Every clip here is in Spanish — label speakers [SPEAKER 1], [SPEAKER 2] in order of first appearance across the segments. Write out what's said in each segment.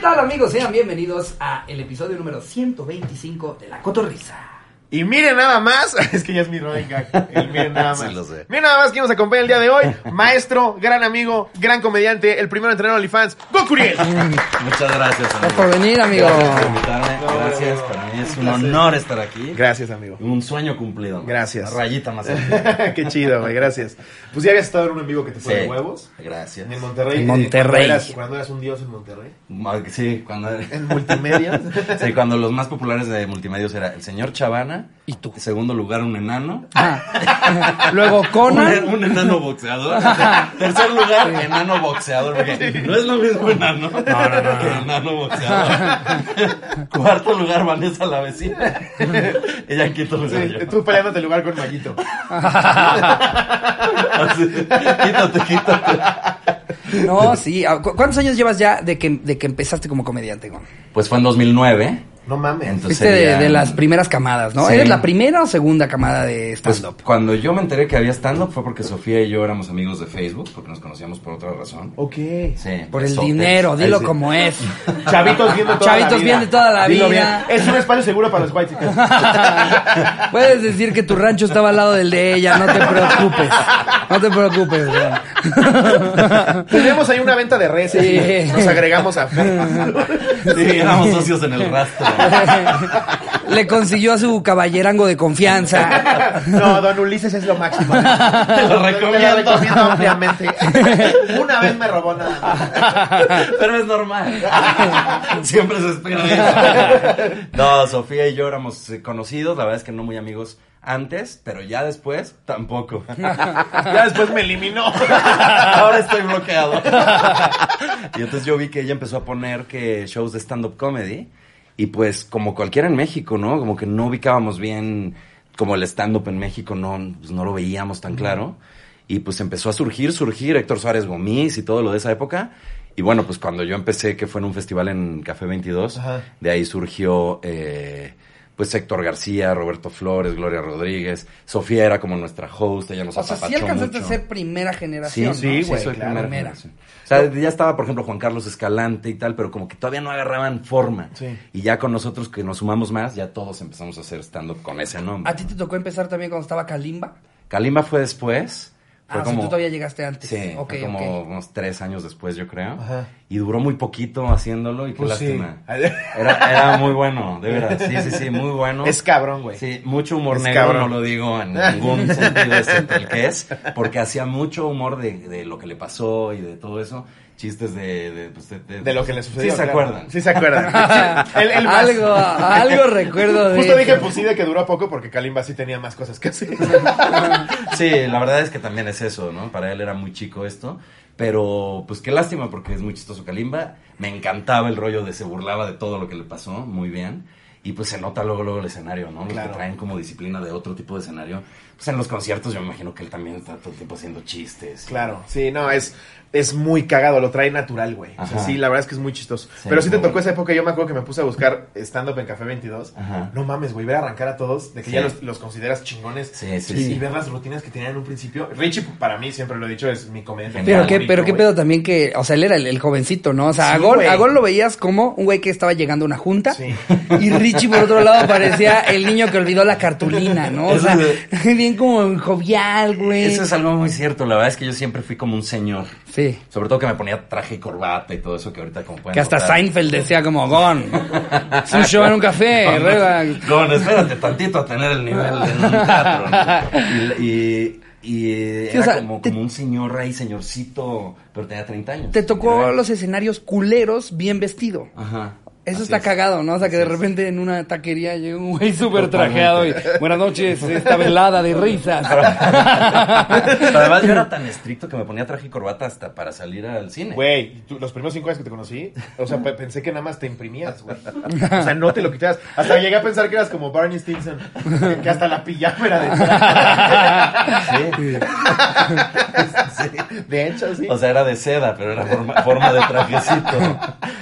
[SPEAKER 1] tal amigos? Sean bienvenidos a el episodio número 125 de La Cotorrisa.
[SPEAKER 2] Y miren nada más, es que ya es mi running gag, el miren nada más.
[SPEAKER 3] Sí, lo sé.
[SPEAKER 2] Miren nada más quién nos acompaña el día de hoy, maestro, gran amigo, gran comediante, el primero en entrenar OnlyFans, Gokuriel.
[SPEAKER 3] Muchas gracias,
[SPEAKER 4] Gracias por venir, amigo.
[SPEAKER 3] Gracias por invitarme. gracias, para mí es un honor estar aquí.
[SPEAKER 2] Gracias, amigo.
[SPEAKER 3] Un sueño cumplido. man.
[SPEAKER 2] Gracias.
[SPEAKER 3] Una rayita más allá.
[SPEAKER 2] Qué chido, güey, gracias. Pues ya habías estado en un amigo que te fue
[SPEAKER 3] Sí.
[SPEAKER 2] de huevos.
[SPEAKER 3] Gracias.
[SPEAKER 2] En el Monterrey.
[SPEAKER 4] En
[SPEAKER 2] eh,
[SPEAKER 4] Monterrey.
[SPEAKER 2] Cuando eras, cuando eras un dios en Monterrey.
[SPEAKER 3] Ma- Sí, cuando,
[SPEAKER 2] En multimedia.
[SPEAKER 3] sí, cuando los más populares de multimedios era el señor Chavana.
[SPEAKER 4] Y tú.
[SPEAKER 3] En segundo lugar, un enano.
[SPEAKER 4] Ah. Luego Conan.
[SPEAKER 3] Un, un enano boxeador. Tercer lugar, enano boxeador. porque no es lo mismo enano que enano boxeador. Cuarto lugar, Vanessa la vecina. Ella en quinto lugar.
[SPEAKER 2] Sí,
[SPEAKER 3] yo.
[SPEAKER 2] tú peleándote el lugar con Maguito.
[SPEAKER 3] Así, quítate, quítate.
[SPEAKER 4] No, sí. Ah, ¿cu- ¿Cuántos años llevas ya de que, de que empezaste como comediante, Gon?
[SPEAKER 3] Pues fue en 2009.
[SPEAKER 2] No mames.
[SPEAKER 3] Entonces
[SPEAKER 4] Fuiste de,
[SPEAKER 3] serían-
[SPEAKER 4] de las primeras camadas, ¿no?
[SPEAKER 3] Sí.
[SPEAKER 4] ¿Eres la primera o segunda camada de
[SPEAKER 3] Pues,
[SPEAKER 4] stand-up?
[SPEAKER 3] cuando yo me enteré que había stand-up fue porque Sofía y yo éramos amigos de Facebook, porque nos conocíamos por otra razón.
[SPEAKER 2] ok. eh,
[SPEAKER 3] Sí,
[SPEAKER 4] Por el
[SPEAKER 3] besotes.
[SPEAKER 4] dinero, dilo
[SPEAKER 3] Ahí sí.
[SPEAKER 4] como es.
[SPEAKER 2] Chavitos viendo toda la
[SPEAKER 4] Chavitos
[SPEAKER 2] vida.
[SPEAKER 4] bien de toda la
[SPEAKER 2] Dilo
[SPEAKER 4] vida.
[SPEAKER 2] bien. Es un espacio seguro para los white chicas.
[SPEAKER 4] Puedes decir que tu rancho estaba al lado del de ella, no te preocupes. No te preocupes, Gon.
[SPEAKER 2] Tenemos ahí una venta de reses
[SPEAKER 4] Sí.
[SPEAKER 2] y nos agregamos a Facebook.
[SPEAKER 3] Sí, éramos socios en el rastro.
[SPEAKER 4] Le consiguió a su caballerango de confianza.
[SPEAKER 2] No, don Ulises es lo máximo.
[SPEAKER 3] Te lo
[SPEAKER 2] Te
[SPEAKER 3] recomiendo.
[SPEAKER 2] lo recomiendo ampliamente. Una vez me robó nada más.
[SPEAKER 3] Pero es normal. Siempre se espera eso. No, Sofía y yo éramos eh, conocidos, la verdad es que no muy amigos antes, pero ya después tampoco.
[SPEAKER 2] Ya después me eliminó.
[SPEAKER 3] Ahora estoy bloqueado. Y entonces yo vi que ella empezó a poner que shows de stand-up comedy. Y pues, como cualquiera en México, ¿no? Como que no ubicábamos bien, como el stand-up en México, no, pues, no lo veíamos tan claro. Y pues empezó a surgir, surgir Héctor Suárez Gomis y todo lo de esa época. Y bueno, pues cuando yo empecé, que fue en un festival en Café 22,
[SPEAKER 2] Ajá.
[SPEAKER 3] de ahí surgió, eh, pues Héctor García, Roberto Flores, Gloria Rodríguez. Sofía era como nuestra host, ella nos
[SPEAKER 4] O sea, sí
[SPEAKER 3] apapachó
[SPEAKER 4] alcanzaste
[SPEAKER 3] mucho.
[SPEAKER 4] a ser primera
[SPEAKER 3] Sí,
[SPEAKER 4] generación.
[SPEAKER 3] sí,
[SPEAKER 4] ¿no?
[SPEAKER 3] güey,
[SPEAKER 4] soy
[SPEAKER 3] claro. primera
[SPEAKER 4] primera.
[SPEAKER 3] generación. O sea, ya estaba, por ejemplo, Juan Carlos Escalante y tal, pero como que todavía no agarraban forma.
[SPEAKER 2] Sí.
[SPEAKER 3] Y ya con nosotros que nos sumamos más, ya todos empezamos a hacer stand-up con ese nombre.
[SPEAKER 4] ¿A ti te tocó empezar también cuando estaba Kalimba?
[SPEAKER 3] Kalimba fue después.
[SPEAKER 4] Ah,
[SPEAKER 3] Fue
[SPEAKER 4] o sea,
[SPEAKER 3] como,
[SPEAKER 4] tú todavía llegaste antes.
[SPEAKER 3] sí,
[SPEAKER 4] ok,
[SPEAKER 3] fue como
[SPEAKER 4] ok.
[SPEAKER 3] unos tres años después, yo creo.
[SPEAKER 2] Ajá.
[SPEAKER 3] Y duró muy poquito haciéndolo y qué
[SPEAKER 2] Pues sí.
[SPEAKER 3] lástima. Era, era muy bueno, de verdad. Sí, sí, sí, muy bueno.
[SPEAKER 2] Es cabrón, güey.
[SPEAKER 3] Sí, mucho humor
[SPEAKER 2] Pues, Es
[SPEAKER 3] negro,
[SPEAKER 2] cabrón.
[SPEAKER 3] no lo digo en ningún sentido excepto el que es, porque hacía mucho humor de, de lo que le pasó y de todo eso, chistes de... De, pues, de- de-
[SPEAKER 2] De lo que le sucedió.
[SPEAKER 3] Sí, se
[SPEAKER 2] claro.
[SPEAKER 3] acuerdan.
[SPEAKER 2] Sí, se acuerdan. Sí. Él- él más.
[SPEAKER 4] algo, algo recuerdo de
[SPEAKER 2] Justo dije,
[SPEAKER 4] eso.
[SPEAKER 2] pues sí, de que duró poco porque Kalimba sí tenía más cosas que hacer.
[SPEAKER 3] Sí, la verdad es que también es eso, ¿no? Para él era muy chico esto, pero pues qué lástima porque es muy chistoso Kalimba, me encantaba el rollo de se burlaba de todo lo que le pasó, muy bien. Y pues se nota luego, luego el escenario, ¿no? Los
[SPEAKER 2] Claro.
[SPEAKER 3] que traen como disciplina de otro tipo de escenario. Pues en los conciertos yo me imagino que él también está todo el tiempo haciendo chistes.
[SPEAKER 2] Claro. Sí, no, es, es muy cagado, lo trae natural, güey. O sea,
[SPEAKER 3] Ajá.
[SPEAKER 2] sí, la verdad es que es muy chistoso.
[SPEAKER 3] Sí,
[SPEAKER 2] Pero sí te
[SPEAKER 3] muy
[SPEAKER 2] tocó
[SPEAKER 3] bueno.
[SPEAKER 2] esa época, yo me acuerdo que me puse a buscar stand-up en Café 22.
[SPEAKER 3] Ajá.
[SPEAKER 2] No mames, güey, ver arrancar a todos, de que
[SPEAKER 3] Sí.
[SPEAKER 2] ya los, los consideras chingones.
[SPEAKER 3] Sí, sí,
[SPEAKER 2] Y
[SPEAKER 3] sí.
[SPEAKER 2] ver las rutinas que tenían en un principio. Richie, para mí, siempre lo he dicho, es mi comediante.
[SPEAKER 4] Pero
[SPEAKER 3] Algo
[SPEAKER 4] qué,
[SPEAKER 2] favorito,
[SPEAKER 4] pero qué
[SPEAKER 2] güey.
[SPEAKER 4] pedo también que, o sea, él era el, el jovencito, ¿no? O sea, a,
[SPEAKER 2] Sí,
[SPEAKER 4] Gon,
[SPEAKER 2] güey.
[SPEAKER 4] a Gon lo veías como un güey que estaba llegando a una junta
[SPEAKER 2] Sí.
[SPEAKER 4] y Richie por otro lado parecía el niño que olvidó la cartulina, ¿no? O
[SPEAKER 3] Eso
[SPEAKER 4] sea, bien como jovial, güey.
[SPEAKER 3] Eso es algo muy cierto, la verdad es que yo siempre fui como un señor.
[SPEAKER 4] Sí.
[SPEAKER 3] Sobre todo que me ponía traje y corbata y todo eso que ahorita como pueden
[SPEAKER 4] Que hasta
[SPEAKER 3] notar.
[SPEAKER 4] Seinfeld decía como Gon. Es un show en un café, ruega.
[SPEAKER 3] No, no, espérate tantito a tener el nivel en un teatro. ¿no? Y, y- y
[SPEAKER 4] Sí,
[SPEAKER 3] era
[SPEAKER 4] o sea,
[SPEAKER 3] como,
[SPEAKER 4] te-
[SPEAKER 3] como un señor ahí, señorcito, pero tenía 30 años.
[SPEAKER 4] Te tocó
[SPEAKER 3] Era-
[SPEAKER 4] los escenarios culeros bien vestido.
[SPEAKER 3] Ajá.
[SPEAKER 4] Eso
[SPEAKER 3] así
[SPEAKER 4] está
[SPEAKER 3] es.
[SPEAKER 4] cagado, ¿no? O sea, que de
[SPEAKER 3] Así es.
[SPEAKER 4] repente en una taquería llega un güey súper trajeado y buenas noches, esta velada de risas.
[SPEAKER 3] Pero además yo era tan estricto que me ponía traje y corbata hasta para salir al cine.
[SPEAKER 2] Güey, tú- los primeros cinco años que te conocí, o sea, pe- pensé que nada más te imprimías, güey. O sea, no te lo quitabas. Hasta llegué a pensar que eras como Barney Stinson, que hasta la pijama era de
[SPEAKER 3] Sí.
[SPEAKER 2] De hecho, sí.
[SPEAKER 3] O sea, era de seda, pero era forma, forma de trajecito.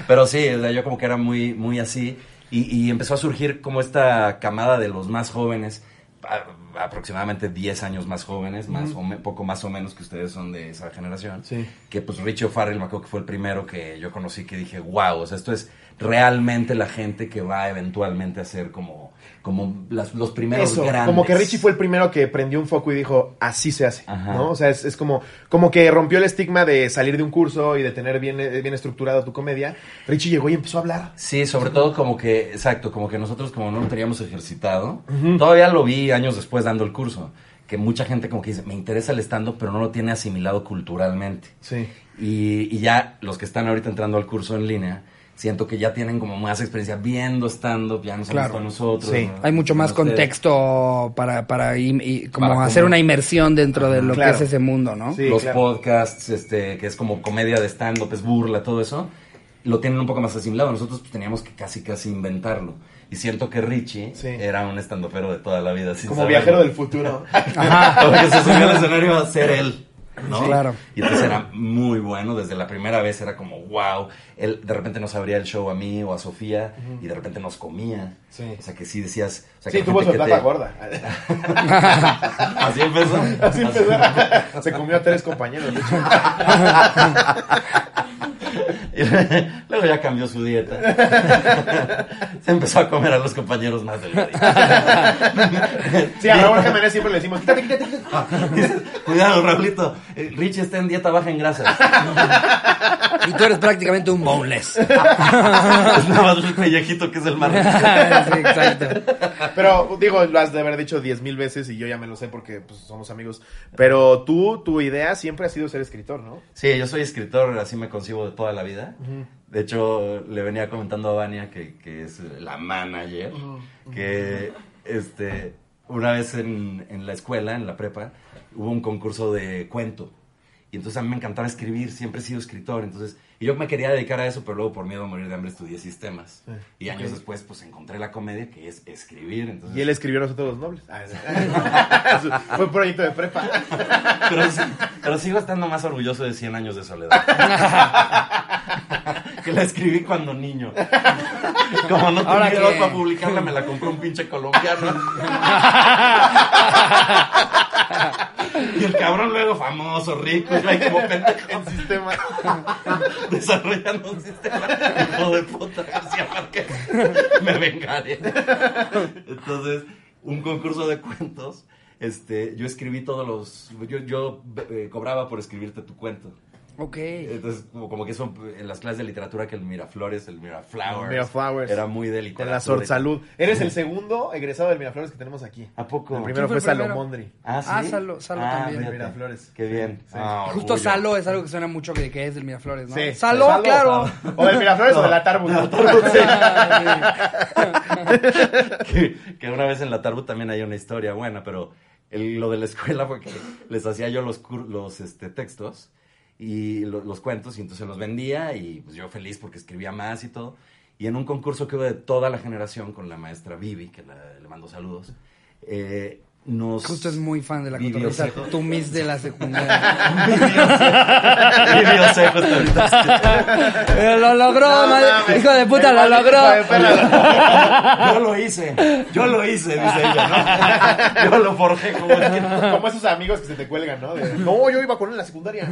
[SPEAKER 3] Pero sí, o sea, yo como que era muy, muy así. Y, y empezó a surgir como esta camada de los más jóvenes. Ah, aproximadamente 10 años más jóvenes, más o me- poco más o menos que ustedes son de esa generación.
[SPEAKER 2] Sí.
[SPEAKER 3] Que pues Richie O'Farrell, me acuerdo que fue el primero que yo conocí que dije, wow, o sea, esto es realmente la gente que va eventualmente a ser como, como las- los primeros
[SPEAKER 2] Eso,
[SPEAKER 3] grandes.
[SPEAKER 2] como que Richie fue el primero que prendió un foco y dijo, así se hace,
[SPEAKER 3] Ajá.
[SPEAKER 2] ¿no? O sea, es, es como, como que rompió el estigma de salir de un curso y de tener bien, eh, bien estructurada tu comedia. Richie llegó y empezó a hablar.
[SPEAKER 3] Sí, sobre todo como que, exacto, como que nosotros como no lo teníamos ejercitado, todavía lo vi años después dando el curso, que mucha gente como que dice, me interesa el stand-up, pero no lo tiene asimilado culturalmente.
[SPEAKER 2] Sí.
[SPEAKER 3] Y, y ya los que están ahorita entrando al curso en línea, siento que ya tienen como más experiencia viendo stand-up, ya no somos
[SPEAKER 4] Claro.
[SPEAKER 3] con nosotros.
[SPEAKER 2] Sí.
[SPEAKER 3] ¿no?
[SPEAKER 4] Hay mucho más
[SPEAKER 3] Con ustedes.
[SPEAKER 4] contexto para, para im- y como
[SPEAKER 3] Para
[SPEAKER 4] hacer
[SPEAKER 3] como-
[SPEAKER 4] una inmersión dentro de lo
[SPEAKER 2] Claro.
[SPEAKER 4] que es ese mundo, ¿no?
[SPEAKER 2] Sí,
[SPEAKER 3] los
[SPEAKER 2] claro.
[SPEAKER 3] podcasts, este, que es como comedia de stand-up, es burla, todo eso, lo tienen un poco más asimilado. Nosotros pues, teníamos que casi, casi inventarlo. Y siento que Richie
[SPEAKER 2] Sí.
[SPEAKER 3] era un stand-upero de toda la vida. sin
[SPEAKER 2] Como
[SPEAKER 3] saberlo.
[SPEAKER 2] viajero del futuro.
[SPEAKER 4] Ajá.
[SPEAKER 3] Como que se subió al escenario iba a ser él. ¿no?
[SPEAKER 4] Sí, claro.
[SPEAKER 3] Y entonces era muy bueno. Desde la primera vez era como, wow. Él de repente nos abría el show a mí o a Sofía y de repente nos comía.
[SPEAKER 2] Sí.
[SPEAKER 3] O sea que sí decías. O sea, que
[SPEAKER 2] sí,
[SPEAKER 3] la
[SPEAKER 2] tuvo su
[SPEAKER 3] gente que
[SPEAKER 2] etapa
[SPEAKER 3] te-
[SPEAKER 2] gorda.
[SPEAKER 3] Así empezó.
[SPEAKER 2] Así empezó. Se comió a tres compañeros. de hecho.
[SPEAKER 3] Y Luego ya cambió su dieta. Se empezó a comer a los compañeros más delgaditos.
[SPEAKER 2] Sí, a Raúl Jiménez siempre le decimos, quítate, quítate, quítate.
[SPEAKER 3] Dices, Cuidado, Raulito. eh, Richie está en dieta baja en grasas.
[SPEAKER 4] Y tú eres prácticamente un boneless. Sí,
[SPEAKER 3] es nada más el pellejito que es el más rico.
[SPEAKER 4] exacto.
[SPEAKER 2] Pero digo, lo has de haber dicho diez mil veces y yo ya me lo sé porque pues, somos amigos. Pero tú, tu idea siempre ha sido ser escritor, ¿no?
[SPEAKER 3] Sí, yo soy escritor, así me concibo de toda la vida. De hecho, le venía comentando a Vania, que, que es la manager, que este, una vez en, en la escuela, en la prepa, hubo un concurso de cuento. Y entonces a mí me encantaba escribir, siempre he sido escritor. Entonces, y yo me quería dedicar a eso, pero luego por miedo a morir de hambre estudié sistemas. Y años después, pues encontré la comedia, que es escribir. Entonces,
[SPEAKER 2] Y él escribió Nosotros los Nobles. Ah, es- Fue un proyecto de prepa.
[SPEAKER 3] pero, sí- pero sigo estando más orgulloso de 100 años de soledad. que la escribí cuando niño. Como no
[SPEAKER 4] Ahora
[SPEAKER 3] tenía edad
[SPEAKER 4] que-
[SPEAKER 3] para publicarla, me la compró un pinche colombiano. y el cabrón luego famoso, rico, y yo ahí como pendejo
[SPEAKER 2] En sistema.
[SPEAKER 3] desarrollando un sistema. Hijo de puta, García Márquez. Me vengaré. Entonces, un concurso de cuentos. Este, yo escribí todos los. Yo, yo eh, cobraba por escribirte tu cuento.
[SPEAKER 4] Ok.
[SPEAKER 3] Entonces, como, como que eso en las clases de literatura que el Miraflores, el Miraflowers.
[SPEAKER 2] Miraflowers.
[SPEAKER 3] Era muy de
[SPEAKER 2] Con
[SPEAKER 3] literatura.
[SPEAKER 2] la Sor Salud. Eres el segundo egresado del Miraflores que tenemos aquí.
[SPEAKER 3] ¿A poco?
[SPEAKER 2] El primero
[SPEAKER 4] ¿Quién fue
[SPEAKER 2] fue
[SPEAKER 4] el primero?
[SPEAKER 2] Salomondri.
[SPEAKER 3] Ah, sí.
[SPEAKER 4] Ah, Salo- Salo también.
[SPEAKER 3] fíjate.
[SPEAKER 2] Miraflores.
[SPEAKER 3] Qué bien.
[SPEAKER 2] Sí.
[SPEAKER 3] Ah,
[SPEAKER 4] Justo
[SPEAKER 3] orgullo.
[SPEAKER 4] Salo es algo que suena mucho que, que es del Miraflores, ¿no?
[SPEAKER 2] Sí.
[SPEAKER 4] Salo,
[SPEAKER 2] Salo,
[SPEAKER 4] claro.
[SPEAKER 2] O del Miraflores o del Atarbus.
[SPEAKER 3] que, que una vez en la Tarbu también hay una historia buena, pero el- lo de la escuela fue que les hacía yo los, cur- los este, textos y lo- los cuentos y entonces los vendía y pues yo feliz porque escribía más y todo. Y en un concurso que hubo de toda la generación con la maestra Vivi, que la- le mando saludos, eh, nos...
[SPEAKER 4] Justo es muy fan de la
[SPEAKER 3] Vivi
[SPEAKER 4] cotorriza.
[SPEAKER 3] Osejo.
[SPEAKER 4] Tu miss de la secundaria.
[SPEAKER 3] Vivi Osejo está pues, ahorita.
[SPEAKER 4] Pero lo logró,
[SPEAKER 2] No
[SPEAKER 4] madre.
[SPEAKER 2] mames.
[SPEAKER 4] Hijo de puta,
[SPEAKER 2] El
[SPEAKER 4] lo
[SPEAKER 2] maldito hijo de
[SPEAKER 4] logró.
[SPEAKER 2] perra.
[SPEAKER 3] Yo lo hice, yo lo hice, dice ella, ¿no? Yo lo forjé como escritor.
[SPEAKER 2] Como esos amigos que se te cuelgan, ¿no? De, no, yo iba con él en la secundaria.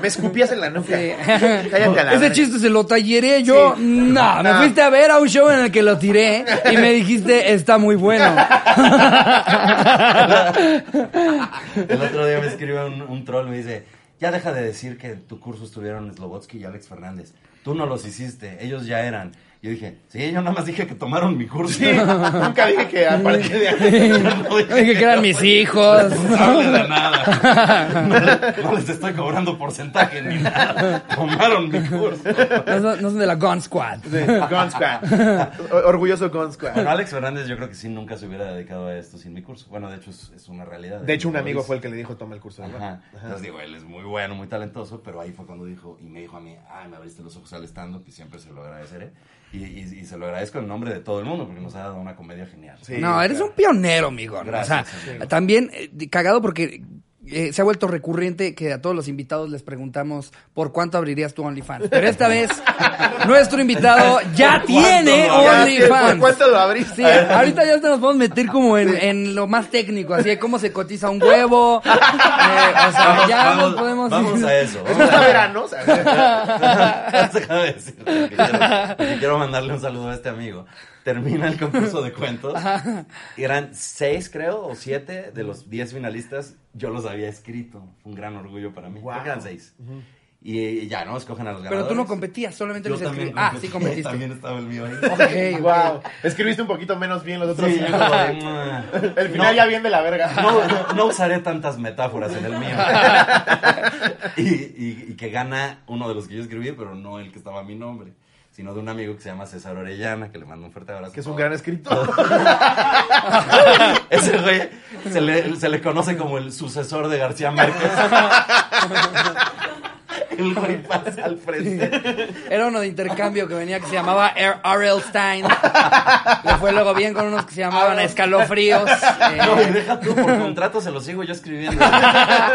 [SPEAKER 2] Me escupías en la nuca.
[SPEAKER 4] Sí.
[SPEAKER 2] Cállate a la
[SPEAKER 4] Ese
[SPEAKER 2] verga.
[SPEAKER 4] chiste se lo talleré yo.
[SPEAKER 2] Sí.
[SPEAKER 4] No, me
[SPEAKER 2] Ah.
[SPEAKER 4] fuiste a ver a un show en el que lo tiré y me dijiste, está muy bueno.
[SPEAKER 3] El otro día me escribe un, un troll, me dice, ya deja de decir que en tu curso estuvieron Slobotsky y Alex Fernández. Tú no los hiciste, ellos ya eran. Yo dije, sí, yo nada más dije que tomaron mi curso.
[SPEAKER 2] Sí, nunca dije que a partir de ahí.
[SPEAKER 3] Yo no dije
[SPEAKER 4] Dije que eran
[SPEAKER 3] yo
[SPEAKER 4] mis
[SPEAKER 3] soy
[SPEAKER 4] hijos.
[SPEAKER 3] responsable de nada. No, le- no les estoy cobrando porcentaje ni nada. Tomaron mi curso.
[SPEAKER 4] No son, no son de la Gun Squad.
[SPEAKER 2] Sí, Gun Squad. O- Orgulloso Gun
[SPEAKER 3] Bueno,
[SPEAKER 2] Squad.
[SPEAKER 3] Alex Fernández yo creo que sí nunca se hubiera dedicado a esto sin mi curso. Bueno, de hecho es, es una realidad.
[SPEAKER 2] De hecho, un
[SPEAKER 3] Lo
[SPEAKER 2] amigo
[SPEAKER 3] hice.
[SPEAKER 2] fue el que le dijo toma el curso. de
[SPEAKER 3] Pues. Ajá.
[SPEAKER 2] Gun".
[SPEAKER 3] Entonces digo, él es muy bueno, muy talentoso, pero ahí fue cuando dijo, y me dijo a mí, ay, me abriste los ojos al stand-up y siempre se lo agradeceré. Y, y- y se lo agradezco en nombre de todo el mundo porque nos ha dado una comedia genial.
[SPEAKER 2] Sí.
[SPEAKER 4] no, eres
[SPEAKER 2] claro.
[SPEAKER 4] un pionero, amigo.
[SPEAKER 3] Gracias,
[SPEAKER 4] o sea, también eh, cagado porque eh, se ha vuelto recurrente que a todos los invitados les preguntamos por cuánto abrirías tu OnlyFans. Pero esta vez, nuestro invitado ya tiene
[SPEAKER 3] lo
[SPEAKER 2] Ya, sí, ¿por
[SPEAKER 4] OnlyFans.
[SPEAKER 2] ¿Cuánto lo abriste?
[SPEAKER 4] Sí, ahorita ya hasta nos podemos meter como en, en lo más técnico, así de cómo se cotiza un huevo. eh, o sea,
[SPEAKER 3] Vamos,
[SPEAKER 4] ya nos
[SPEAKER 3] vamos,
[SPEAKER 4] podemos
[SPEAKER 3] vamos a eso.
[SPEAKER 2] Eso está verano. o sea,
[SPEAKER 3] Déjame decirte que quiero, que quiero mandarle un saludo a este amigo. Termina el concurso de cuentos. Y eran seis, creo, o siete de los diez finalistas. Yo los había escrito. Fue un gran orgullo para mí.
[SPEAKER 2] Wow.
[SPEAKER 3] Creo que eran seis. Y, eh, ya, ¿no? Escogen a los
[SPEAKER 4] Pero
[SPEAKER 3] ganadores.
[SPEAKER 4] tú no competías, solamente
[SPEAKER 3] Yo
[SPEAKER 4] les
[SPEAKER 3] también
[SPEAKER 4] escribí. Ah, sí
[SPEAKER 3] competí,
[SPEAKER 4] competiste.
[SPEAKER 3] También estaba el mío ahí.
[SPEAKER 4] Ok,
[SPEAKER 2] wow. Escribiste un poquito menos bien los otros.
[SPEAKER 3] Sí, yo como de, "Mua".
[SPEAKER 2] El final ya bien de la verga.
[SPEAKER 3] No, no- no usaré tantas metáforas en el mío. Y, y- y que gana uno de los que yo escribí, pero no el que estaba a mi nombre, sino de un amigo que se llama César Orellana, que le mando un fuerte abrazo.
[SPEAKER 2] Que es un gran escritor.
[SPEAKER 3] Ese güey se le, se le conoce como el sucesor de García Márquez. El güey pasa al frente.
[SPEAKER 4] Era uno de intercambio que venía que se llamaba R- R.L. Stein. Le fue luego bien con unos que se llamaban Escalofríos. Eh,
[SPEAKER 3] No, y deja tú, por contrato se lo sigo yo escribiendo.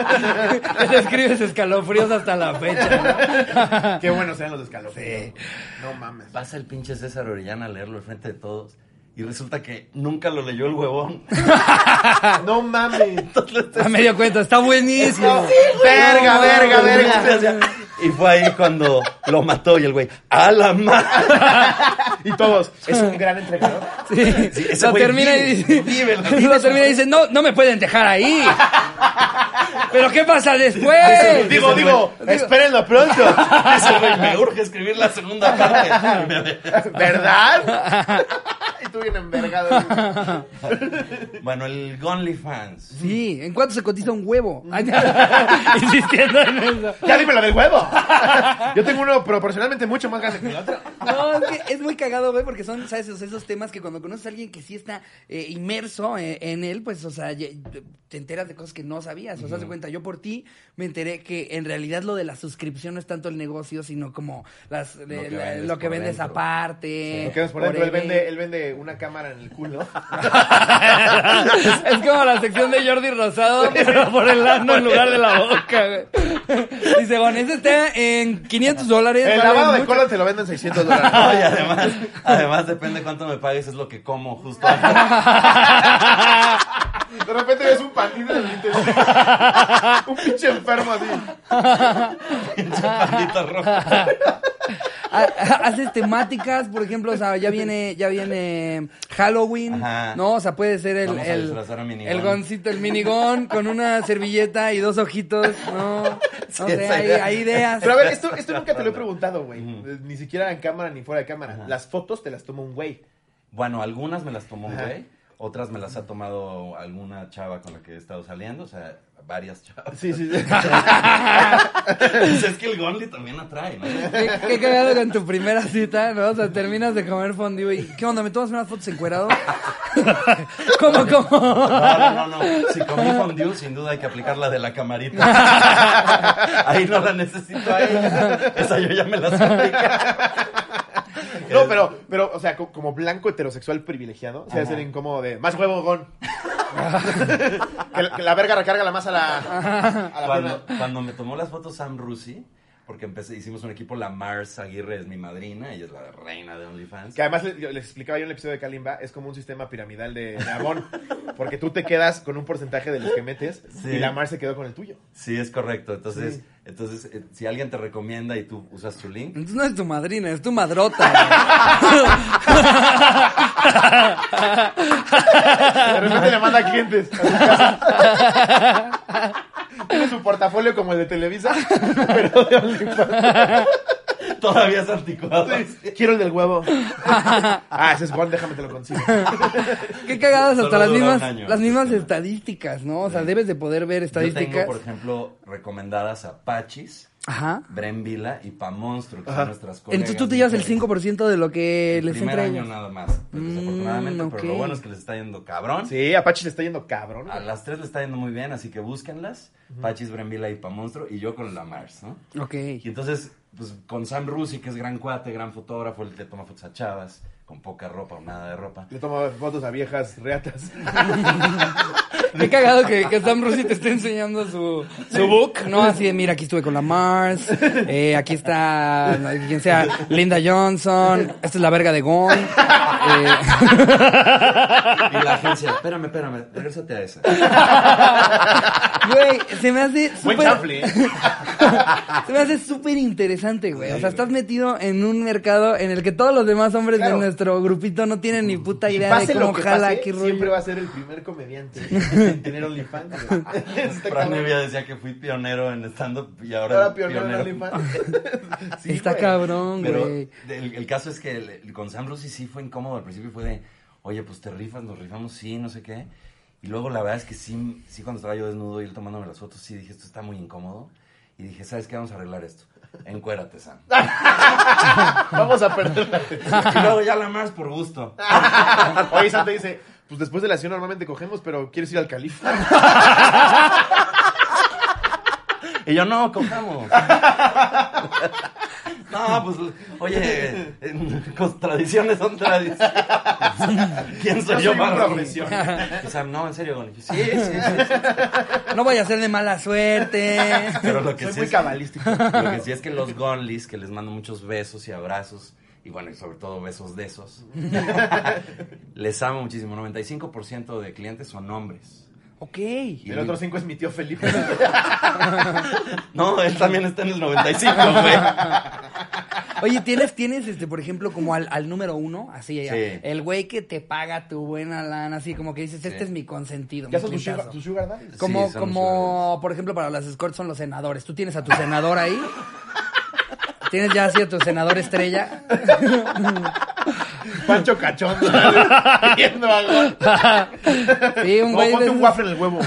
[SPEAKER 4] les escribes Escalofríos hasta la fecha.
[SPEAKER 2] Qué buenos eran los escalofríos. No mames.
[SPEAKER 3] Pasa el pinche César Orellana a leerlo al frente de todos. Y resulta que nunca lo leyó el huevón.
[SPEAKER 2] No mames.
[SPEAKER 4] ¿no? A medio cuento, está buenísimo.
[SPEAKER 2] Verga, verga, verga.
[SPEAKER 3] O sea, Y fue ahí cuando lo mató y el güey, ¡a la madre!
[SPEAKER 2] Y todos, es un gran entregador.
[SPEAKER 4] Sí.
[SPEAKER 3] Sí, ese
[SPEAKER 4] lo
[SPEAKER 3] güey
[SPEAKER 4] termina y
[SPEAKER 3] vive, vive, lo
[SPEAKER 4] dice,
[SPEAKER 3] vive,
[SPEAKER 4] lo termina y dice, no, no me pueden dejar ahí. Pero ¿qué pasa después?
[SPEAKER 2] Digo, digo, espérenlo pronto.
[SPEAKER 3] Ese güey, me urge escribir la segunda parte. Y me ve-
[SPEAKER 2] ¿Verdad? Y tú bien envergado.
[SPEAKER 3] Bueno, el Gonly Fans.
[SPEAKER 4] Sí, ¿en cuánto se cotiza un huevo? Ay, Insistiendo en eso.
[SPEAKER 2] Ya dime lo del huevo. Yo tengo uno proporcionalmente mucho más grande que el otro.
[SPEAKER 4] No, es que es muy cagado, güey, porque son, ¿sabes? O sea, esos temas que cuando conoces a alguien que sí está eh, inmerso eh, en él, pues, o sea, ye- te enteras de cosas que no sabías. O sea, haz de cuenta, yo por ti me enteré que en realidad lo de la suscripción no es tanto el negocio, sino como las, de-
[SPEAKER 3] que
[SPEAKER 4] la-
[SPEAKER 3] vendes
[SPEAKER 4] lo que
[SPEAKER 3] por
[SPEAKER 4] vendes
[SPEAKER 3] dentro.
[SPEAKER 4] aparte.
[SPEAKER 2] Lo que vemos Eh, pues, por dentro, él
[SPEAKER 4] eBay.
[SPEAKER 2] vende, él vende una cámara en el culo.
[SPEAKER 4] es como la sección de Jordi Rosado, pero por el ano en lugar de la boca, güey. Dice, bueno, ese está en 500 dólares.
[SPEAKER 2] El
[SPEAKER 4] vale
[SPEAKER 2] lavado de
[SPEAKER 4] mucho".
[SPEAKER 2] cola te lo venden 600 dólares.
[SPEAKER 3] No, y además, además depende cuánto me pagues, es lo que como justo antes.
[SPEAKER 2] De repente ves un pandito en el interior. Un pinche enfermo así.
[SPEAKER 3] Pinche pandita roja.
[SPEAKER 4] Ha- ha- Haces temáticas, por ejemplo, o sea, ya viene, ya viene Halloween,
[SPEAKER 3] Ajá.
[SPEAKER 4] ¿no? O sea, puede ser el,
[SPEAKER 3] Vamos a
[SPEAKER 4] el,
[SPEAKER 3] disfrazar a Minigón.
[SPEAKER 4] el goncito, el minigón, con una servilleta y dos ojitos, ¿no? No
[SPEAKER 3] Sí,
[SPEAKER 4] sé,
[SPEAKER 3] esa
[SPEAKER 4] hay,
[SPEAKER 3] idea.
[SPEAKER 4] hay ideas.
[SPEAKER 2] Pero a ver, esto, esto nunca te lo he preguntado, güey. Eh, Ni siquiera en cámara ni fuera de cámara. Las fotos te las toma un güey.
[SPEAKER 3] Bueno, algunas me las tomó un
[SPEAKER 2] Ajá.
[SPEAKER 3] güey, otras me las ha tomado alguna chava con la que he estado saliendo, o sea, varias chavas.
[SPEAKER 2] Sí, sí, sí.
[SPEAKER 3] Pues es que el Gonly también atrae, ¿no?
[SPEAKER 4] Qué, qué cagado con tu primera cita, ¿no? O sea, terminas de comer fondue y ¿qué onda? ¿Me tomas unas fotos encuerado? ¿Cómo, cómo?
[SPEAKER 3] No, no, no, no. Si comí fondue, sin duda hay que aplicar la de la camarita. Ahí no la necesito ahí. Esa yo ya me la aplica.
[SPEAKER 2] No, pero, pero, o sea, co- como blanco heterosexual privilegiado, se debe ser incómodo de más huevo, gon. que, la, que la verga recarga la masa a la, a la
[SPEAKER 3] Cuando,
[SPEAKER 2] pierna.
[SPEAKER 3] cuando me tomó las fotos Sam Rusi, porque empecé, hicimos un equipo, la Mars Aguirre es mi madrina, ella es la reina de OnlyFans.
[SPEAKER 2] Que además le- yo les explicaba yo en el episodio de Kalimba, es como un sistema piramidal de, de abón. Porque tú te quedas con un porcentaje de los que metes
[SPEAKER 3] Sí.
[SPEAKER 2] y la mar se quedó con el tuyo.
[SPEAKER 3] Sí, es correcto. Entonces,
[SPEAKER 2] Sí.
[SPEAKER 3] entonces eh, si alguien te recomienda y tú usas tu link,
[SPEAKER 4] Entonces no es tu madrina, es tu madrota.
[SPEAKER 2] De repente le manda clientes a su casa. Tiene su portafolio como el de Televisa, pero de OnlyFans.
[SPEAKER 3] todavía es anticuado.
[SPEAKER 2] Quiero el del huevo. Ah, ese es gon, déjame te lo consigo.
[SPEAKER 4] Qué cagadas hasta
[SPEAKER 3] Solo
[SPEAKER 4] las
[SPEAKER 3] dura un
[SPEAKER 4] mismas,
[SPEAKER 3] año.
[SPEAKER 4] las mismas estadísticas, ¿no? O sea, debes de poder ver
[SPEAKER 3] Yo tengo,
[SPEAKER 4] estadísticas.
[SPEAKER 3] por ejemplo, recomendadas a Pachis,
[SPEAKER 4] Ajá.
[SPEAKER 3] Bren Vila y Pa Monstruo, que son nuestras colegas.
[SPEAKER 4] Entonces tú te llevas el
[SPEAKER 3] mujeres.
[SPEAKER 4] 5% de lo que
[SPEAKER 3] El
[SPEAKER 4] les
[SPEAKER 3] primer
[SPEAKER 4] entregas.
[SPEAKER 3] año nada más, desafortunadamente,
[SPEAKER 4] Mm,
[SPEAKER 3] pero
[SPEAKER 4] ok.
[SPEAKER 3] lo bueno es que les está yendo cabrón.
[SPEAKER 2] Sí, Apache le está yendo cabrón.
[SPEAKER 3] A las tres les está yendo muy bien, así que búsquenlas. Pachis, Brembila y Pa Monstruo, y yo con la Mars, ¿no?
[SPEAKER 4] Ok.
[SPEAKER 3] Y entonces, pues con Sam Rusi, que es gran cuate, gran fotógrafo, el que toma fotos a chavas, con poca ropa o nada de ropa.
[SPEAKER 2] Le tomo fotos a viejas reatas.
[SPEAKER 4] Qué cagado que, que Sam Rusi te esté enseñando su, su book, ¿no? Así de, mira, aquí estuve con la Mars, eh, aquí está, no, quien sea, Linda Johnson, esta es la verga de Gon. eh,
[SPEAKER 3] Y la agencia, espérame, espérame, regrésate a esa.
[SPEAKER 4] Güey, se me hace
[SPEAKER 2] Buen
[SPEAKER 4] súper-
[SPEAKER 2] chanfle. ¿eh?
[SPEAKER 4] Se me hace súper interesante, güey. O sea, estás metido en un mercado en el que todos los demás hombres
[SPEAKER 2] Claro.
[SPEAKER 4] de nuestro grupito no tienen ni puta
[SPEAKER 2] Y
[SPEAKER 4] idea
[SPEAKER 2] pase
[SPEAKER 4] de cómo
[SPEAKER 2] lo que
[SPEAKER 4] jala,
[SPEAKER 2] pase,
[SPEAKER 4] qué rollo.
[SPEAKER 2] siempre va a ser el primer comediante en tener OnlyFans. güey. Está
[SPEAKER 3] Fran
[SPEAKER 2] cabrón.
[SPEAKER 3] Evia decía que fui pionero en stand-up y ahora,
[SPEAKER 2] Ahora pionero en OnlyFans. Sí,
[SPEAKER 4] Está
[SPEAKER 2] güey.
[SPEAKER 4] cabrón,
[SPEAKER 3] Pero
[SPEAKER 4] güey.
[SPEAKER 3] el, el caso es que el- el- con Sam Rusi sí fue incómodo al principio, fue de, oye, pues te rifas, nos rifamos, sí, no sé qué. Y luego la verdad es que sí, sí cuando estaba yo desnudo y él tomándome las fotos, sí dije, esto está muy incómodo. Y dije, ¿sabes qué? Vamos a arreglar esto. Encuérate, Sam.
[SPEAKER 2] Vamos a perder.
[SPEAKER 3] y luego ya la más por gusto.
[SPEAKER 2] Oye, Sam te dice, pues después de la acción normalmente cogemos, pero ¿quieres ir al califa?
[SPEAKER 3] Y yo, no, cojamos. No, pues, oye, eh, cos- tradiciones son tradiciones. ¿Quién soy
[SPEAKER 2] Yo
[SPEAKER 3] yo
[SPEAKER 2] soy
[SPEAKER 3] para
[SPEAKER 2] un
[SPEAKER 3] profesión? O sea, no, en serio, Goni. Sí, sí, sí.
[SPEAKER 4] No vaya a ser de mala suerte.
[SPEAKER 3] Pero lo que
[SPEAKER 2] Soy
[SPEAKER 3] sí
[SPEAKER 2] muy
[SPEAKER 3] es,
[SPEAKER 2] cabalístico.
[SPEAKER 3] Lo que sí es que los Gonlis, que les mando muchos besos y abrazos, y bueno, y sobre todo besos de esos, les amo muchísimo. 95% de clientes son hombres.
[SPEAKER 4] Ok.
[SPEAKER 2] Y el otro 5 es mi tío Felipe.
[SPEAKER 3] No, él también está en el 95, güey.
[SPEAKER 4] Oye, ¿tienes, tienes este, por ejemplo, como al, al número uno? Así,
[SPEAKER 3] Sí.
[SPEAKER 4] el güey que te paga tu buena lana, así como que dices, este
[SPEAKER 3] Sí.
[SPEAKER 4] es mi consentido.
[SPEAKER 2] ¿Ya
[SPEAKER 4] mi
[SPEAKER 2] son tus
[SPEAKER 4] clientazo.
[SPEAKER 2] sugar, tus sugar daddies?
[SPEAKER 4] Como,
[SPEAKER 3] Sí, son
[SPEAKER 4] como por ejemplo, para las escorts son los senadores. Tú tienes a tu senador ahí. Tienes ya así a tu senador estrella.
[SPEAKER 2] Pancho Cachón. Viendo algo.
[SPEAKER 4] Sí, un
[SPEAKER 2] No,
[SPEAKER 4] güey. de
[SPEAKER 2] ponte
[SPEAKER 4] esos-
[SPEAKER 2] un waffle en el huevo.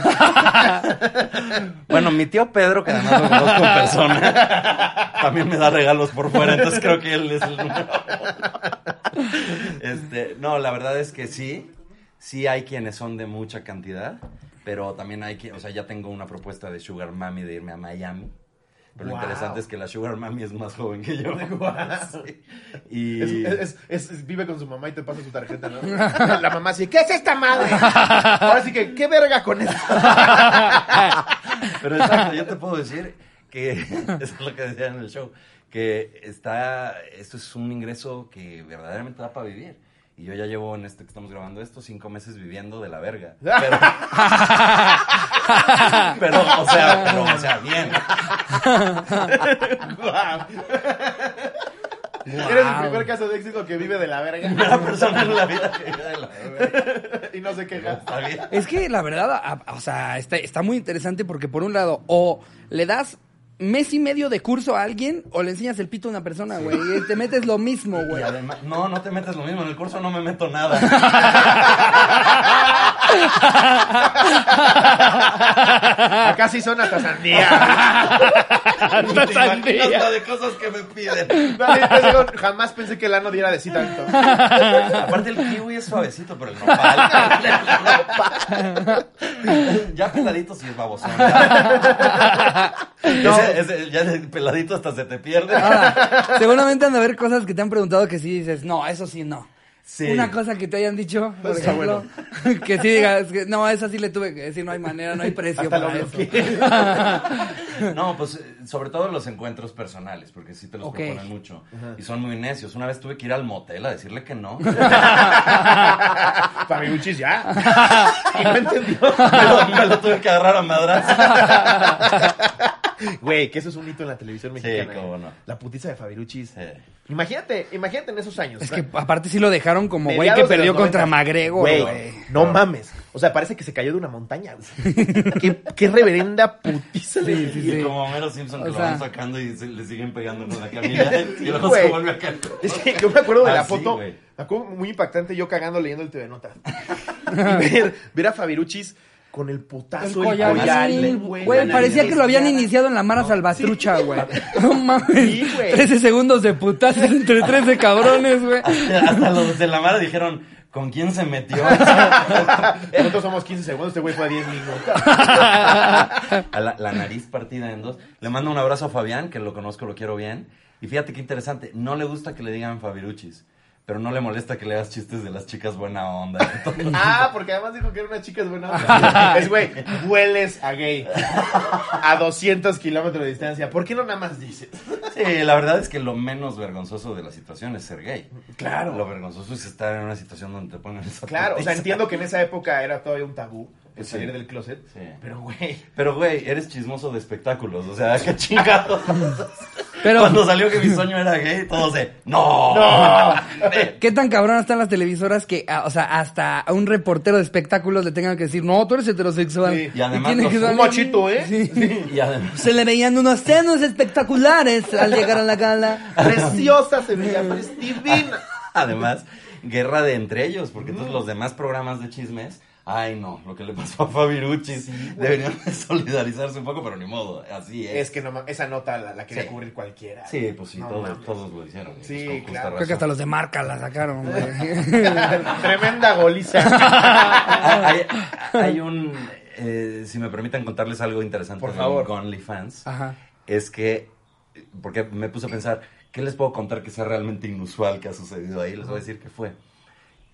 [SPEAKER 3] Bueno, mi tío Pedro, que además lo conozco en persona, también me da regalos por fuera, entonces creo que él es el número uno. Este, no, la verdad es que sí, sí hay quienes son de mucha cantidad, pero también hay que, o sea, ya tengo una propuesta de Sugar Mami de irme a Miami. Pero lo
[SPEAKER 2] Wow.
[SPEAKER 3] interesante es que la Sugar Mami es más joven que yo. Sí. Y
[SPEAKER 2] Es- es- es- es- vive con su mamá y te pasa su tarjeta, ¿no? La mamá así, ¿qué es esta madre? Ahora sí que, ¿qué verga con esto?
[SPEAKER 3] Pero exacto, yo te puedo decir que eso es lo que decía en el show, que está, esto es un ingreso que verdaderamente da para vivir. Y yo ya llevo en este que estamos grabando esto cinco meses viviendo de la verga. Pero, pero, o sea, pero, o sea, bien.
[SPEAKER 2] Eres el primer caso de éxito que vive de la verga
[SPEAKER 3] Una persona en la vida que vive de la verga.
[SPEAKER 2] y no se
[SPEAKER 3] Pero
[SPEAKER 2] queja.
[SPEAKER 3] está bien.
[SPEAKER 4] Es que la verdad, a- a- o sea, está, está muy interesante porque por un lado, o le das mes y medio de curso a alguien, o le enseñas el pito a una persona, güey. Y te metes lo mismo,
[SPEAKER 3] Y
[SPEAKER 4] güey.
[SPEAKER 3] además, no, no te metes lo mismo, en el curso no me meto nada.
[SPEAKER 2] Acá sí son hasta sandía.
[SPEAKER 3] Hasta sandía. La de cosas que me piden.
[SPEAKER 2] Nadie te digo, jamás pensé que el ano diera de sí tanto.
[SPEAKER 3] Aparte el kiwi es suavecito, pero el nopal. ya peladito sí es babosón. Ese- ese- ya el peladito hasta se te pierde.
[SPEAKER 4] Ah. Ahora, seguramente han de haber cosas que te han preguntado que sí dices, no, eso sí, no.
[SPEAKER 3] Sí.
[SPEAKER 4] Una cosa que te hayan dicho, por
[SPEAKER 2] Eso está
[SPEAKER 4] ejemplo, que sí digas, que, no, esa sí le tuve que decir, no hay manera, no hay precio
[SPEAKER 2] Hasta lo
[SPEAKER 4] para eso.
[SPEAKER 2] bloqueé.
[SPEAKER 3] No, pues eh, sobre todo los encuentros personales, porque sí te los
[SPEAKER 4] Ok.
[SPEAKER 3] proponen mucho. Y son muy necios. Una vez tuve que ir al motel a decirle que no.
[SPEAKER 2] Para mi buchis ya. Y no entendió.
[SPEAKER 3] Me lo, me lo tuve que agarrar a madrazos.
[SPEAKER 2] Güey, que eso es un hito en la televisión mexicana.
[SPEAKER 3] cómo
[SPEAKER 2] ¿eh?
[SPEAKER 3] no.
[SPEAKER 2] La putiza de Fabiruchis.
[SPEAKER 3] Sí.
[SPEAKER 2] Imagínate, imagínate en esos años.
[SPEAKER 4] Es
[SPEAKER 2] ¿no?
[SPEAKER 4] que aparte sí lo dejaron como güey
[SPEAKER 2] Mediados
[SPEAKER 4] que
[SPEAKER 2] de los
[SPEAKER 4] perdió
[SPEAKER 2] 90.
[SPEAKER 4] contra Magrego, güey.
[SPEAKER 2] No mames. O sea, parece que se cayó de una montaña. güey. qué, qué reverenda putiza le
[SPEAKER 4] Sí, sí,
[SPEAKER 2] dio.
[SPEAKER 3] Y como Homero Simpson que
[SPEAKER 4] O
[SPEAKER 3] lo
[SPEAKER 4] sea.
[SPEAKER 3] van sacando y se- le siguen pegando en la camilla. y luego se
[SPEAKER 2] güey.
[SPEAKER 3] vuelve a caer.
[SPEAKER 2] Es que yo me acuerdo de
[SPEAKER 3] Ah,
[SPEAKER 2] la
[SPEAKER 3] sí,
[SPEAKER 2] foto.
[SPEAKER 3] güey.
[SPEAKER 2] me acuerdo muy impactante yo cagando leyendo el TV Nota. Y ver, ver a Fabiruchis con el putazo, el collar,
[SPEAKER 3] collar, sí,
[SPEAKER 2] el-
[SPEAKER 4] Güey,
[SPEAKER 2] la
[SPEAKER 4] parecía que lo habían
[SPEAKER 2] nariz.
[SPEAKER 4] iniciado en la Mara Salvatrucha, güey. No mames.
[SPEAKER 2] Sí, güey.
[SPEAKER 4] 13 segundos de putazos entre 13 cabrones, güey.
[SPEAKER 3] Hasta los de la mara dijeron, ¿con quién se metió?
[SPEAKER 2] Nosotros somos 15 segundos, este güey fue a 10 minutos.
[SPEAKER 3] a la, la nariz partida en dos. Le mando un abrazo a Fabián, que lo conozco, lo quiero bien. Y fíjate qué interesante, no le gusta que le digan Fabiruchis. pero no le molesta que le hagas chistes de las chicas buena onda. Entonces,
[SPEAKER 2] Ah, porque además dijo que era una chica es buena. onda. es güey, hueles a gay. A 200 kilómetros de distancia. ¿Por qué no nada más dices?
[SPEAKER 3] sí, la verdad es que lo menos vergonzoso de la situación es ser gay.
[SPEAKER 2] Claro.
[SPEAKER 3] Lo vergonzoso es estar en una situación donde te ponen esa
[SPEAKER 2] Claro, o sea,
[SPEAKER 3] putiza.
[SPEAKER 2] entiendo que en esa época era todavía un tabú el
[SPEAKER 3] Sí.
[SPEAKER 2] salir del closet.
[SPEAKER 3] Sí.
[SPEAKER 2] Pero, güey.
[SPEAKER 3] Pero, güey, eres chismoso de espectáculos. O sea, qué chingados.
[SPEAKER 4] Pero-
[SPEAKER 3] Cuando salió que mi sueño era gay, todos de, ¡No!
[SPEAKER 4] ¿Qué tan cabronas están las televisoras que, ah, o sea, hasta a un reportero de espectáculos le tengan que decir, no, tú eres heterosexual?
[SPEAKER 2] Sí,
[SPEAKER 3] y además
[SPEAKER 4] tiene
[SPEAKER 3] los-
[SPEAKER 4] que
[SPEAKER 3] un
[SPEAKER 4] salir-
[SPEAKER 2] machito, ¿eh?
[SPEAKER 4] Sí.
[SPEAKER 3] Y además,
[SPEAKER 4] Se le veían unos senos espectaculares al llegar a la gala.
[SPEAKER 2] Preciosa se veía, es divina.
[SPEAKER 3] además, guerra de entre ellos, porque entonces
[SPEAKER 2] Mm.
[SPEAKER 3] los demás programas de chismes, ay no, lo que le pasó a Fabirucci, deberían de solidarizarse un poco, pero ni modo, así es.
[SPEAKER 2] Es que no, ma- esa nota la, la quería
[SPEAKER 3] Sí.
[SPEAKER 2] cubrir cualquiera.
[SPEAKER 3] Sí, pues sí,
[SPEAKER 2] No
[SPEAKER 3] todos,
[SPEAKER 2] mames.
[SPEAKER 3] todos lo hicieron. güey,
[SPEAKER 2] Sí,
[SPEAKER 3] pues, con justa
[SPEAKER 2] claro.
[SPEAKER 4] Creo que hasta
[SPEAKER 3] razón.
[SPEAKER 4] los de marca la sacaron, güey.
[SPEAKER 2] Tremenda goliza.
[SPEAKER 3] hay, hay un, eh, si me permiten contarles algo interesante
[SPEAKER 2] Por
[SPEAKER 3] de
[SPEAKER 2] favor.
[SPEAKER 3] OnlyFans.
[SPEAKER 4] Ajá.
[SPEAKER 3] es que, porque me puse a pensar, ¿qué les puedo contar que sea realmente inusual que ha sucedido ahí? Les voy a decir que fue.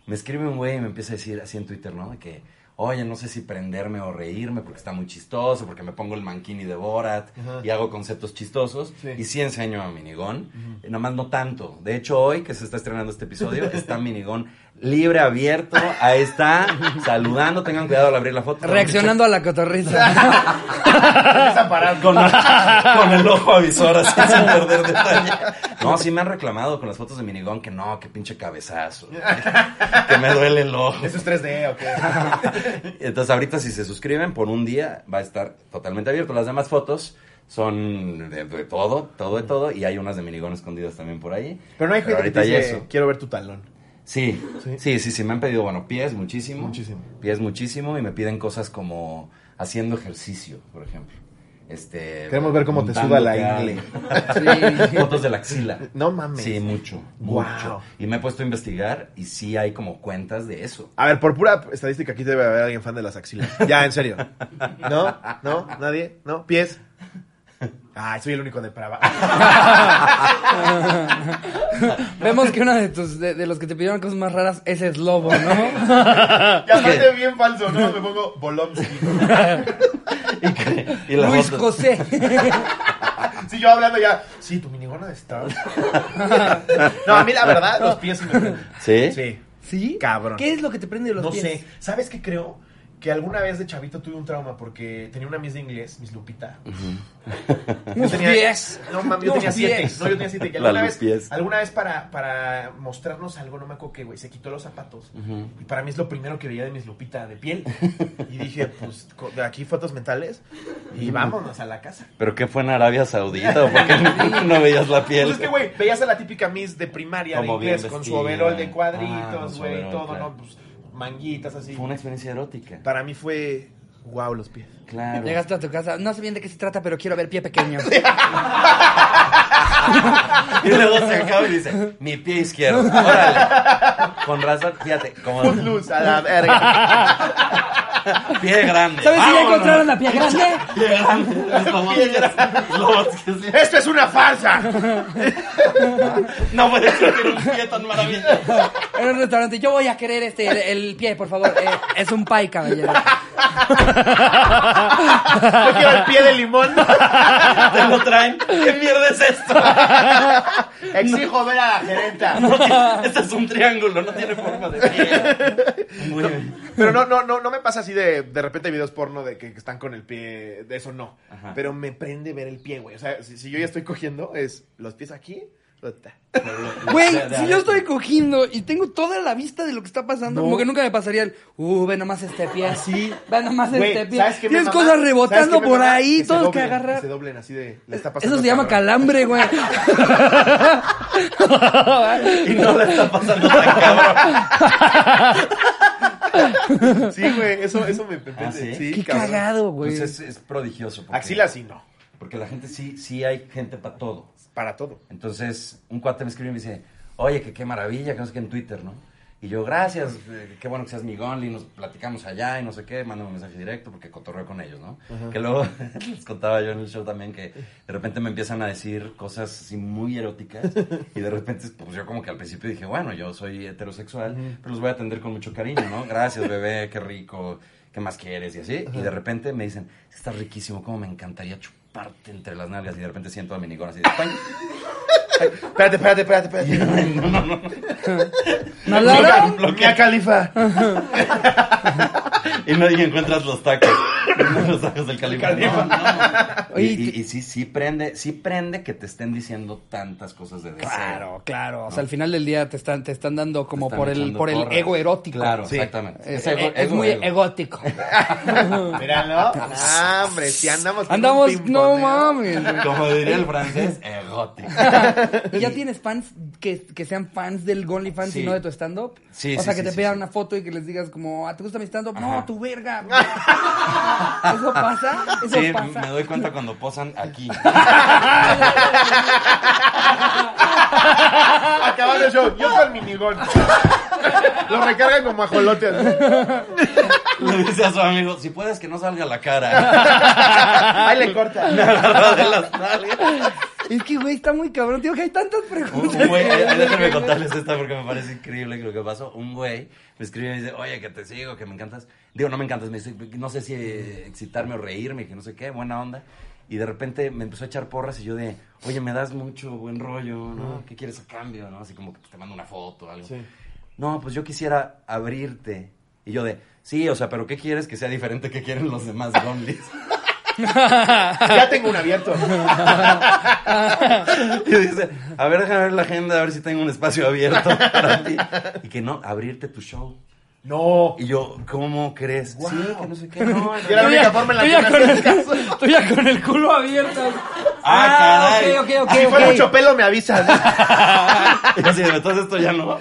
[SPEAKER 3] Me escribe un güey y me empieza a decir así en Twitter, ¿no? De que, oye, no sé si prenderme o reírme porque está muy chistoso, porque me pongo el manquini de Borat
[SPEAKER 2] Ajá.
[SPEAKER 3] y hago conceptos chistosos.
[SPEAKER 2] Sí.
[SPEAKER 3] Y sí enseño a Minigón, eh, nada más no tanto. De hecho, hoy que se está estrenando este episodio, está Minigón libre, abierto, ahí está, saludando, tengan cuidado al abrir la foto.
[SPEAKER 4] Reaccionando a la cotorriza.
[SPEAKER 2] Empieza a parar.
[SPEAKER 3] Con, con el ojo avisor, así sin perder detalle. No, sí me han reclamado con las fotos de Minigón que no, que pinche cabezazo. Que me duele el ojo.
[SPEAKER 2] Eso es 3D, ok.
[SPEAKER 3] Entonces, ahorita si se suscriben por un día, va a estar totalmente abierto. Las demás fotos son de, de todo, todo de todo. Y hay unas de Minigón escondidas también por ahí.
[SPEAKER 2] Pero no hay gente que
[SPEAKER 3] ahorita
[SPEAKER 2] te
[SPEAKER 3] hay
[SPEAKER 2] dice,
[SPEAKER 3] eso.
[SPEAKER 2] quiero ver tu talón.
[SPEAKER 3] Sí,
[SPEAKER 2] Sí.
[SPEAKER 3] sí, sí, sí, me han pedido, bueno, pies muchísimo.
[SPEAKER 2] Muchísimo.
[SPEAKER 3] Pies muchísimo y me piden cosas como haciendo ejercicio, por ejemplo. Este,
[SPEAKER 2] Queremos ver cómo te suda la
[SPEAKER 3] montándote
[SPEAKER 2] ingle.
[SPEAKER 3] algo. Fotos de la axila.
[SPEAKER 2] No mames.
[SPEAKER 3] Sí, mucho,
[SPEAKER 2] Guau.
[SPEAKER 3] mucho. Y me he puesto a investigar y sí hay como cuentas de eso.
[SPEAKER 2] A ver, por pura estadística, aquí debe haber alguien fan de las axilas. Ya, en serio. ¿No? ¿No? ¿Nadie? ¿No? ¿Pies? Ay, soy el único depravado.
[SPEAKER 4] Vemos que uno de tus, de, de los que te pidieron cosas más raras, ese es lobo, ¿no?
[SPEAKER 2] Y aparte bien falso, ¿no? Me pongo Bolomsky.
[SPEAKER 3] Y, que- y las
[SPEAKER 4] Luis
[SPEAKER 3] otras-
[SPEAKER 4] José.
[SPEAKER 2] Sí, yo hablando ya. Sí, tu minigona está. No, a mí la verdad, los pies sí me prenden.
[SPEAKER 3] ¿Sí?
[SPEAKER 2] Sí.
[SPEAKER 4] ¿Sí?
[SPEAKER 2] Cabrón.
[SPEAKER 4] ¿Qué es lo que te prende de los
[SPEAKER 2] No
[SPEAKER 4] pies?
[SPEAKER 2] sé. ¿Sabes qué creo? Que alguna vez de chavito tuve un trauma porque tenía una miss de inglés, Miss Lupita. Yo
[SPEAKER 4] Unos
[SPEAKER 2] tenía-
[SPEAKER 4] pies.
[SPEAKER 2] No, mami, yo
[SPEAKER 4] Unos
[SPEAKER 2] tenía siete.
[SPEAKER 4] pies.
[SPEAKER 2] No, yo tenía siete. Y
[SPEAKER 3] La
[SPEAKER 2] alguna
[SPEAKER 3] luz
[SPEAKER 2] vez,
[SPEAKER 3] pies.
[SPEAKER 2] alguna vez para, para mostrarnos algo, no me acuerdo qué, güey, se quitó los zapatos. Y para mí es lo primero que veía de mis Lupita de piel. Y dije, pues, co- de aquí fotos mentales y vámonos a la casa.
[SPEAKER 3] ¿Pero qué fue en Arabia Saudita? ¿O ¿Por qué no, no veías la piel?
[SPEAKER 2] Pues es que, güey, veías a la típica Miss de primaria
[SPEAKER 3] Como
[SPEAKER 2] de
[SPEAKER 3] bien
[SPEAKER 2] inglés con su
[SPEAKER 3] vestida.
[SPEAKER 2] overol de
[SPEAKER 3] Ah, con
[SPEAKER 2] cuadritos,
[SPEAKER 3] su
[SPEAKER 2] güey,
[SPEAKER 3] overol,
[SPEAKER 2] todo,
[SPEAKER 3] claro.
[SPEAKER 2] ¿no? Pues, manguitas así.
[SPEAKER 3] Fue una experiencia erótica.
[SPEAKER 2] Para mí fue wow los pies.
[SPEAKER 3] Claro.
[SPEAKER 4] Llegaste a tu casa, no sé bien de qué se trata, pero quiero ver pie pequeño.
[SPEAKER 3] Y luego se acaba y dice, mi pie izquierdo. Órale. Con razón, fíjate, como
[SPEAKER 2] Luz a la verga.
[SPEAKER 3] pie grande.
[SPEAKER 4] ¿Sabes si ya
[SPEAKER 3] Vámonos.
[SPEAKER 4] encontraron la pie grande?
[SPEAKER 3] Pie grande. Slobodsky.
[SPEAKER 2] ¡Esto es una farsa!
[SPEAKER 3] No puede ser que un pie tan maravilloso.
[SPEAKER 4] En un restaurante, yo voy a querer este, el, el pie, por favor. Eh, es un pie, caballero.
[SPEAKER 2] Yo quiero el pie de limón.
[SPEAKER 3] Te lo traen. ¿Qué mierda es esto?
[SPEAKER 2] Exijo ver a la gerenta.
[SPEAKER 3] No tiene- este es un triángulo, no tiene forma de pie. Muy bien.
[SPEAKER 2] Pero no, no, no, no me pasa así de de repente hay videos porno de que que están con el pie, de eso no.
[SPEAKER 3] Ajá.
[SPEAKER 2] Pero me prende ver el pie, güey. O sea, si, si yo ya estoy cogiendo, es los pies aquí, los ta.
[SPEAKER 3] Pero lo-
[SPEAKER 4] Güey,
[SPEAKER 3] de- de-
[SPEAKER 4] si yo estoy cogiendo y tengo toda la vista de lo que está pasando, como que nunca me pasaría el, uh, ve nomás este pie. Sí. Ve nomás
[SPEAKER 2] Ah, Güey,
[SPEAKER 4] este pie.
[SPEAKER 2] ¿sabes qué me
[SPEAKER 4] Tienes
[SPEAKER 2] mama?
[SPEAKER 4] cosas
[SPEAKER 2] ¿Sabes
[SPEAKER 4] rebotando
[SPEAKER 2] qué me
[SPEAKER 4] por
[SPEAKER 2] mama?
[SPEAKER 4] ahí,
[SPEAKER 2] se
[SPEAKER 4] todos que
[SPEAKER 2] doblen,
[SPEAKER 4] agarrar.
[SPEAKER 2] se doblen así de. le está pasando
[SPEAKER 4] Eso se llama
[SPEAKER 2] cabrón.
[SPEAKER 4] calambre, güey.
[SPEAKER 3] Y no le está pasando tan cabrón.
[SPEAKER 2] Sí, güey, eso, eso me prende.
[SPEAKER 3] Ah, ¿sí?
[SPEAKER 4] Qué
[SPEAKER 2] cabrón.
[SPEAKER 4] cagado, güey.
[SPEAKER 3] Pues es, es prodigioso. porque-
[SPEAKER 2] Axila sí, no.
[SPEAKER 3] Porque la gente sí, sí hay gente para todo.
[SPEAKER 2] Para todo.
[SPEAKER 3] Entonces, un cuate me escribe y me dice, oye, que qué maravilla, que no sé qué en Twitter, ¿no? Y yo, gracias, eh, qué bueno que seas mi Gonly, nos platicamos allá y no sé qué, mándame un mensaje directo porque cotorreo con ellos, ¿no? Que luego les contaba yo en el show también que de repente me empiezan a decir cosas así muy eróticas y de repente, pues yo como que al principio dije, bueno, yo soy heterosexual, pero los voy a atender con mucho cariño, ¿no? Gracias, bebé, qué rico, qué más quieres y así. Y de repente me dicen, estás riquísimo, como me encantaría chuparte entre las nalgas y de repente siento a mi Nicón así de ¡pang!
[SPEAKER 2] Espérate, espérate, espérate,
[SPEAKER 3] Y yo,
[SPEAKER 2] espérate.
[SPEAKER 3] "Ay, no, no, no.
[SPEAKER 4] ¿Me hablaron?
[SPEAKER 2] Mia Califa.
[SPEAKER 3] Y no y encuentras los tacos. No, los tacos del califa.
[SPEAKER 2] Califa.
[SPEAKER 3] No, no. Y,
[SPEAKER 4] Oye, tú-
[SPEAKER 3] y- y sí, sí prende, sí prende que te estén diciendo tantas cosas de deseo.
[SPEAKER 4] Claro, claro. O sea, al final del día te están, te están dando como
[SPEAKER 3] Te están
[SPEAKER 4] por el,
[SPEAKER 3] echando
[SPEAKER 4] por el
[SPEAKER 3] porras.
[SPEAKER 4] ego erótico.
[SPEAKER 3] Claro,
[SPEAKER 2] Sí.
[SPEAKER 3] exactamente.
[SPEAKER 4] Es,
[SPEAKER 3] ego-
[SPEAKER 4] es- es
[SPEAKER 3] ego,
[SPEAKER 4] muy
[SPEAKER 3] ego.
[SPEAKER 4] egótico.
[SPEAKER 2] Míralo. Ah, hombre, si andamos. con
[SPEAKER 4] pues.
[SPEAKER 2] un
[SPEAKER 4] Andamos,
[SPEAKER 2] pimponeo.
[SPEAKER 4] no mames.
[SPEAKER 3] Como diría el francés, egótico.
[SPEAKER 4] ¿Y ya tienes fans que, que sean fans del Gonly fans
[SPEAKER 3] Sí.
[SPEAKER 4] y no de tu stand-up?
[SPEAKER 3] Sí,
[SPEAKER 4] O sea,
[SPEAKER 3] sí,
[SPEAKER 4] que
[SPEAKER 3] sí,
[SPEAKER 4] te
[SPEAKER 3] sí,
[SPEAKER 4] pidan
[SPEAKER 3] sí.
[SPEAKER 4] una foto y que les digas como, ah, ¿te gusta mi stand-up?
[SPEAKER 3] Ajá.
[SPEAKER 4] No, tu verga. ¿Eso pasa? ¿Eso
[SPEAKER 3] Sí,
[SPEAKER 4] pasa?
[SPEAKER 3] me doy cuenta cuando posan aquí.
[SPEAKER 2] Acabando el show. Ah, Yo con minigol. Lo recargan como ajolotes.
[SPEAKER 3] Le dice a su amigo, si puedes que no salga la cara.
[SPEAKER 2] Ahí le corta.
[SPEAKER 3] Agarra de las nalgas.
[SPEAKER 4] Es que, güey, está muy cabrón, tío, que hay tantas
[SPEAKER 3] Un
[SPEAKER 4] preguntas.
[SPEAKER 3] güey, eh, déjenme contarles esta porque me parece increíble lo que pasó. Un güey me escribe y me dice, oye, que te sigo, que me encantas. Digo, no me encantas, me dice, no sé si eh, excitarme o reírme, que no sé qué, buena onda. Y de repente me empezó a echar porras y yo de, oye, me das mucho buen rollo, ¿no? ¿Qué quieres a cambio, no? Así como que pues, te mando una foto o algo.
[SPEAKER 2] Sí.
[SPEAKER 3] No, pues yo quisiera abrirte. Y yo de, sí, o sea, pero ¿qué quieres que sea diferente que quieren los demás Gonlis?
[SPEAKER 2] Ya tengo un abierto.
[SPEAKER 3] Y dice, a ver, déjame ver la agenda, a ver si tengo un espacio abierto para ti. Y que no, abrirte tu show.
[SPEAKER 2] No.
[SPEAKER 3] Y yo, ¿cómo crees?
[SPEAKER 2] Guau.
[SPEAKER 3] Sí, que no sé qué. No, en
[SPEAKER 2] Y era la
[SPEAKER 3] realidad-
[SPEAKER 2] única forma en
[SPEAKER 4] Tú
[SPEAKER 2] la
[SPEAKER 4] ya
[SPEAKER 2] que me
[SPEAKER 4] con
[SPEAKER 2] hacías caso.
[SPEAKER 4] el- tú ya con el culo abierto.
[SPEAKER 3] Ah, caray.
[SPEAKER 4] ok, ok, ok.
[SPEAKER 2] Si fue
[SPEAKER 4] ok.
[SPEAKER 2] mucho pelo, me avisas.
[SPEAKER 3] Y así, entonces esto ya no.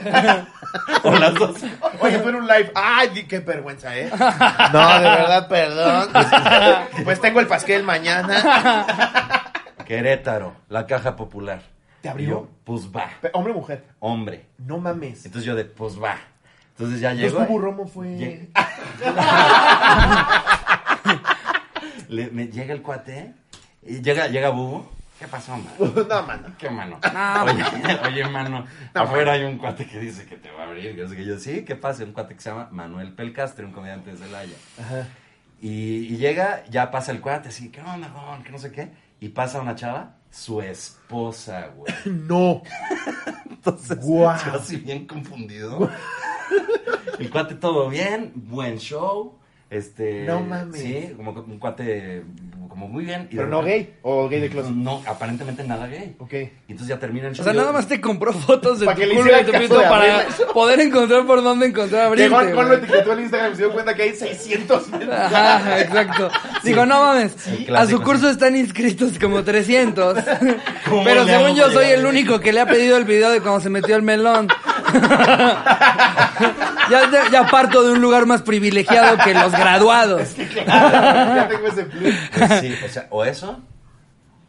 [SPEAKER 3] O las dos.
[SPEAKER 2] Oye, fue en un live. Ay, di- qué vergüenza, ¿eh? No, de verdad, perdón. Pues tengo el pasquel mañana.
[SPEAKER 3] Querétaro, la caja popular.
[SPEAKER 2] ¿Te abrió?
[SPEAKER 3] Y yo, pues va,
[SPEAKER 2] Pe- Hombre o mujer.
[SPEAKER 3] hombre.
[SPEAKER 2] No mames.
[SPEAKER 3] Entonces yo de, pues va. Entonces ya
[SPEAKER 2] Entonces
[SPEAKER 3] llegó.
[SPEAKER 2] tu burromo fue.
[SPEAKER 3] Lle- Le- me llega el cuate, y llega, llega Bubu. ¿Qué pasó, man?
[SPEAKER 2] No, mano.
[SPEAKER 3] ¿Qué mano?
[SPEAKER 4] No.
[SPEAKER 3] Oye, oye, mano,
[SPEAKER 2] No,
[SPEAKER 3] afuera hay un cuate que dice que te va a abrir. Que no sé qué. yo, sí, ¿qué pasa? Un cuate que se llama Manuel Pelcastre, un comediante de Celaya. Y, y llega, ya pasa el cuate, así, ¿qué onda, Gon? Que no sé qué. Y pasa una chava, su esposa, güey.
[SPEAKER 2] No.
[SPEAKER 3] Entonces,
[SPEAKER 2] Guau.
[SPEAKER 3] yo así bien confundido. El cuate todo bien, buen show. Este,
[SPEAKER 2] No mames.
[SPEAKER 3] Sí, como que un cuate como muy bien. y de
[SPEAKER 2] Pero no
[SPEAKER 3] repente-
[SPEAKER 2] gay. O gay de closet.
[SPEAKER 3] No, aparentemente nada gay.
[SPEAKER 2] Ok.
[SPEAKER 3] Y entonces ya termina el show.
[SPEAKER 4] O sea,
[SPEAKER 3] yo-
[SPEAKER 4] nada más te compró fotos de
[SPEAKER 2] Pa'
[SPEAKER 4] tu
[SPEAKER 2] que le
[SPEAKER 4] culo
[SPEAKER 2] hiciera
[SPEAKER 4] y tu
[SPEAKER 2] caso
[SPEAKER 4] pito
[SPEAKER 2] de
[SPEAKER 4] para
[SPEAKER 2] abrirla.
[SPEAKER 4] poder encontrar por dónde encontrar abrirte.
[SPEAKER 2] Llegó con lo
[SPEAKER 4] güey.
[SPEAKER 2] etiquetó en Instagram y se dio cuenta que hay 600 mensajes.
[SPEAKER 4] Ajá, exacto. Digo, no mames,
[SPEAKER 3] El
[SPEAKER 4] a su
[SPEAKER 3] clásico,
[SPEAKER 4] curso están inscritos como 300.
[SPEAKER 3] ¿Cómo
[SPEAKER 4] Pero
[SPEAKER 3] le
[SPEAKER 4] según
[SPEAKER 3] hago
[SPEAKER 4] yo
[SPEAKER 3] para
[SPEAKER 4] soy
[SPEAKER 3] llegar?
[SPEAKER 4] el único que le ha pedido el video de cuando se metió el melón. ya, te- ya parto de un lugar más privilegiado que los graduados.
[SPEAKER 2] Ya tengo ese plus.
[SPEAKER 3] Pues sí, o sea, o eso,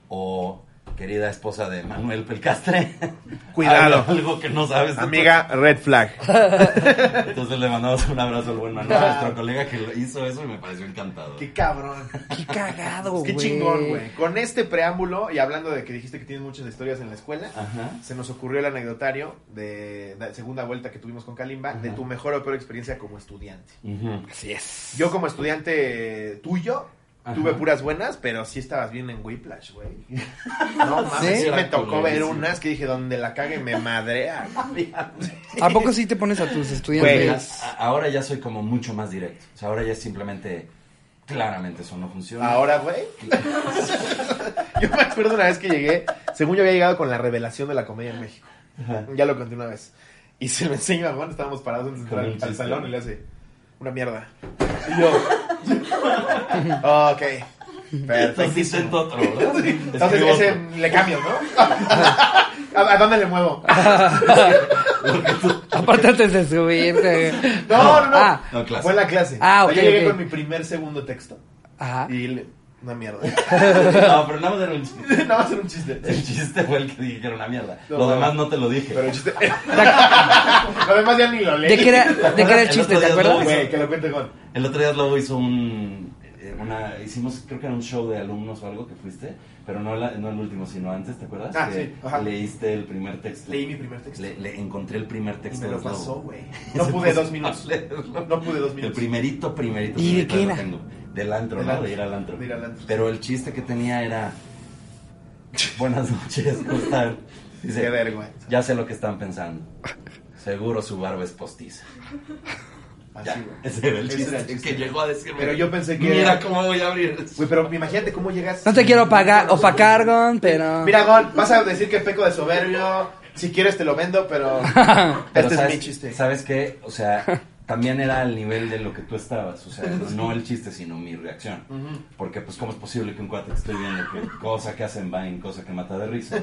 [SPEAKER 3] o querida esposa de Manuel Pelcastre.
[SPEAKER 2] Cuidado.
[SPEAKER 3] algo- Algo que no sabes.
[SPEAKER 2] Amiga, red flag.
[SPEAKER 3] Entonces le mandamos un abrazo al buen Manuel, nuestro colega que lo hizo eso y me pareció encantado.
[SPEAKER 2] Qué cabrón.
[SPEAKER 4] Qué cagado,
[SPEAKER 2] Qué
[SPEAKER 4] Oh, güey.
[SPEAKER 2] chingón, güey. Con este preámbulo y hablando de que dijiste que tienes muchas historias en la escuela,
[SPEAKER 3] Ajá.
[SPEAKER 2] se nos ocurrió el anecdotario de la segunda vuelta que tuvimos con Kalimba de tu mejor o peor experiencia como estudiante.
[SPEAKER 3] Ujú.
[SPEAKER 4] Así es.
[SPEAKER 2] Yo como estudiante tuyo
[SPEAKER 3] Ajá.
[SPEAKER 2] tuve puras buenas, pero sí estabas bien en Whiplash, güey. No mames,
[SPEAKER 4] ¿Sí?
[SPEAKER 2] sí me tocó ver
[SPEAKER 3] Culerísimo.
[SPEAKER 2] unas que dije, donde la cague me madrea.
[SPEAKER 4] ¿A poco sí te pones a tus
[SPEAKER 2] Güey.
[SPEAKER 4] estudiantes?
[SPEAKER 3] A- Ahora ya soy como mucho más directo. O sea, ahora ya simplemente, claramente eso no funciona.
[SPEAKER 2] Ahora, güey. Yo me acuerdo una vez que llegué, según yo había llegado con la revelación de la comedia en México.
[SPEAKER 3] Ajá.
[SPEAKER 2] Ya lo conté una vez. Y se lo enseño a Juan, estábamos parados antes de entrar
[SPEAKER 3] Como
[SPEAKER 2] al
[SPEAKER 3] un chiste.
[SPEAKER 2] salón y le hace una mierda. Y yo. ok.
[SPEAKER 3] Entonces
[SPEAKER 2] Perfectísimo.
[SPEAKER 3] intento otro, ¿verdad?
[SPEAKER 2] Entonces
[SPEAKER 3] Escribo
[SPEAKER 2] ese le cambio, ¿no? ¿A, a dónde le muevo?
[SPEAKER 3] Ah.
[SPEAKER 4] Aparte antes de subirte. güey.
[SPEAKER 2] No, no, no.
[SPEAKER 4] Ah,
[SPEAKER 3] no, clase.
[SPEAKER 2] Fue en la clase.
[SPEAKER 4] Ah, ok,
[SPEAKER 2] O sea,
[SPEAKER 4] Ah.
[SPEAKER 2] Yo llegué
[SPEAKER 4] ok.
[SPEAKER 2] con mi primer segundo texto.
[SPEAKER 4] Ajá.
[SPEAKER 2] Y le- Una mierda.
[SPEAKER 3] No, pero nada más era un chiste.
[SPEAKER 2] Nada más era un chiste.
[SPEAKER 3] El chiste fue el que dije que era una mierda.
[SPEAKER 2] No,
[SPEAKER 3] Lo
[SPEAKER 2] no.
[SPEAKER 3] demás no te lo dije.
[SPEAKER 2] Pero el chiste. Lo demás ya ni lo leí.
[SPEAKER 4] ¿De qué era, de qué era el chiste,
[SPEAKER 3] El otro
[SPEAKER 4] te
[SPEAKER 3] día
[SPEAKER 4] acuerdas?
[SPEAKER 3] estuvo-
[SPEAKER 2] Güey, que lo cuente con.
[SPEAKER 3] El otro día luego hizo un. eh, Una, hicimos, creo que era un show de alumnos o algo que fuiste, pero no, la- no el último, sino antes, ¿te acuerdas?
[SPEAKER 2] Ah,
[SPEAKER 3] Que
[SPEAKER 2] sí, ajá.
[SPEAKER 3] Leíste el primer texto.
[SPEAKER 2] Leí mi primer texto.
[SPEAKER 3] Le, le encontré el primer
[SPEAKER 2] Y
[SPEAKER 3] texto.
[SPEAKER 2] me lo
[SPEAKER 3] del globo.
[SPEAKER 2] pasó, güey. No pude dos minutos. No pude dos
[SPEAKER 3] El
[SPEAKER 2] minutos.
[SPEAKER 3] primerito, primerito.
[SPEAKER 4] ¿Y de
[SPEAKER 3] primerito
[SPEAKER 4] qué
[SPEAKER 3] lo
[SPEAKER 4] era?
[SPEAKER 3] tengo. Del antro,
[SPEAKER 2] Del
[SPEAKER 3] ¿no?
[SPEAKER 2] antro.
[SPEAKER 3] De ir al antro.
[SPEAKER 2] De ir al antro.
[SPEAKER 3] Pero el chiste que tenía era. Buenas noches, ¿cómo están? Dice,
[SPEAKER 2] Qué vergüenza.
[SPEAKER 3] Ya sé lo que están pensando. Seguro su barba es postiza. Ya,
[SPEAKER 2] Así, güey.
[SPEAKER 3] ese era el
[SPEAKER 2] Ese
[SPEAKER 3] chiste,
[SPEAKER 2] era el chiste.
[SPEAKER 3] que llegó a decirme.
[SPEAKER 2] Pero yo pensé que
[SPEAKER 3] Mira
[SPEAKER 2] era-
[SPEAKER 3] cómo voy a abrir.
[SPEAKER 2] Güey, pero imagínate cómo llegas.
[SPEAKER 4] No te quiero pagar, opacar, Gon, pero...
[SPEAKER 2] Mira, Gon, vas a decir que peco de soberbio. Si quieres te lo vendo, pero.
[SPEAKER 3] Pero
[SPEAKER 2] este
[SPEAKER 3] ¿sabes,
[SPEAKER 2] es mi chiste.
[SPEAKER 3] ¿Sabes qué? O sea, también era al nivel de lo que tú estabas. O sea, no el chiste, sino mi reacción. Porque, pues, ¿cómo es posible que un cuate que estoy viendo que cosa que hace en Vine, cosa que mata de risa,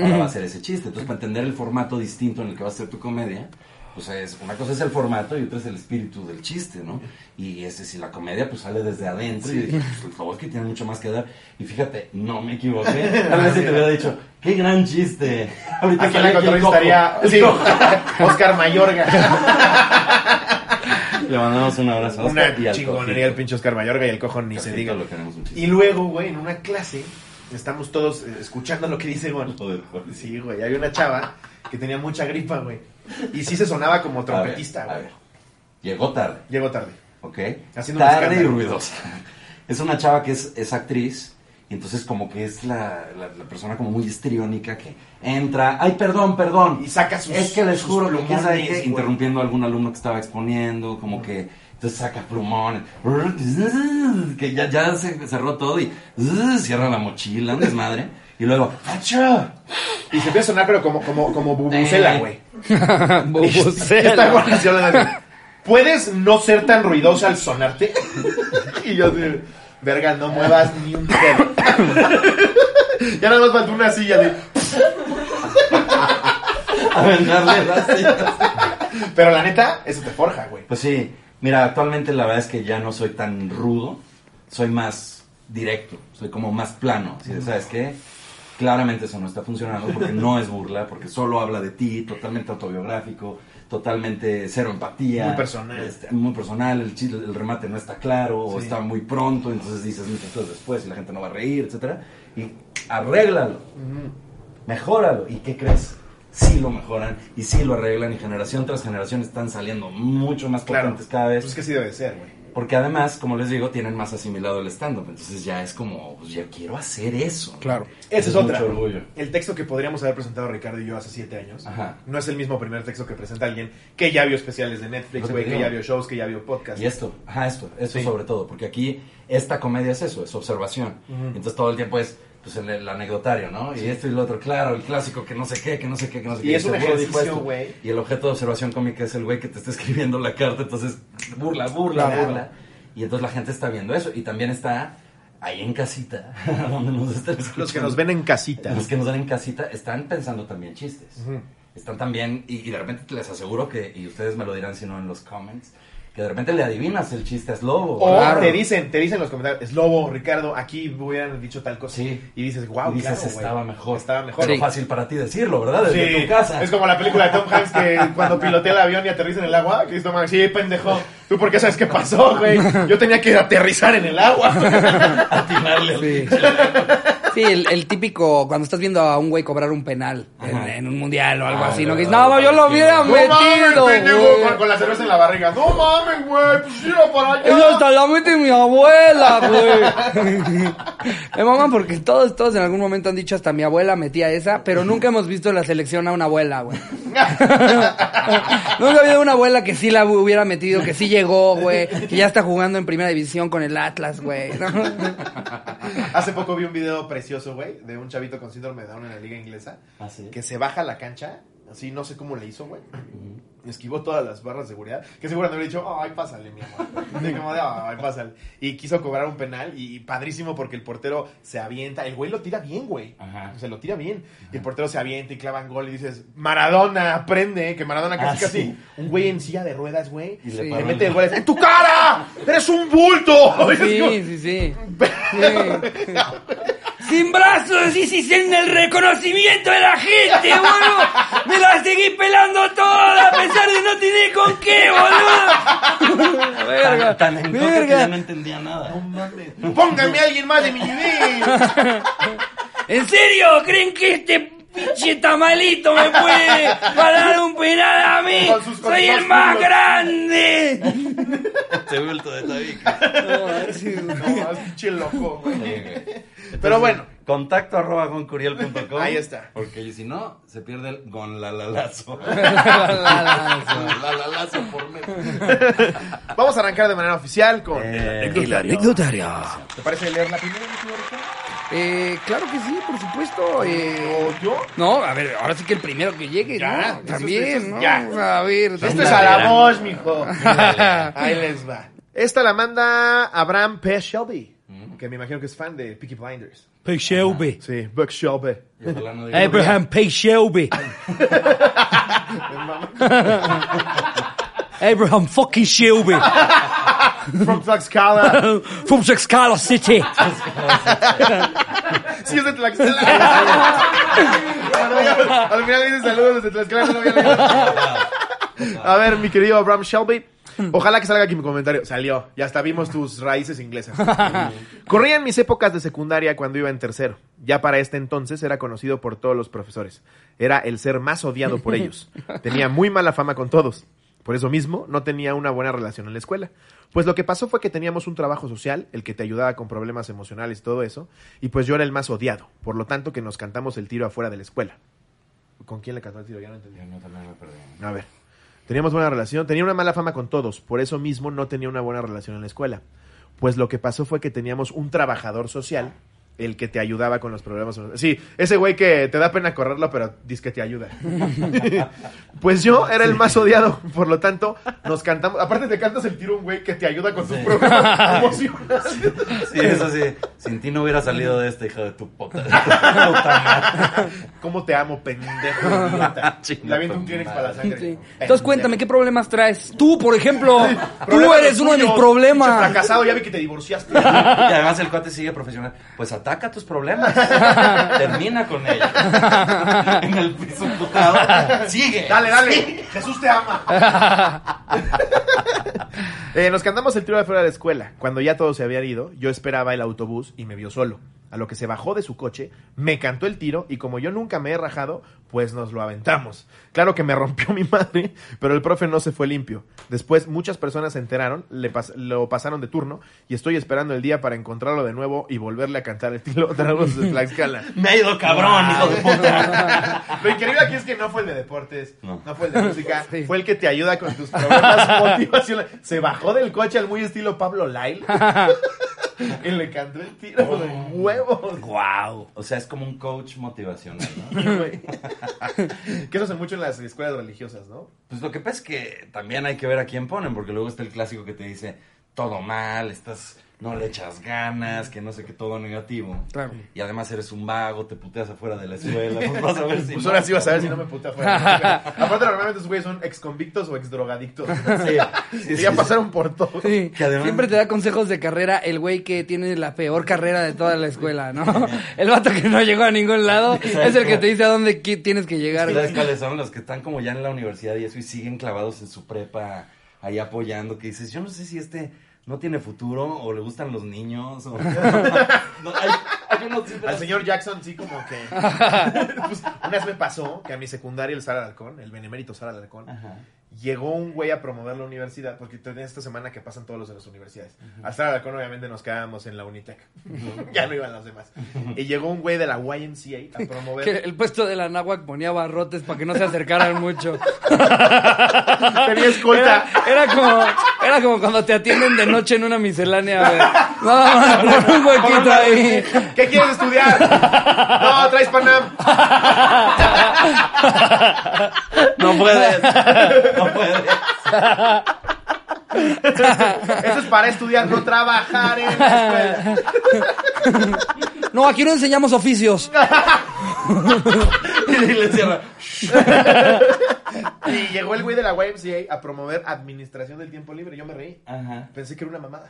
[SPEAKER 3] ahora va a hacer ese chiste? Entonces, para entender el formato distinto en el que va a ser tu comedia, pues es, una cosa es el formato y otra es el espíritu del chiste, ¿no? Y ese, si la comedia, pues sale desde adentro. Y dije, pues, la voz que tiene mucho más que dar. Y fíjate, no me equivoqué. Tal vez si te hubiera dicho, ¡qué gran chiste! Ahorita
[SPEAKER 2] Aquí en
[SPEAKER 3] sale
[SPEAKER 2] la
[SPEAKER 3] aquí el cojo.
[SPEAKER 2] contravistaría.
[SPEAKER 3] El
[SPEAKER 2] Sí,
[SPEAKER 3] cojo.
[SPEAKER 2] Oscar Mayorga.
[SPEAKER 3] Le mandamos un abrazo. a Oscar y
[SPEAKER 2] Una
[SPEAKER 3] al
[SPEAKER 2] chingonería al
[SPEAKER 3] Cojito.
[SPEAKER 2] pinche Oscar Mayorga y el cojón ni se
[SPEAKER 3] Cojito
[SPEAKER 2] diga.
[SPEAKER 3] Lo queremos
[SPEAKER 2] Y
[SPEAKER 3] muchísimo.
[SPEAKER 2] luego, güey, en una clase, estamos todos eh, escuchando lo que dice Gon.
[SPEAKER 3] Joder, joder.
[SPEAKER 2] Sí, güey, había una chava que tenía mucha gripa, güey. Y sí se sonaba como
[SPEAKER 3] A ver,
[SPEAKER 2] trompetista,
[SPEAKER 3] a
[SPEAKER 2] güey.
[SPEAKER 3] ver. Llegó tarde,
[SPEAKER 2] Llego tarde.
[SPEAKER 3] ¿ok?
[SPEAKER 2] Haciendo un
[SPEAKER 3] tarde y
[SPEAKER 2] escándalo.
[SPEAKER 3] ruidosa. Es una chava que es, es actriz. Y entonces como que es la, la- la persona como muy histriónica que entra, ay, perdón, perdón.
[SPEAKER 2] Y saca sus
[SPEAKER 3] es que les
[SPEAKER 2] sus
[SPEAKER 3] juro que quién sabe
[SPEAKER 2] plumones,
[SPEAKER 3] qué,
[SPEAKER 2] güey.
[SPEAKER 3] interrumpiendo a algún alumno que estaba exponiendo, como que entonces saca plumón, que ya, ya se cerró todo y cierra la mochila, un desmadre. Y luego, ¡achá!
[SPEAKER 2] Y se empieza a sonar, pero como, como, como bubucela,
[SPEAKER 3] Eh.
[SPEAKER 2] güey.
[SPEAKER 4] Bubucela.
[SPEAKER 2] Esta Gon así hablando así, ¿Puedes no ser tan ruidosa al sonarte? y yo así, verga, no muevas ni un dedo. ya nada más faltó una silla de...
[SPEAKER 3] A venderle las sillas.
[SPEAKER 2] Pero la neta, eso te forja, güey.
[SPEAKER 3] Pues sí, mira, actualmente la verdad es que ya no soy tan rudo, soy más directo, soy como más plano. así de, ¿Sabes qué? Claramente eso no está funcionando porque no es burla, porque solo habla de ti, totalmente autobiográfico, totalmente cero empatía.
[SPEAKER 2] Muy personal.
[SPEAKER 3] Este, muy personal, el, chiste- el remate no está claro o
[SPEAKER 2] Sí.
[SPEAKER 3] está muy pronto, entonces dices muchas cosas después y la gente no va a reír, etcétera Y arréglalo, mejóralo. ¿Y qué crees? Sí lo mejoran y sí lo arreglan y generación tras generación están saliendo mucho más
[SPEAKER 2] Claro.
[SPEAKER 3] potentes cada vez.
[SPEAKER 2] Pues es que sí debe de ser, güey.
[SPEAKER 3] Porque además, como les digo, tienen más asimilado el stand-up. Entonces ya es como, pues ya quiero hacer eso.
[SPEAKER 4] Claro.
[SPEAKER 2] Esa
[SPEAKER 3] Eso
[SPEAKER 2] es otra.
[SPEAKER 3] Mucho orgullo.
[SPEAKER 2] El texto que podríamos haber presentado Ricardo y yo hace siete años
[SPEAKER 3] Ajá.
[SPEAKER 2] no es el mismo primer texto que presenta alguien que ya vio especiales de Netflix,
[SPEAKER 3] Lo que
[SPEAKER 2] güey,
[SPEAKER 3] te
[SPEAKER 2] que
[SPEAKER 3] digo.
[SPEAKER 2] ya vio shows, que ya vio podcasts.
[SPEAKER 3] Y esto, ajá, esto, eso
[SPEAKER 2] Sí.
[SPEAKER 3] sobre todo, porque aquí esta comedia es eso, es observación. Entonces todo el tiempo es pues, el, el anecdotario, ¿no? Y esto y lo otro, claro, el clásico que no sé qué, que no sé qué, que no sé
[SPEAKER 2] Y
[SPEAKER 3] qué.
[SPEAKER 2] es un
[SPEAKER 3] seguro dijo
[SPEAKER 2] ejercicio,
[SPEAKER 3] esto.
[SPEAKER 2] güey.
[SPEAKER 3] Y el objeto de observación cómica es el güey que te está escribiendo la carta, entonces burla, burla,
[SPEAKER 2] Claro.
[SPEAKER 3] burla. Y entonces la gente está viendo eso. Y también está ahí en casita, donde nos están escuchando.
[SPEAKER 2] Los que nos ven en casita.
[SPEAKER 3] Los que nos dan en casita están pensando también chistes.
[SPEAKER 2] Ujú.
[SPEAKER 3] Están también, y, y de repente les aseguro que, y ustedes me lo dirán si no en los comments, que de repente le adivinas el chiste es lobo.
[SPEAKER 2] O
[SPEAKER 4] Claro.
[SPEAKER 2] te dicen, te dicen en los comentarios, es lobo, Ricardo, aquí hubieran dicho tal cosa.
[SPEAKER 3] Sí.
[SPEAKER 2] Y dices, wow,
[SPEAKER 3] y dices,
[SPEAKER 2] claro, güey.
[SPEAKER 3] estaba mejor.
[SPEAKER 2] Estaba mejor.
[SPEAKER 3] Pero
[SPEAKER 4] Sí.
[SPEAKER 3] fácil para ti decirlo, ¿verdad? Desde
[SPEAKER 2] Sí.
[SPEAKER 3] tu casa.
[SPEAKER 2] Es como la película de Tom Hanks que cuando pilotea el avión y aterriza en el agua, que dice Tom Hanks, sí, pendejo, ¿tú por qué sabes qué pasó, güey? Yo tenía que aterrizar en el agua.
[SPEAKER 3] Atinarle al
[SPEAKER 4] Sí.
[SPEAKER 3] pinche.
[SPEAKER 4] Sí, el, el típico, cuando estás viendo a un güey cobrar un penal en,
[SPEAKER 3] Ajá.
[SPEAKER 4] en un mundial o algo
[SPEAKER 3] Ah,
[SPEAKER 4] así, ¿no?
[SPEAKER 3] no,
[SPEAKER 4] Que dices,
[SPEAKER 3] no,
[SPEAKER 4] no, yo
[SPEAKER 3] no,
[SPEAKER 4] lo
[SPEAKER 3] sí,
[SPEAKER 4] hubiera
[SPEAKER 3] no.
[SPEAKER 2] No mames,
[SPEAKER 4] metido,
[SPEAKER 2] pendejo, con,
[SPEAKER 4] güey.
[SPEAKER 2] con la cerveza en la barriga. No mames, güey, pues tira para allá.
[SPEAKER 4] Eso hasta la mete mi abuela, güey. Me maman porque todos, todos en algún momento han dicho hasta mi abuela metía esa, pero nunca hemos visto la selección a una abuela, güey. Nunca ha habido una abuela que sí la hubiera metido, que sí llegó, güey, que ya está jugando en primera división con el Atlas, güey. ¿no?
[SPEAKER 2] Hace poco vi un video precioso, güey, de un chavito con síndrome de Down en la liga inglesa
[SPEAKER 3] Ah, sí.
[SPEAKER 2] que se baja a la cancha, así no sé cómo le hizo, güey. me esquivó todas las barras de seguridad, que seguro me hubiera dicho, ay, pásale, mi amor. Y como de, ay, pásale. Y quiso cobrar un penal y padrísimo porque el portero se avienta. El güey lo tira bien, güey.
[SPEAKER 3] Ajá.
[SPEAKER 2] Se lo tira bien. Y el portero se avienta y clavan gol y dices, Maradona, aprende, que Maradona casi
[SPEAKER 3] Ah,
[SPEAKER 2] casi.
[SPEAKER 3] sí.
[SPEAKER 2] Un güey en silla de ruedas, güey.
[SPEAKER 3] Y
[SPEAKER 2] Y
[SPEAKER 3] le
[SPEAKER 2] le
[SPEAKER 3] paró
[SPEAKER 2] mete
[SPEAKER 3] el- Ah,
[SPEAKER 2] el gol. es, ¡En tu cara! ¡Eres un bulto! Y es como,
[SPEAKER 4] Sí, sí, sí. Sí. Sin brazos y si sin el reconocimiento de la gente, boludo. Me la seguí pelando toda a pesar de no tener con qué, boludo.
[SPEAKER 3] Tan, tan en contra que
[SPEAKER 4] verga.
[SPEAKER 3] ya no entendía nada.
[SPEAKER 2] mames. Pónganme a alguien más de mi nivel.
[SPEAKER 4] ¿En serio? ¿Creen que este pinche tamalito me puede parar un penal a mí?
[SPEAKER 2] Con sus- con
[SPEAKER 4] ¡Soy
[SPEAKER 2] dos
[SPEAKER 4] el más
[SPEAKER 2] culos.
[SPEAKER 4] grande!
[SPEAKER 3] Se vuelto de tabique.
[SPEAKER 2] No, es pinche loco, güey.
[SPEAKER 3] Entonces,
[SPEAKER 2] bueno.
[SPEAKER 3] Contacto arroba goncuriel.com.
[SPEAKER 2] Ahí está.
[SPEAKER 3] Porque si no, se pierde el gonlalalazo. Gonlalalazo por medio.
[SPEAKER 2] Vamos a arrancar de manera oficial con
[SPEAKER 3] Eh,
[SPEAKER 2] el anecdotario.
[SPEAKER 4] Anecdotario.
[SPEAKER 2] ¿Te parece leer la primera? mi querido Ricardo?
[SPEAKER 4] Eh, claro que sí, por supuesto. eh,
[SPEAKER 2] ¿O yo?
[SPEAKER 4] no, a ver, ahora sí que el primero que llegue,
[SPEAKER 2] Ya,
[SPEAKER 4] ¿no?
[SPEAKER 2] eso es-
[SPEAKER 4] También,
[SPEAKER 2] eso es-
[SPEAKER 4] ¿no?
[SPEAKER 2] ya.
[SPEAKER 4] A ver, este
[SPEAKER 2] Esto
[SPEAKER 4] dale.
[SPEAKER 2] Este es a la voz, mijo.
[SPEAKER 3] Dale.
[SPEAKER 2] Ahí les va. Esta la manda Abraham P. Shelby, que me imagino que es fan de Peaky Blinders.
[SPEAKER 5] Pete Shelby.
[SPEAKER 2] Mm. Sí, Buck Shelby.
[SPEAKER 3] Y ojalá no
[SPEAKER 4] Eh,
[SPEAKER 3] diga-
[SPEAKER 5] Abraham Pete Shelby. Abraham fucking Shelby.
[SPEAKER 2] From Tlaxcala.
[SPEAKER 5] From Tlaxcala City.
[SPEAKER 2] Sí, es de Tlaxcala. Al final dice saludos desde Tlaxcala. no lo había leído. A ver, mi querido Abraham Shelby. Ojalá que salga aquí mi comentario. Salió. Ya hasta vimos tus raíces inglesas. Corrían mis épocas de secundaria cuando iba en tercero. Ya para este entonces era conocido por todos los profesores. Era el ser más odiado por ellos. Tenía muy mala fama con todos. Por eso mismo, no tenía una buena relación en la escuela. Pues lo que pasó fue que teníamos un trabajo social, el que te ayudaba con problemas emocionales y todo eso, y pues yo era el más odiado, por lo tanto que nos cantamos el tiro afuera de la escuela. ¿Con quién le cantó el tiro? Ya no entendí.
[SPEAKER 3] Yo no, también me perdí.
[SPEAKER 2] A ver. Teníamos buena relación, tenía una mala fama con todos, por eso mismo no tenía una buena relación en la escuela. Pues lo que pasó fue que teníamos un trabajador social, el que te ayudaba con los problemas. Sí, ese güey que te da pena correrlo, pero dice que te ayuda. pues yo era el más odiado, por lo tanto, nos cantamos. Aparte, te cantas el tiro a un güey que te ayuda con tus problemas emocionales.
[SPEAKER 3] Sí, eso sí. Sin ti no hubiera salido de este hijo de tu puta. Puta
[SPEAKER 2] ¿Cómo te amo, pendejo? idiota?
[SPEAKER 3] Chinga
[SPEAKER 2] Le aviento un
[SPEAKER 3] tu
[SPEAKER 2] Kleenex
[SPEAKER 3] madre.
[SPEAKER 2] para la sangre.
[SPEAKER 4] Sí. Entonces
[SPEAKER 2] Pendejo.
[SPEAKER 4] cuéntame, ¿qué problemas traes? Tú, por ejemplo, tú
[SPEAKER 2] Problemas
[SPEAKER 4] eres uno de mis
[SPEAKER 2] tuyos, pinche
[SPEAKER 4] problemas.
[SPEAKER 2] Fracasado, ya vi que te divorciaste.
[SPEAKER 3] madre. Y además el cuate sigue profesional. Pues ataca tus problemas. Termina con ellos. En el piso putado. Sigue.
[SPEAKER 2] Dale, dale. Jesús te ama. Eh, nos cantamos el tiro de fuera de la escuela. Cuando ya todos se habían ido, yo esperaba el autobús y me vio solo. A lo que se bajó de su coche, me cantó el tiro y como yo nunca me he rajado, pues nos lo aventamos. Claro que me rompió mi madre, pero el profe no se fue limpio. Después muchas personas se enteraron, le pas- lo pasaron de turno y estoy esperando el día para encontrarlo de nuevo y volverle a cantar el tiro otra vez de Tlaxcala.
[SPEAKER 3] Me ha ido cabrón, hijo de puta.
[SPEAKER 2] Lo increíble aquí es que no fue el de deportes, no,
[SPEAKER 3] No.
[SPEAKER 2] fue el de música, fue el que te ayuda con tus problemas motivacionales. Se bajó del coche al muy estilo Pablo Lyle y le cantó el tiro de
[SPEAKER 3] Oh.
[SPEAKER 2] huevos.
[SPEAKER 3] Wow. O sea, es como un coach motivacional, ¿no?
[SPEAKER 2] güey. que eso se mucho en las escuelas religiosas, ¿no?
[SPEAKER 3] Pues lo que pasa es que también hay que ver a quién ponen, porque luego está el clásico que te dice todo mal, estás, no le echas ganas, que no sé qué, todo negativo.
[SPEAKER 4] Claro.
[SPEAKER 3] Y además eres un vago, te puteas afuera de la escuela, pues vas a ver si.
[SPEAKER 2] Pues
[SPEAKER 3] no.
[SPEAKER 2] ahora sí vas a ver si no me puta afuera. Aparte, normalmente esos güeyes son ex convictos o ex drogadictos.
[SPEAKER 3] Sí, sí,
[SPEAKER 2] Y ya
[SPEAKER 3] sí.
[SPEAKER 2] pasaron por todo.
[SPEAKER 4] Sí.
[SPEAKER 3] Que además-
[SPEAKER 4] Siempre te da consejos de carrera el güey que tiene la peor carrera de toda la escuela, ¿no? El vato que no llegó a ningún lado es el que te dice a dónde qui- tienes que llegar.
[SPEAKER 3] ¿Sabes
[SPEAKER 4] güey.
[SPEAKER 3] cuáles son los que están como ya en la universidad y eso y siguen clavados en su prepa, ahí apoyando? Que dices, yo no sé si este no tiene futuro o le gustan los niños. O... No, hay, hay unos siempre-
[SPEAKER 2] Al señor Jackson, sí, como que. Pues, una vez me pasó que a mi secundaria, el Sara Alarcón, el benemérito Sara Alarcón,
[SPEAKER 3] Ajá.
[SPEAKER 2] llegó un güey a promover la universidad, porque tenés esta semana que pasan todos los de las universidades. Al Sara Alarcón, obviamente, nos quedábamos en la Unitec. ya no iban los demás. Y llegó un güey de la YMCA a
[SPEAKER 4] Que
[SPEAKER 2] promover.
[SPEAKER 4] el puesto de la náhuac ponía barrotes para que no se acercaran mucho.
[SPEAKER 2] Tenía escolta.
[SPEAKER 4] Era, era como, era como cuando te atienden de noche en una miscelánea, güey. Vamos, por un huequito ahí.
[SPEAKER 2] ¿Qué quieres estudiar? No, traes Panam.
[SPEAKER 3] No puedes. No puedes.
[SPEAKER 2] Eso es para estudiar, no trabajar en la escuela.
[SPEAKER 4] No, aquí no enseñamos oficios.
[SPEAKER 3] Y le cierra.
[SPEAKER 2] Y llegó el güey de la YMCA a promover administración del tiempo libre. Yo me reí.
[SPEAKER 3] Ajá.
[SPEAKER 2] Pensé que era una mamada.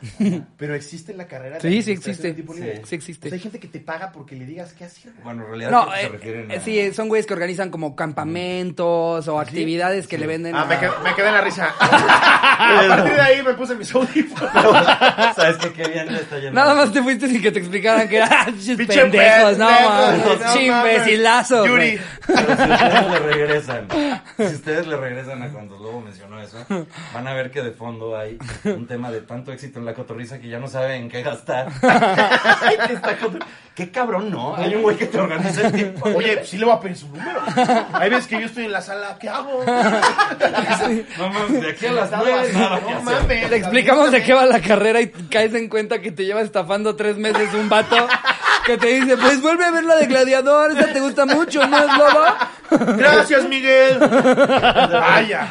[SPEAKER 2] Pero existe la carrera de
[SPEAKER 4] Sí, sí
[SPEAKER 2] administración
[SPEAKER 4] existe.
[SPEAKER 2] del tiempo libre.
[SPEAKER 4] Sí
[SPEAKER 2] O sea, hay
[SPEAKER 4] existe.
[SPEAKER 2] gente que te paga porque le digas qué hacer. güey.
[SPEAKER 3] Bueno, en realidad
[SPEAKER 4] No,
[SPEAKER 3] creo que se
[SPEAKER 4] eh,
[SPEAKER 3] refieren
[SPEAKER 4] eh,
[SPEAKER 3] a... ¿Ah,
[SPEAKER 4] sí, son güeyes que organizan como campamentos o actividades que le venden
[SPEAKER 2] Ah,
[SPEAKER 4] a-
[SPEAKER 2] me quedé, me quedé en la risa. A partir de ahí me puse mis audífonos.
[SPEAKER 3] ¿Sabes qué? Qué bien le está yendo.
[SPEAKER 4] Nada más te fuiste sin que te explicaran que eran
[SPEAKER 2] Pinche
[SPEAKER 4] pendejos, no
[SPEAKER 2] pendejo,
[SPEAKER 4] mames,
[SPEAKER 2] no
[SPEAKER 4] chimbecilazo.
[SPEAKER 2] mames.
[SPEAKER 4] güey.
[SPEAKER 2] Yuri.
[SPEAKER 3] Pero si ustedes le regresan, si ustedes le regresan a cuando Lobo mencionó eso, van a ver que de fondo hay un tema de tanto éxito en la cotorriza que ya no sabe en qué gastar. Ay, que está cotor- Qué cabrón, ¿no? Hay un güey que te organiza el tiempo.
[SPEAKER 2] Oye, pues sí le voy a pedir su número. Hay veces que yo estoy en la sala, ¿qué hago?
[SPEAKER 3] no mames, de aquí a las
[SPEAKER 2] Estaba-
[SPEAKER 3] nueve, nada que
[SPEAKER 2] No
[SPEAKER 3] hacer.
[SPEAKER 2] mames.
[SPEAKER 4] Te explicamos de qué va la carrera y caes en cuenta que te lleva estafando tres meses un vato que te dice, pues vuelve a ver la de Gladiador, esa te gusta mucho, ¿no es lobo?
[SPEAKER 2] Gracias, Miguel. Vaya.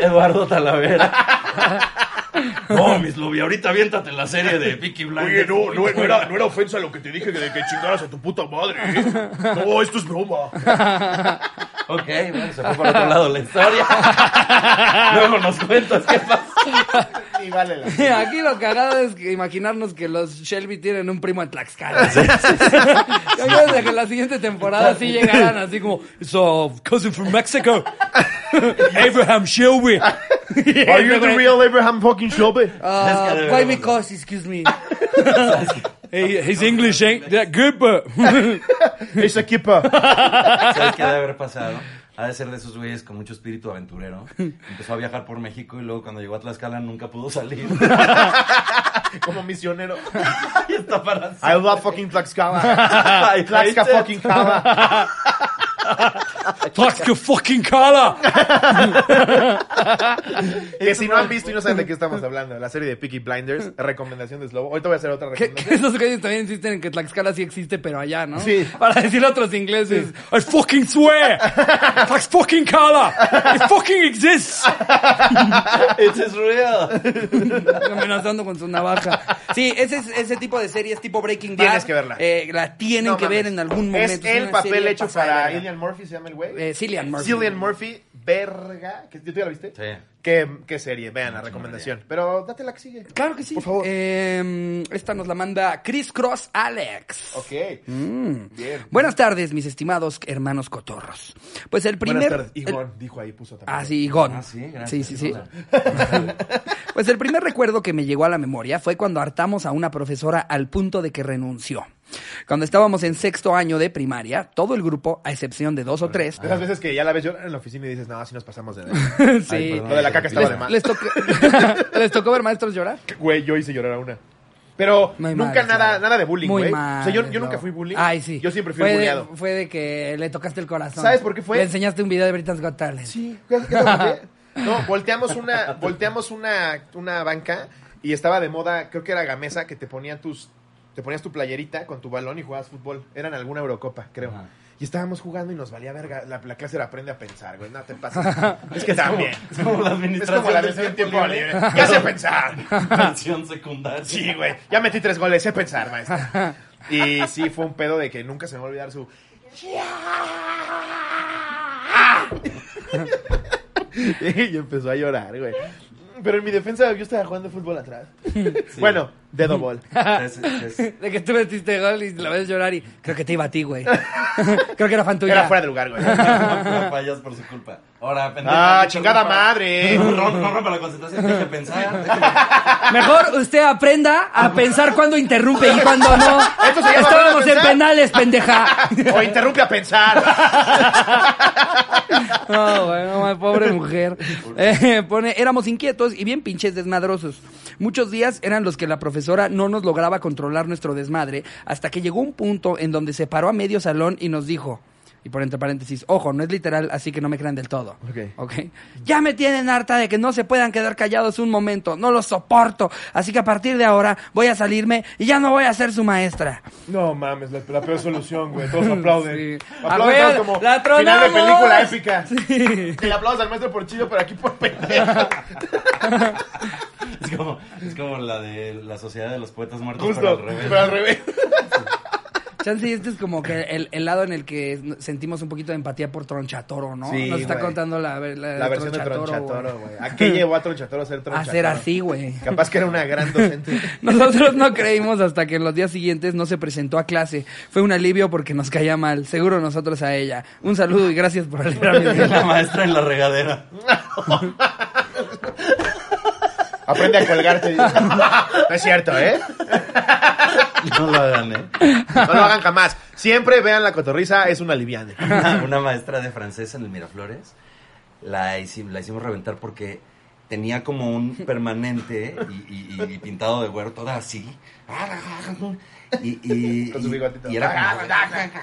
[SPEAKER 3] Eduardo Talavera. No, mis Lobi, ahorita aviéntate la serie de Vicky Blinders.
[SPEAKER 2] era, no era ofensa lo que te dije de que chingaras a tu puta madre. ¿eh? No, esto es broma.
[SPEAKER 3] Ok, bueno, se fue por otro lado la historia. Luego nos cuentas qué pasa.
[SPEAKER 2] Y vale la
[SPEAKER 4] Mira, Aquí lo cagado es que imaginarnos que los Shelby tienen un primo en Tlaxcala. Yo creo que la siguiente temporada sí llegarán así como, uh,
[SPEAKER 5] It's a cousin from Mexico. Abraham Shelby.
[SPEAKER 2] Are you the real Abraham fucking Shelby?
[SPEAKER 4] ah,
[SPEAKER 3] Es que de
[SPEAKER 4] why
[SPEAKER 3] verdad.
[SPEAKER 4] because, excuse me.
[SPEAKER 5] He, his English ain't that good, but
[SPEAKER 2] He's a keeper.
[SPEAKER 3] ¿Sabes qué ha de haber pasado? Ha de ser de esos güeyes con mucho espíritu aventurero. Empezó a viajar por México y luego cuando llegó a Tlaxcala nunca pudo salir.
[SPEAKER 2] Como misionero.
[SPEAKER 3] y está para siempre.
[SPEAKER 2] I love fucking Tlaxcala.
[SPEAKER 3] Ay,
[SPEAKER 2] Tlaxca
[SPEAKER 3] ¿viste?
[SPEAKER 2] fucking Cala.
[SPEAKER 5] Tlaxca fucking Kala.
[SPEAKER 2] Que si no han visto y no saben de qué estamos hablando, la serie de Peaky Blinders, recomendación de Slobo. Ahorita voy a hacer otra
[SPEAKER 4] Que, que
[SPEAKER 2] recomendación.
[SPEAKER 4] esos güeyes también insisten en que Tlaxcala sí existe, pero allá, ¿no?
[SPEAKER 2] Sí.
[SPEAKER 4] Para decirle a otros ingleses,
[SPEAKER 5] I fucking swear. Tlax fucking Kala. It fucking exists.
[SPEAKER 3] It is real.
[SPEAKER 4] amenazando con su navaja. Sí, ese, es- ese tipo de series, tipo Breaking Bad.
[SPEAKER 2] Tienes que verla.
[SPEAKER 4] eh, la tienen
[SPEAKER 2] No
[SPEAKER 4] que ver
[SPEAKER 2] mames.
[SPEAKER 4] en algún momento.
[SPEAKER 2] Es
[SPEAKER 4] una
[SPEAKER 2] el papel
[SPEAKER 4] serie
[SPEAKER 2] hecho
[SPEAKER 4] pasada
[SPEAKER 2] para
[SPEAKER 4] de verga.
[SPEAKER 2] Cillian Murphy, se llama el güey.
[SPEAKER 4] Eh, Cillian Murphy.
[SPEAKER 2] Cillian Murphy, verga. ¿Que- ¿Tú ya la viste?
[SPEAKER 3] Sí.
[SPEAKER 2] ¿Qué, qué serie? Vean la recomendación. Pero date la que sigue.
[SPEAKER 4] Claro que sí.
[SPEAKER 2] Por favor.
[SPEAKER 4] Eh, esta nos la manda Chris Cross Alex.
[SPEAKER 2] Ok.
[SPEAKER 4] Mm.
[SPEAKER 2] Bien.
[SPEAKER 4] Buenas tardes, mis estimados hermanos cotorros. Pues el primer.
[SPEAKER 2] Buenas tardes.
[SPEAKER 4] el-
[SPEAKER 2] Igor dijo ahí, puso también.
[SPEAKER 4] Ah, sí, Gon.
[SPEAKER 3] Ah, sí, gracias.
[SPEAKER 4] Sí, sí, sí.
[SPEAKER 3] Hola.
[SPEAKER 4] pues el primer recuerdo que me llegó a la memoria fue cuando hartamos a una profesora al punto de que renunció. Cuando estábamos en sexto año de primaria, todo el grupo, a excepción de dos o tres,
[SPEAKER 2] De esas veces que ya la ves llorar en la oficina y dices, no, así nos pasamos de...
[SPEAKER 4] sí,
[SPEAKER 3] Ay, perdón.
[SPEAKER 2] Lo de la caca estaba de
[SPEAKER 4] les,
[SPEAKER 2] más.
[SPEAKER 4] les tocó, les tocó ver maestros llorar.
[SPEAKER 2] Güey, yo hice llorar a una. Pero
[SPEAKER 4] Muy
[SPEAKER 2] nunca
[SPEAKER 4] mal,
[SPEAKER 2] nada,
[SPEAKER 4] claro.
[SPEAKER 2] nada de bullying,
[SPEAKER 4] Muy
[SPEAKER 2] güey.
[SPEAKER 4] mal,
[SPEAKER 2] O sea, yo, yo
[SPEAKER 4] no.
[SPEAKER 2] nunca fui bullying.
[SPEAKER 4] Ay, sí.
[SPEAKER 2] Yo siempre fui
[SPEAKER 4] Fue de-
[SPEAKER 2] bulleado.
[SPEAKER 4] Fue de que le tocaste el corazón.
[SPEAKER 2] ¿Sabes por qué fue?
[SPEAKER 4] Le enseñaste un video de Britain's Got Talent.
[SPEAKER 2] Sí, ¿qué- qué te conté? No, volteamos una, volteamos una, una banca y estaba de moda, creo que era Gamesa, que te ponían tus, te ponías tu playerita con tu balón y jugabas fútbol. Era en alguna Eurocopa, creo.
[SPEAKER 3] Ajá.
[SPEAKER 2] Y estábamos jugando y nos valía verga. La, la clase era aprende a pensar, güey. No te pases. Es que también.
[SPEAKER 3] Es como la
[SPEAKER 2] Es
[SPEAKER 3] administración
[SPEAKER 2] como la
[SPEAKER 3] del
[SPEAKER 2] versión de
[SPEAKER 3] tiempo
[SPEAKER 2] tiempo libre. Ya sé pensar.
[SPEAKER 3] Pensión secundaria.
[SPEAKER 2] Sí, güey. Ya metí tres goles, sé pensar, maestro. Y sí, fue un pedo de que nunca se me va a olvidar su. y empezó a llorar, güey. Pero en mi defensa, yo estaba jugando fútbol atrás. Bueno, dedo ball.
[SPEAKER 3] Es- es- es-
[SPEAKER 4] De que tú metiste gol y la ves llorar y creo que te iba a ti, güey. creo que era fan tuya.
[SPEAKER 2] Era fuera de lugar, güey.
[SPEAKER 3] no fallas por su culpa. Ahora, pendejo.
[SPEAKER 2] ¡Ah,
[SPEAKER 3] no
[SPEAKER 2] chingada
[SPEAKER 3] rompa-
[SPEAKER 2] madre!
[SPEAKER 3] No rom- no rompa la concentración, deja pensar. déjame-
[SPEAKER 4] Mejor usted aprenda a pensar cuándo interrumpe y cuándo no.
[SPEAKER 2] Esto se llama
[SPEAKER 4] Estábamos en
[SPEAKER 2] pensar.
[SPEAKER 4] penales, pendeja.
[SPEAKER 2] O interrumpe a pensar.
[SPEAKER 4] No, güey, no, mames, pobre mujer. Eh, pone, éramos inquietos y bien pinches desmadrosos. Muchos días eran los que la profesora no nos lograba controlar nuestro desmadre hasta que llegó un punto en donde se paró a medio salón y nos dijo, Y por entre paréntesis, ojo, no es literal, así que no me crean del todo.
[SPEAKER 2] Ok.
[SPEAKER 4] Ok. Ya me tienen harta de que no se puedan quedar callados un momento. No los soporto. Así que a partir de ahora voy a salirme y ya no voy a ser su maestra.
[SPEAKER 2] No mames, la, la peor solución, güey. Todos aplauden.
[SPEAKER 4] Sí.
[SPEAKER 2] Aplauden
[SPEAKER 4] Ah, güey,
[SPEAKER 2] todos como
[SPEAKER 4] la
[SPEAKER 2] final de
[SPEAKER 4] tronamos.
[SPEAKER 2] película épica.
[SPEAKER 4] Sí.
[SPEAKER 2] Que le aplaudas al maestro por chido, pero aquí por pendejo.
[SPEAKER 3] Es como, es como la de la sociedad de los poetas muertos,
[SPEAKER 2] Justo,
[SPEAKER 3] pero al revés.
[SPEAKER 2] pero al revés.
[SPEAKER 4] Chance, y este es como que el, el lado en el que n- sentimos un poquito de empatía por Tronchatoro, ¿no?
[SPEAKER 2] Sí,
[SPEAKER 4] Nos está
[SPEAKER 2] güey.
[SPEAKER 4] contando la, ver- la,
[SPEAKER 2] La versión de Tronchatoro, güey. ¿A qué llevó a Tronchatoro a ser
[SPEAKER 4] güey. A
[SPEAKER 2] Tronchatoro?
[SPEAKER 4] ser así, güey.
[SPEAKER 2] Capaz que era una gran docente.
[SPEAKER 4] Nosotros no creímos hasta que en los días siguientes no se presentó a clase. Fue un alivio porque nos caía mal. Seguro nosotros a ella. Un saludo y gracias por alegrarme. el día.
[SPEAKER 3] La maestra en la regadera.
[SPEAKER 2] Aprende a colgarte. dice. no es cierto, ¿eh?
[SPEAKER 3] No lo hagan, ¿eh?
[SPEAKER 2] No lo hagan jamás. Siempre vean la cotorriza, es una liviana.
[SPEAKER 3] una, una maestra de francés en el Miraflores. La, hici- la hicimos reventar porque tenía como un permanente y, y- y pintado de güero, toda así. Y, y,
[SPEAKER 2] Con su bigotito. Ah,
[SPEAKER 3] y era como-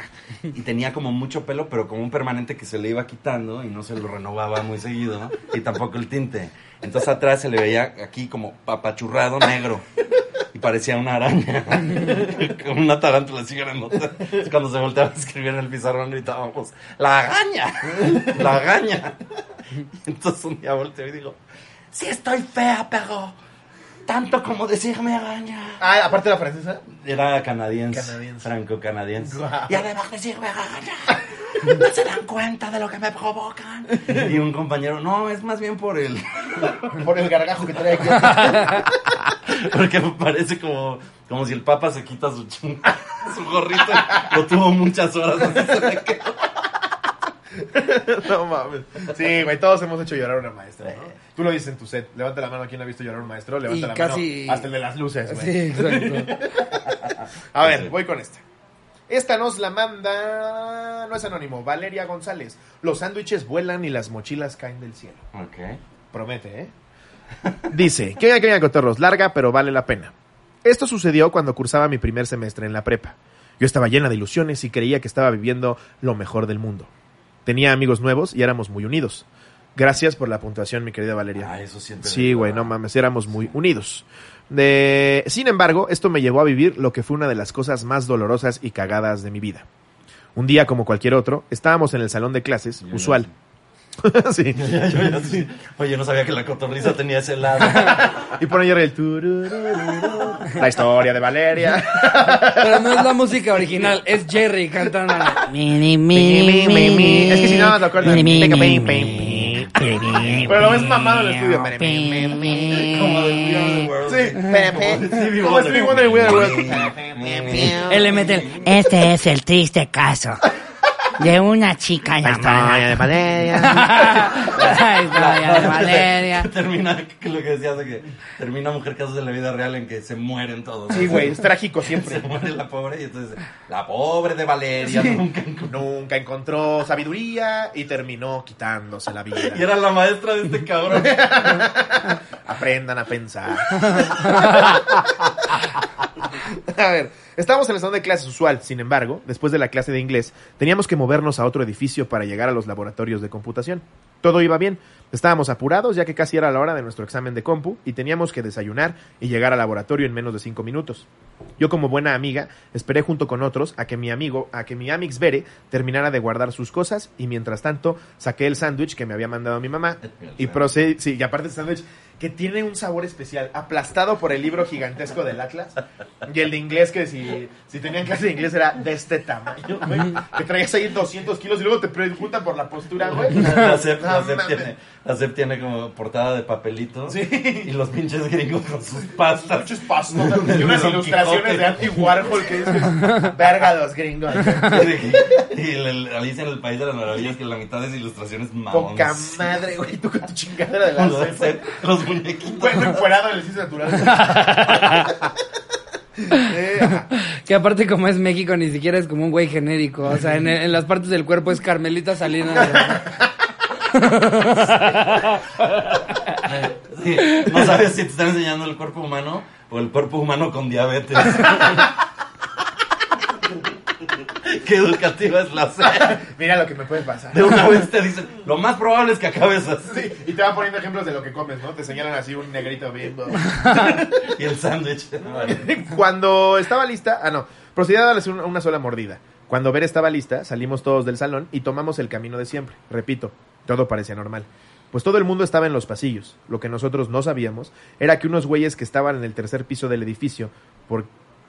[SPEAKER 3] y tenía como mucho pelo, pero como un permanente que se le iba quitando y no se lo renovaba muy seguido, y tampoco el tinte. Entonces atrás se le veía aquí como papachurrado negro. Y parecía una araña. Con una tarántula así grandota. Entonces, Cuando se volteaba a escribir en el pizarrón gritábamos, ¡La araña! ¡La araña! Y entonces un día volteó y dijo, ¡Sí estoy fea, pero tanto como decirme araña!
[SPEAKER 2] Ah, aparte de la francesa.
[SPEAKER 3] Era canadiense.
[SPEAKER 2] Canadiense.
[SPEAKER 3] Franco-canadiense.
[SPEAKER 2] Guau.
[SPEAKER 3] Y además decirme araña. No se dan cuenta de lo que me provocan. Y un compañero, no, es más bien por el...
[SPEAKER 2] Por el gargajo que trae aquí.
[SPEAKER 3] Porque me parece como, como si el papa se quita su chun- su gorrito. Lo tuvo muchas horas. así se le quedó.
[SPEAKER 2] No mames. Sí, güey, todos hemos hecho llorar a una maestra, ¿no? Tú lo dices en tu set. Levanta la mano a quien ha visto llorar a un maestro. Levanta
[SPEAKER 4] Y
[SPEAKER 2] la
[SPEAKER 4] casi-
[SPEAKER 2] mano hasta el de las luces, güey.
[SPEAKER 4] Sí, exacto.
[SPEAKER 2] A ver, voy con esta. Esta nos la manda. No es anónimo. Valeria González. Los sándwiches vuelan y las mochilas caen del cielo.
[SPEAKER 3] Ok.
[SPEAKER 2] Promete, ¿eh? Dice, que venga, que venga, cotorros, larga, pero vale la pena. Esto sucedió cuando cursaba mi primer semestre en la prepa. Yo estaba llena de ilusiones y creía que estaba viviendo lo mejor del mundo. Tenía amigos nuevos y éramos muy unidos. Gracias por la puntuación, mi querida Valeria.
[SPEAKER 3] Ah, eso siempre.
[SPEAKER 2] Sí, güey, no mames, éramos muy unidos. De- Sin embargo, esto me llevó a vivir lo que fue una de las cosas más dolorosas y cagadas de mi vida. Un día, como cualquier otro, estábamos en el salón de clases,
[SPEAKER 3] no
[SPEAKER 2] usual. sí.
[SPEAKER 3] Ya, yo ya sí. Oye, no sabía que la cotorriza tenía ese lado.
[SPEAKER 2] Y pone ayer el tururururu. La historia de Valeria.
[SPEAKER 4] Pero no es la música original, es Jerry cantando.
[SPEAKER 2] Es que si no, lo cortan. Pica, pim, pim, pim. Pero lo ves mamado en el estudio.
[SPEAKER 3] Como de We Are the World.
[SPEAKER 2] Sí. Como Stevie Wonder en We Are the World.
[SPEAKER 4] Elemental.
[SPEAKER 6] Este es el triste caso de una chica llamada.
[SPEAKER 2] de Valeria.
[SPEAKER 4] Ahí está, ya de Valeria.
[SPEAKER 3] Termina que lo que decías de que termina mujer casos de la vida real en que se mueren todos.
[SPEAKER 2] Sí, güey, es trágico
[SPEAKER 3] Se
[SPEAKER 2] siempre.
[SPEAKER 3] muere la pobre y entonces la pobre de Valeria nunca encontró.
[SPEAKER 2] Nunca encontró sabiduría y terminó quitándose la
[SPEAKER 3] Y
[SPEAKER 2] vida.
[SPEAKER 3] era la maestra de este cabrón.
[SPEAKER 2] Aprendan a pensar. A ver, estábamos en el salón de clases usual, sin embargo, después de la clase de inglés, teníamos que movernos a otro edificio para llegar a los laboratorios de computación. Todo iba bien, estábamos apurados ya que casi era la hora de nuestro examen de compu y teníamos que desayunar y llegar al laboratorio en menos de cinco minutos. Yo como buena amiga, esperé junto con otros a que mi amigo, a que mi amix Bere terminara de guardar sus cosas y mientras tanto saqué el sándwich que me había mandado mi mamá y procedí, sí, y aparte el sándwich que tiene un sabor especial, aplastado por el libro gigantesco del Atlas y el de inglés que si, si tenían clase de inglés era de este tamaño, güey, que traías ahí 200 kilos y luego te preguntan por la postura, güey.
[SPEAKER 3] La CEP, la
[SPEAKER 2] No
[SPEAKER 3] CEP
[SPEAKER 2] mames.
[SPEAKER 3] tiene, la CEP tiene como portada de papelito y los pinches gringos con sus pastas.
[SPEAKER 2] Muchos pastos y unas
[SPEAKER 3] Don
[SPEAKER 2] ilustraciones
[SPEAKER 3] Quijote.
[SPEAKER 2] de Andy Warhol que dices, verga los gringos.
[SPEAKER 3] Y, le- Alicia en el País de las Maravillas que la mitad es ilustraciones
[SPEAKER 2] Poca
[SPEAKER 3] mamones.
[SPEAKER 2] madre, güey, tú con tu chingadera de
[SPEAKER 3] Los,
[SPEAKER 2] la cepa.
[SPEAKER 3] los muñequitos.
[SPEAKER 2] Bueno, encuerado en el cis natural. Eh, ajá.
[SPEAKER 4] Que aparte, como es México, ni siquiera es como un güey genérico. O sea, en, en las partes del cuerpo es Carmelita Salinas.
[SPEAKER 3] Sí, No sabes si te están enseñando el cuerpo humano o el cuerpo humano con diabetes. qué educativa es la serie.
[SPEAKER 2] Mira lo que me puede pasar.
[SPEAKER 3] De una vez te dicen, lo más probable es que acabes así.
[SPEAKER 2] Sí, y te va poniendo ejemplos de lo que comes, ¿no? Te señalan así un negrito bimbo.
[SPEAKER 3] Y el sándwich. no, vale.
[SPEAKER 2] Cuando estaba lista, ah, no, procedí a darles un- una sola mordida. Cuando Ver estaba lista, salimos todos del salón y tomamos el camino de siempre. Repito, todo parecía normal. Pues todo el mundo estaba en los pasillos. Lo que nosotros no sabíamos era que unos güeyes que estaban en el tercer piso del edificio, por,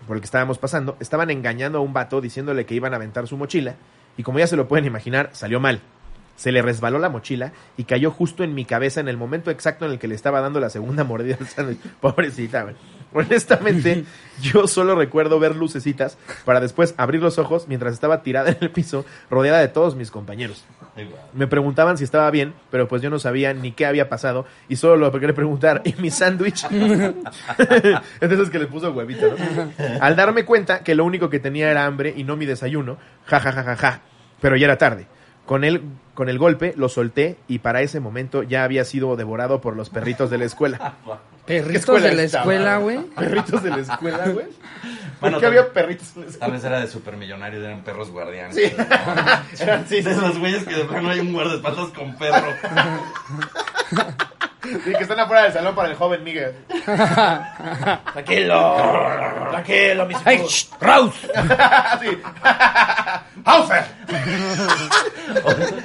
[SPEAKER 2] por el que estábamos pasando, estaban engañando a un vato diciéndole que iban a aventar su mochila. Y como ya se lo pueden imaginar, salió mal. Se le resbaló la mochila y cayó justo en mi cabeza en el momento exacto en el que le estaba dando la segunda mordida al sándwich. Pobrecita, güey. Honestamente, yo solo recuerdo ver lucecitas para después abrir los ojos mientras estaba tirada en el piso, rodeada de todos mis compañeros.
[SPEAKER 3] Ay, guau.
[SPEAKER 2] Me preguntaban si estaba bien, pero pues yo no sabía ni qué había pasado y solo lo quería preguntar, ¿y mi sándwich? es de esos que le puso huevito, ¿no? Al darme cuenta que lo único que tenía era hambre y no mi desayuno, ja, ja, ja, ja, ja. Pero ya era tarde. Con el, con el golpe lo solté y para ese momento ya había sido devorado por los perritos de la escuela.
[SPEAKER 4] Perritos
[SPEAKER 2] escuela
[SPEAKER 4] de la
[SPEAKER 2] estaba?
[SPEAKER 4] escuela, güey.
[SPEAKER 2] ¿Perritos de la escuela, güey? ¿Por
[SPEAKER 3] Bueno,
[SPEAKER 2] qué
[SPEAKER 3] también-
[SPEAKER 2] había perritos en la escuela?
[SPEAKER 3] Tal vez era de supermillonarios, eran perros guardianes.
[SPEAKER 2] Sí. Eran- sí,
[SPEAKER 3] De esos güeyes que de plano hay un guardaespaldas con perro.
[SPEAKER 2] sí, que están afuera del salón para el joven Miguel.
[SPEAKER 3] Tranquilo. Tranquilo, mis Ay,
[SPEAKER 5] Raus.
[SPEAKER 2] sí. ¡Haufer!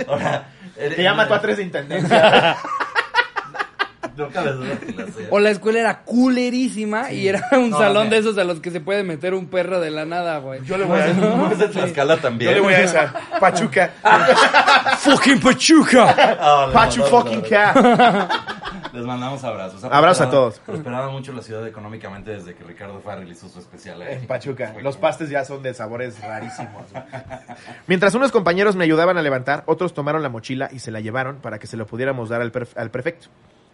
[SPEAKER 3] Ahora,
[SPEAKER 2] Te
[SPEAKER 3] eh,
[SPEAKER 2] llama tu a tres de intendencia.
[SPEAKER 3] No cabe duda que la sea.
[SPEAKER 4] O la escuela era culerísima y era un salón de esos a los que se puede meter un perro de la nada, güey.
[SPEAKER 2] Yo le voy a esa.
[SPEAKER 3] No es de Tlaxcala
[SPEAKER 2] Yo
[SPEAKER 3] también.
[SPEAKER 2] le voy a esa. Pachuca.
[SPEAKER 5] Fucking Pachuca.
[SPEAKER 3] Ah, les
[SPEAKER 2] Pachu
[SPEAKER 3] mandamos
[SPEAKER 2] fucking
[SPEAKER 3] abrazos.
[SPEAKER 2] cat.
[SPEAKER 3] Les mandamos abrazos.
[SPEAKER 2] Abrazos a todos.
[SPEAKER 3] Prosperaba mucho la ciudad económicamente desde que Ricardo Farrell hizo su especial. ahí.
[SPEAKER 2] En Pachuca.
[SPEAKER 3] Fue
[SPEAKER 2] Los
[SPEAKER 3] como-
[SPEAKER 2] pastes ya son de sabores rarísimos. güey. Mientras unos compañeros me ayudaban a levantar, otros tomaron la mochila y se la llevaron para que se lo pudiéramos dar al, perf- al prefecto.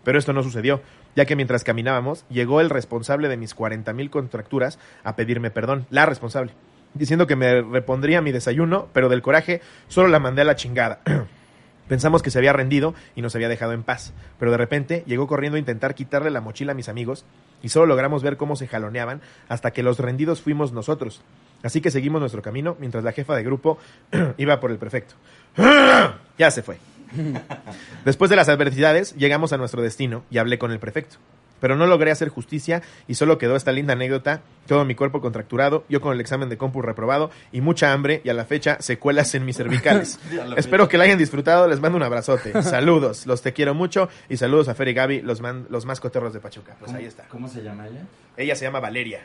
[SPEAKER 2] Pero esto no sucedió, ya que mientras caminábamos, llegó el responsable de mis 40.000 contracturas a pedirme perdón, la responsable, diciendo que me repondría mi desayuno, pero del coraje solo la mandé a la chingada. Pensamos que se había rendido y nos había dejado en paz, pero de repente llegó corriendo a intentar quitarle la mochila a mis amigos y solo logramos ver cómo se jaloneaban hasta que los rendidos fuimos nosotros. Así que seguimos nuestro camino mientras la jefa de grupo iba por el prefecto. ya se fue. Después de las adversidades, llegamos a nuestro destino y hablé con el prefecto. Pero no logré hacer justicia y solo quedó esta linda anécdota, todo mi cuerpo contracturado, yo con el examen de compu reprobado y mucha hambre y a la fecha secuelas en mis cervicales.
[SPEAKER 3] A la
[SPEAKER 2] Espero que la hayan disfrutado, les mando un abrazote. Saludos, los te quiero mucho y saludos a Fer y Gaby, los, man- los más cotorros de Pachuca. Pues
[SPEAKER 3] ¿Cómo-
[SPEAKER 2] ahí está.
[SPEAKER 3] ¿Cómo se llama ella?
[SPEAKER 2] Ella se llama Valeria.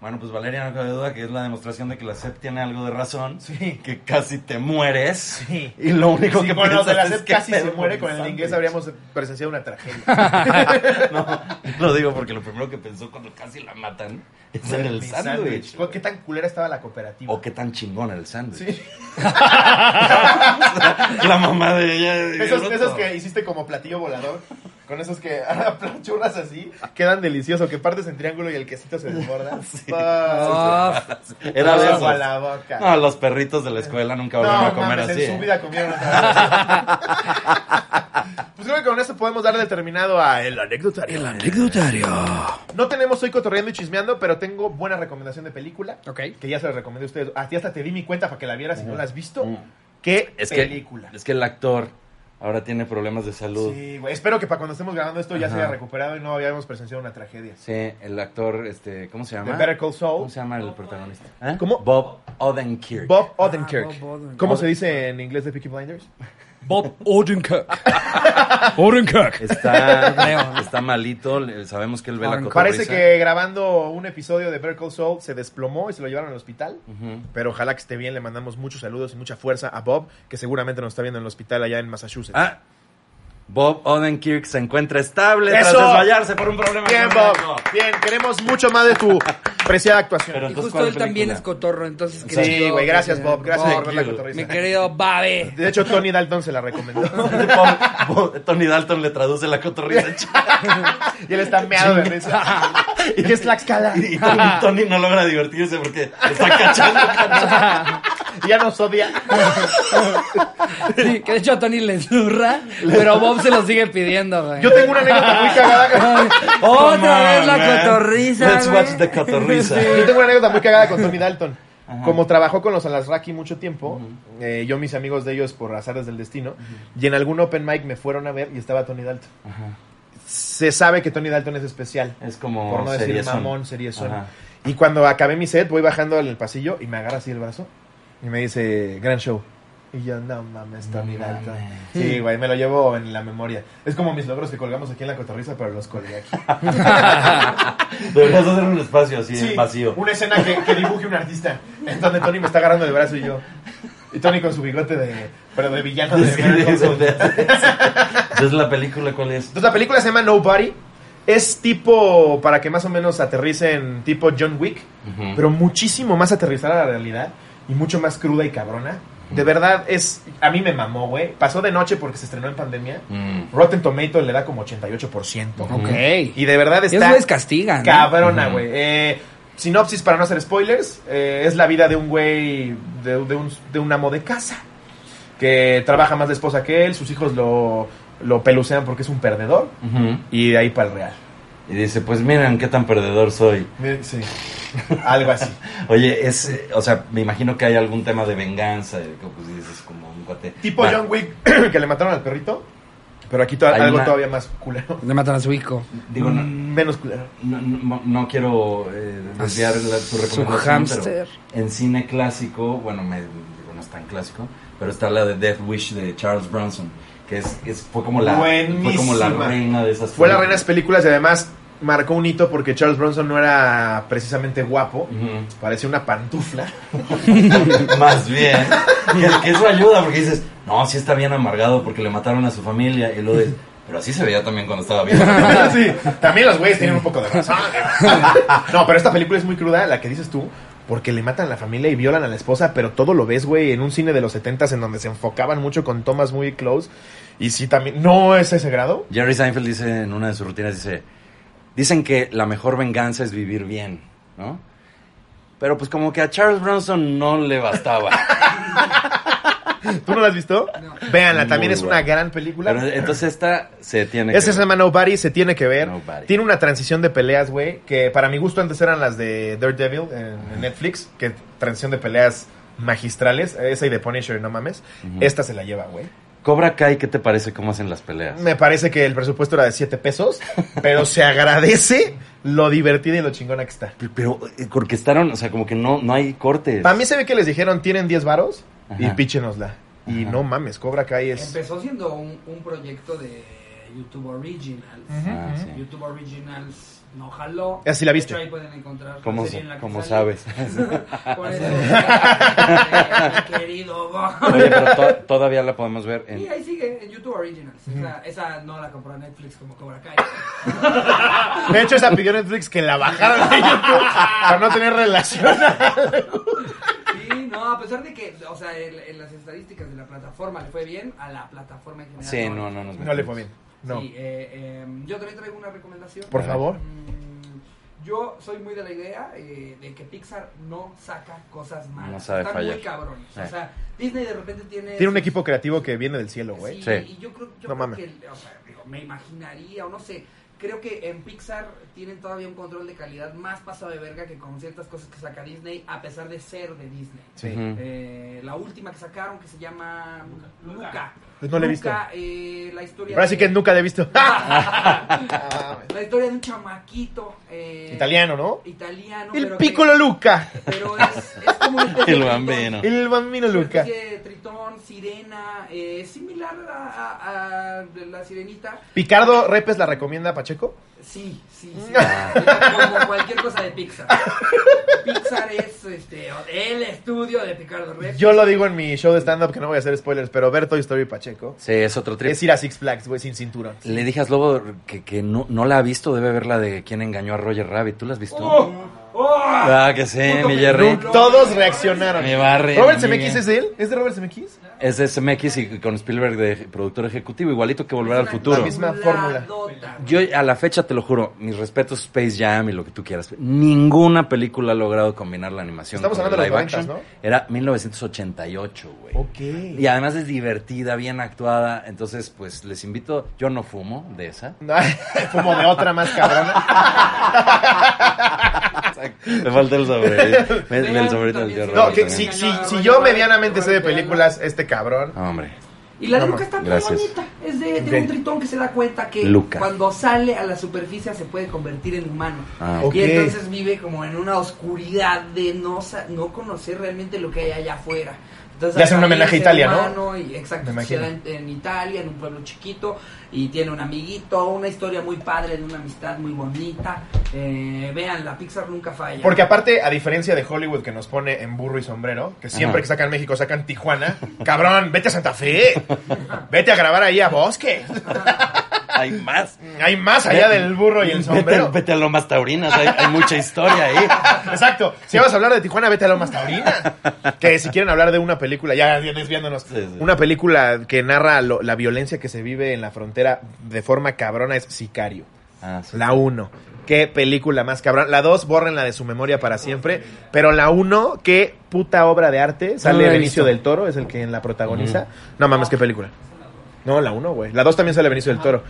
[SPEAKER 3] Bueno, pues Valeria, no cabe duda que es la demostración de que la SEP tiene algo de razón. Sí. Que casi te mueres.
[SPEAKER 2] Sí.
[SPEAKER 3] Y lo único
[SPEAKER 2] Sí,
[SPEAKER 3] que
[SPEAKER 2] bueno,
[SPEAKER 3] piensas
[SPEAKER 2] de la
[SPEAKER 3] es
[SPEAKER 2] SEP
[SPEAKER 3] que
[SPEAKER 2] casi se
[SPEAKER 3] pedo
[SPEAKER 2] muere
[SPEAKER 3] con
[SPEAKER 2] con
[SPEAKER 3] el
[SPEAKER 2] el inglés,
[SPEAKER 3] sándwich.
[SPEAKER 2] habríamos presenciado una tragedia.
[SPEAKER 3] No, yo lo digo porque lo primero que pensó cuando casi la matan es en el
[SPEAKER 2] Mi
[SPEAKER 3] sándwich.
[SPEAKER 2] ¿Qué tan culera estaba la cooperativa?
[SPEAKER 3] O qué tan chingón era el sándwich. la mamá de ella.
[SPEAKER 2] Esos,
[SPEAKER 3] el
[SPEAKER 2] esos
[SPEAKER 3] otro.
[SPEAKER 2] que hiciste como platillo volador, con esos que ah, planchuras así, quedan deliciosos, que partes en triángulo y el quesito se desborda. Ah,
[SPEAKER 4] Ah,
[SPEAKER 3] Era de
[SPEAKER 2] agua
[SPEAKER 3] esos.
[SPEAKER 2] a la boca.
[SPEAKER 3] No, los perritos de la escuela nunca
[SPEAKER 2] No,
[SPEAKER 3] volvieron a comer
[SPEAKER 2] mames,
[SPEAKER 3] así.
[SPEAKER 2] en su
[SPEAKER 3] ¿eh?
[SPEAKER 2] vida comieron otra vez. Pues creo que con esto podemos dar determinado a el anecdotario.
[SPEAKER 5] El anecdotario.
[SPEAKER 2] No tenemos hoy cotorreando y chismeando, pero tengo buena recomendación de película.
[SPEAKER 4] Ok.
[SPEAKER 2] Que ya se la recomendé a ustedes. A ti hasta te di mi cuenta para que la vieras si no la has visto. ¿Qué
[SPEAKER 3] Es que,
[SPEAKER 2] película?
[SPEAKER 3] es que el actor ahora tiene problemas de salud. Sí,
[SPEAKER 2] Sí, güey. Espero que para cuando estemos grabando esto ya se
[SPEAKER 3] Ajá.
[SPEAKER 2] haya recuperado y no habíamos presenciado una tragedia.
[SPEAKER 3] el actor, este, ¿cómo se
[SPEAKER 2] De
[SPEAKER 3] llama?
[SPEAKER 2] Better Call
[SPEAKER 3] ¿Cómo
[SPEAKER 2] Saul,
[SPEAKER 3] se llama el protagonista? ¿Eh?
[SPEAKER 2] ¿Cómo?
[SPEAKER 3] Bob Odenkirk.
[SPEAKER 2] Bob Odenkirk.
[SPEAKER 4] Ah, Bob Odenkirk.
[SPEAKER 2] ¿Cómo se dice en inglés de Peaky Blinders?
[SPEAKER 5] Bob Odenkirk. Odenkirk.
[SPEAKER 3] Está, está malito, le- sabemos que él ve la cotorriza.
[SPEAKER 2] Parece que grabando un episodio de Better Call Saul se desplomó y se lo llevaron al hospital.
[SPEAKER 3] Ujú.
[SPEAKER 2] Pero ojalá que esté bien. Le mandamos muchos saludos y mucha fuerza a Bob, que seguramente nos está viendo en el hospital allá en Massachusetts.
[SPEAKER 3] Ah, Bob Odenkirk se encuentra estable
[SPEAKER 2] ¡Eso!
[SPEAKER 3] tras desmayarse por un problema.
[SPEAKER 2] Bien, Bob.
[SPEAKER 3] cardíaco.
[SPEAKER 2] Bien, queremos mucho más de tu preciada actuación.
[SPEAKER 3] Pero
[SPEAKER 4] y
[SPEAKER 3] entonces,
[SPEAKER 4] justo
[SPEAKER 3] ¿cuál
[SPEAKER 4] él también
[SPEAKER 3] película?
[SPEAKER 4] es cotorro, entonces... qué
[SPEAKER 2] sí,
[SPEAKER 4] chido,
[SPEAKER 2] güey. Gracias,
[SPEAKER 4] que-
[SPEAKER 2] Bob. Gracias por
[SPEAKER 4] Bob,
[SPEAKER 2] ver la
[SPEAKER 4] Mi
[SPEAKER 2] cotorriza.
[SPEAKER 4] querido Babe.
[SPEAKER 2] De hecho, Tony Dalton se la recomendó.
[SPEAKER 3] Bob- Bob- Tony Dalton le traduce la cotorriza.
[SPEAKER 2] y él está meado de risa. ¿Y qué es Tlaxcala?
[SPEAKER 3] Y Tony, Tony no logra divertirse porque está cachando.
[SPEAKER 2] Y ya nos odia.
[SPEAKER 4] Sí, que de hecho a Tony le zurra, pero Bob se lo sigue pidiendo, güey.
[SPEAKER 2] Yo tengo una anécdota muy cagada.
[SPEAKER 4] Otra
[SPEAKER 3] Come
[SPEAKER 4] vez
[SPEAKER 3] on,
[SPEAKER 4] la
[SPEAKER 3] man.
[SPEAKER 4] cotorriza,
[SPEAKER 3] Let's
[SPEAKER 4] güey.
[SPEAKER 3] watch the cotorriza.
[SPEAKER 2] Yo tengo una anécdota muy cagada con Tony Dalton. Como trabajó con los Alasraki mucho tiempo, eh, yo mis amigos de ellos por azares del destino, y en algún open mic me fueron a ver y estaba Tony Dalton. Se sabe que Tony Dalton es especial.
[SPEAKER 3] Es como
[SPEAKER 2] Por no decir
[SPEAKER 3] Oh, seriezón.
[SPEAKER 2] mamón, seriezón.
[SPEAKER 3] Ajá.
[SPEAKER 2] Y cuando acabé mi set, voy bajando en el pasillo y me agarra así el brazo y me dice, gran show. Y yo, no mames, Tony
[SPEAKER 3] No
[SPEAKER 2] Dalton.
[SPEAKER 3] mames.
[SPEAKER 2] Sí, güey, me lo llevo en la memoria. Es como mis logros que colgamos aquí en la cotorriza, pero los colgué aquí.
[SPEAKER 3] Deberías hacer un espacio así,
[SPEAKER 2] Sí,
[SPEAKER 3] vacío.
[SPEAKER 2] Una escena que, que dibuje un artista. En donde Tony me está agarrando el brazo y yo. Y Tony con su bigote de. Pero de villano de
[SPEAKER 3] Sí,
[SPEAKER 2] Beverly Hills.
[SPEAKER 3] eso te hace. Entonces la película, ¿cuál es?
[SPEAKER 2] Entonces la película se llama Nobody. Es tipo, para que más o menos aterricen, tipo John Wick,
[SPEAKER 3] Ujú.
[SPEAKER 2] pero muchísimo más aterrizada a la realidad y mucho más cruda y cabrona. De verdad, es. A mí me mamó, güey. Pasó de noche porque se estrenó en pandemia.
[SPEAKER 3] Mm.
[SPEAKER 2] Rotten Tomato le da como 88%.
[SPEAKER 7] Ok.
[SPEAKER 2] Y de verdad
[SPEAKER 7] Esos
[SPEAKER 2] está.
[SPEAKER 7] güeyes castigan. ¿no?
[SPEAKER 2] Cabrona, güey. Eh, sinopsis para no hacer spoilers. eh, es la vida de un güey, de, de un, de un amo de casa, que trabaja más de esposa que él, sus hijos lo, lo pelucean porque es un perdedor,
[SPEAKER 3] Ujú.
[SPEAKER 2] y de ahí para el real.
[SPEAKER 3] Y dice, pues miren qué tan perdedor soy.
[SPEAKER 2] Miren, Sí. Algo así.
[SPEAKER 3] Oye, es, eh, o sea, me imagino que hay algún tema de venganza, eh, que pues dices como un cuate.
[SPEAKER 2] Tipo
[SPEAKER 3] Va,
[SPEAKER 2] John Wick, que le mataron al perrito, pero aquí to-
[SPEAKER 3] Hay
[SPEAKER 2] algo
[SPEAKER 3] una-
[SPEAKER 2] todavía más culero. Mm.
[SPEAKER 7] Le matan a su hijo.
[SPEAKER 3] Digo, no,
[SPEAKER 2] Menos culero.
[SPEAKER 3] no, no- no quiero eh,
[SPEAKER 2] Ah,
[SPEAKER 3] desviar la, tu recomendación,
[SPEAKER 7] hámster.
[SPEAKER 3] pero en cine clásico, bueno, me, digo, no es tan clásico, pero está la de Death Wish de Charles Bronson, que es, es- fue como la fue como la
[SPEAKER 2] Buenísima.
[SPEAKER 3] reina de esas
[SPEAKER 2] Fue la reina de
[SPEAKER 3] películas.
[SPEAKER 2] las películas y además marcó un hito porque Charles Bronson no era precisamente guapo,
[SPEAKER 3] Ujú.
[SPEAKER 2] parecía una pantufla.
[SPEAKER 3] Más bien. Que, que eso ayuda porque dices, no, sí está bien amargado porque le mataron a su familia. Y lo dices, pero así se veía también cuando estaba bien.
[SPEAKER 2] sí, también los güeyes tienen un poco de razón. No, pero esta película es muy cruda, la que dices tú, porque le matan a la familia y violan a la esposa, pero todo lo ves, güey, en un cine de los 70 en donde se enfocaban mucho con tomas muy close. Y sí, también. No es ese grado.
[SPEAKER 3] Jerry Seinfeld dice en una de sus rutinas, dice, dicen que la mejor venganza es vivir bien, ¿no? Pero pues como que a Charles Bronson no le bastaba.
[SPEAKER 2] ¿Tú no la has visto? Véanla,
[SPEAKER 3] Muy
[SPEAKER 2] también es
[SPEAKER 3] buena.
[SPEAKER 2] una gran película.
[SPEAKER 3] Pero entonces esta se tiene
[SPEAKER 2] Ese
[SPEAKER 3] que...
[SPEAKER 2] se llama Nobody, se tiene que ver.
[SPEAKER 3] Nobody.
[SPEAKER 2] Tiene una transición de peleas, güey, que para mi gusto antes eran las de Daredevil en, en Netflix, que transición de peleas magistrales. Esa y de Punisher, no mames. Esta se la lleva, güey.
[SPEAKER 3] Cobra Kai, ¿qué te parece cómo hacen las peleas?
[SPEAKER 2] Me parece que el presupuesto era de 7 pesos, pero se agradece lo divertida y lo chingona que está.
[SPEAKER 3] P- Pero eh, porque estaron, o sea, como que no, no hay cortes.
[SPEAKER 2] Para mí se ve que les dijeron, tienen 10 varos y
[SPEAKER 3] Ajá.
[SPEAKER 2] píchenosla. Y no mames, Cobra Kai es...
[SPEAKER 4] Empezó siendo un, un proyecto de YouTube Originals.
[SPEAKER 3] Ah, sí.
[SPEAKER 4] YouTube Originals no jaló.
[SPEAKER 2] Ah, sí la
[SPEAKER 4] De
[SPEAKER 2] viste.
[SPEAKER 4] hecho, ahí pueden encontrar la
[SPEAKER 3] ¿Cómo,
[SPEAKER 4] serie
[SPEAKER 3] se-
[SPEAKER 4] en la que
[SPEAKER 3] cómo
[SPEAKER 4] salí.
[SPEAKER 3] sabes?
[SPEAKER 4] Por eso, eh, mi querido Go.
[SPEAKER 3] Oye, pero to- todavía la podemos ver en...
[SPEAKER 4] Y ahí sigue en YouTube Originals. Esa, esa no la compró Netflix como Cobra Kai.
[SPEAKER 2] De hecho, esa pidió Netflix que la bajaran de YouTube para no tener relación.
[SPEAKER 4] Sí, no, a pesar de que, o sea, en, en las estadísticas de la plataforma le fue bien, a la plataforma en general.
[SPEAKER 3] Sí, no, no nos
[SPEAKER 2] No le fue bien. No.
[SPEAKER 4] Sí, eh, eh, yo también traigo una recomendación.
[SPEAKER 2] Por favor.
[SPEAKER 4] Mm, Yo soy muy de la idea eh, de que Pixar no saca cosas malas.
[SPEAKER 3] No sabe
[SPEAKER 4] Están
[SPEAKER 3] fallar.
[SPEAKER 4] muy cabrones.
[SPEAKER 3] Eh.
[SPEAKER 4] O sea, Disney de repente tiene.
[SPEAKER 2] Tiene un
[SPEAKER 4] sus-
[SPEAKER 2] equipo creativo que viene del cielo, güey.
[SPEAKER 4] Sí,
[SPEAKER 3] Sí.
[SPEAKER 4] y yo creo, yo
[SPEAKER 2] No
[SPEAKER 4] creo
[SPEAKER 2] mames.
[SPEAKER 4] que, o sea, digo, me imaginaría, o no sé, creo que en Pixar tienen todavía un control de calidad más pasado de verga que con ciertas cosas que saca Disney, a pesar de ser de Disney.
[SPEAKER 2] Sí.
[SPEAKER 3] Ujú.
[SPEAKER 4] Eh, la última que sacaron que se llama Luca.
[SPEAKER 2] Pues no la he visto.
[SPEAKER 4] Luca, eh, la historia.
[SPEAKER 2] Ahora sí que
[SPEAKER 4] de-
[SPEAKER 2] nunca la he visto.
[SPEAKER 4] La historia de un chamaquito eh,
[SPEAKER 2] Italiano, ¿no?
[SPEAKER 4] italiano,
[SPEAKER 2] El
[SPEAKER 4] pero que-
[SPEAKER 2] piccolo Luca.
[SPEAKER 4] pero es, es como una especie
[SPEAKER 3] El
[SPEAKER 4] de
[SPEAKER 3] bambino.
[SPEAKER 4] tritón.
[SPEAKER 2] El bambino
[SPEAKER 4] Una
[SPEAKER 2] Luca.
[SPEAKER 4] especie de tritón, sirena, eh, similar a, a- a la sirenita.
[SPEAKER 2] Picardo Repes la recomienda a Pacheco.
[SPEAKER 4] Sí, sí, sí. Como cualquier cosa de Pixar. Pixar es este, el estudio de Picardo Rex.
[SPEAKER 2] Yo lo digo en mi show de stand-up que no voy a hacer spoilers, pero ver Toy Story Pacheco
[SPEAKER 3] Sí, es otro trip.
[SPEAKER 2] es ir a Six Flags, güey, sin cinturón.
[SPEAKER 3] Le dije a Slobo que, que no, no la ha visto, debe verla de quién engañó a Roger Rabbit. ¿Tú la has visto?
[SPEAKER 2] Oh.
[SPEAKER 4] Oh.
[SPEAKER 3] ah, que sí, mi Jerry.
[SPEAKER 4] Nunca.
[SPEAKER 2] Todos reaccionaron.
[SPEAKER 3] Mi barre,
[SPEAKER 2] ¿Robert
[SPEAKER 3] mi
[SPEAKER 2] Zemeckis
[SPEAKER 3] niña.
[SPEAKER 2] es de él? ¿Es de Robert Zemeckis?
[SPEAKER 3] Es de CMX y con Spielberg de productor ejecutivo, igualito que Volver al Futuro.
[SPEAKER 2] La misma fórmula.
[SPEAKER 3] Yo a la fecha te lo juro, mis respetos Space Jam y lo que tú quieras. Ninguna película ha logrado combinar la animación.
[SPEAKER 2] Estamos
[SPEAKER 3] con el
[SPEAKER 2] hablando de los
[SPEAKER 3] live
[SPEAKER 2] 90s,
[SPEAKER 3] action. Era 1988, güey.
[SPEAKER 2] Ok.
[SPEAKER 3] Y además es divertida, bien actuada. Entonces, pues les invito. Yo no fumo de esa.
[SPEAKER 2] No, Como de otra más cabrona.
[SPEAKER 3] Exacto. Me falta el sombrerito. Me- me- el sombrerito del tío
[SPEAKER 2] No,
[SPEAKER 3] Robert
[SPEAKER 2] que si,
[SPEAKER 3] también.
[SPEAKER 2] si, si yo medianamente sé de películas, este cabrón.
[SPEAKER 3] No, hombre.
[SPEAKER 1] Y la de
[SPEAKER 2] No,
[SPEAKER 1] Luca está muy
[SPEAKER 3] gracias.
[SPEAKER 1] bonita. Es de, de
[SPEAKER 2] Ok.
[SPEAKER 1] un tritón que se da cuenta que
[SPEAKER 3] Luca.
[SPEAKER 1] cuando sale a la superficie se puede convertir en humano.
[SPEAKER 3] Ah,
[SPEAKER 2] Ok.
[SPEAKER 1] Y entonces vive como en una oscuridad de no, sa- no conocer realmente lo que hay allá afuera. Entonces,
[SPEAKER 2] Le hacen un
[SPEAKER 1] al
[SPEAKER 2] homenaje a
[SPEAKER 1] ser
[SPEAKER 2] Italia, ¿no?
[SPEAKER 1] humano, y- exacto,
[SPEAKER 2] Me
[SPEAKER 1] se da en,
[SPEAKER 2] imagino.
[SPEAKER 1] en Italia, en un pueblo chiquito, y tiene un amiguito, una historia muy padre, de una amistad muy bonita. Eh, vean, la Pixar nunca falla.
[SPEAKER 2] Porque aparte, a diferencia de Hollywood que nos pone en burro y sombrero, que siempre
[SPEAKER 3] Ajá.
[SPEAKER 2] que sacan México sacan Tijuana, cabrón, vete a Santa Fe, vete a grabar ahí a Bosque.
[SPEAKER 3] Hay más.
[SPEAKER 2] Hay más allá del burro y el
[SPEAKER 3] Vete-
[SPEAKER 2] sombrero.
[SPEAKER 3] Vete, a Lomas Taurinas, hay, hay mucha historia ahí.
[SPEAKER 2] Exacto. Si vas a hablar de Tijuana, vete a Lomas Taurina. Que si quieren hablar de una película, ya desviándonos,
[SPEAKER 3] Sí, sí.
[SPEAKER 2] una película que narra lo- la violencia que se vive en la frontera de forma cabrona es Sicario.
[SPEAKER 3] Ah, sí.
[SPEAKER 2] La 1. Qué película más cabrón. La 2, bórrenla de su memoria para siempre. Pero la 1, qué puta obra de arte. Sale
[SPEAKER 3] la he
[SPEAKER 2] Benicio
[SPEAKER 3] visto.
[SPEAKER 2] del Toro, es el que la protagoniza. No mames, qué película. No, la 1, güey. La 2 también Ah, sale Benicio del Toro.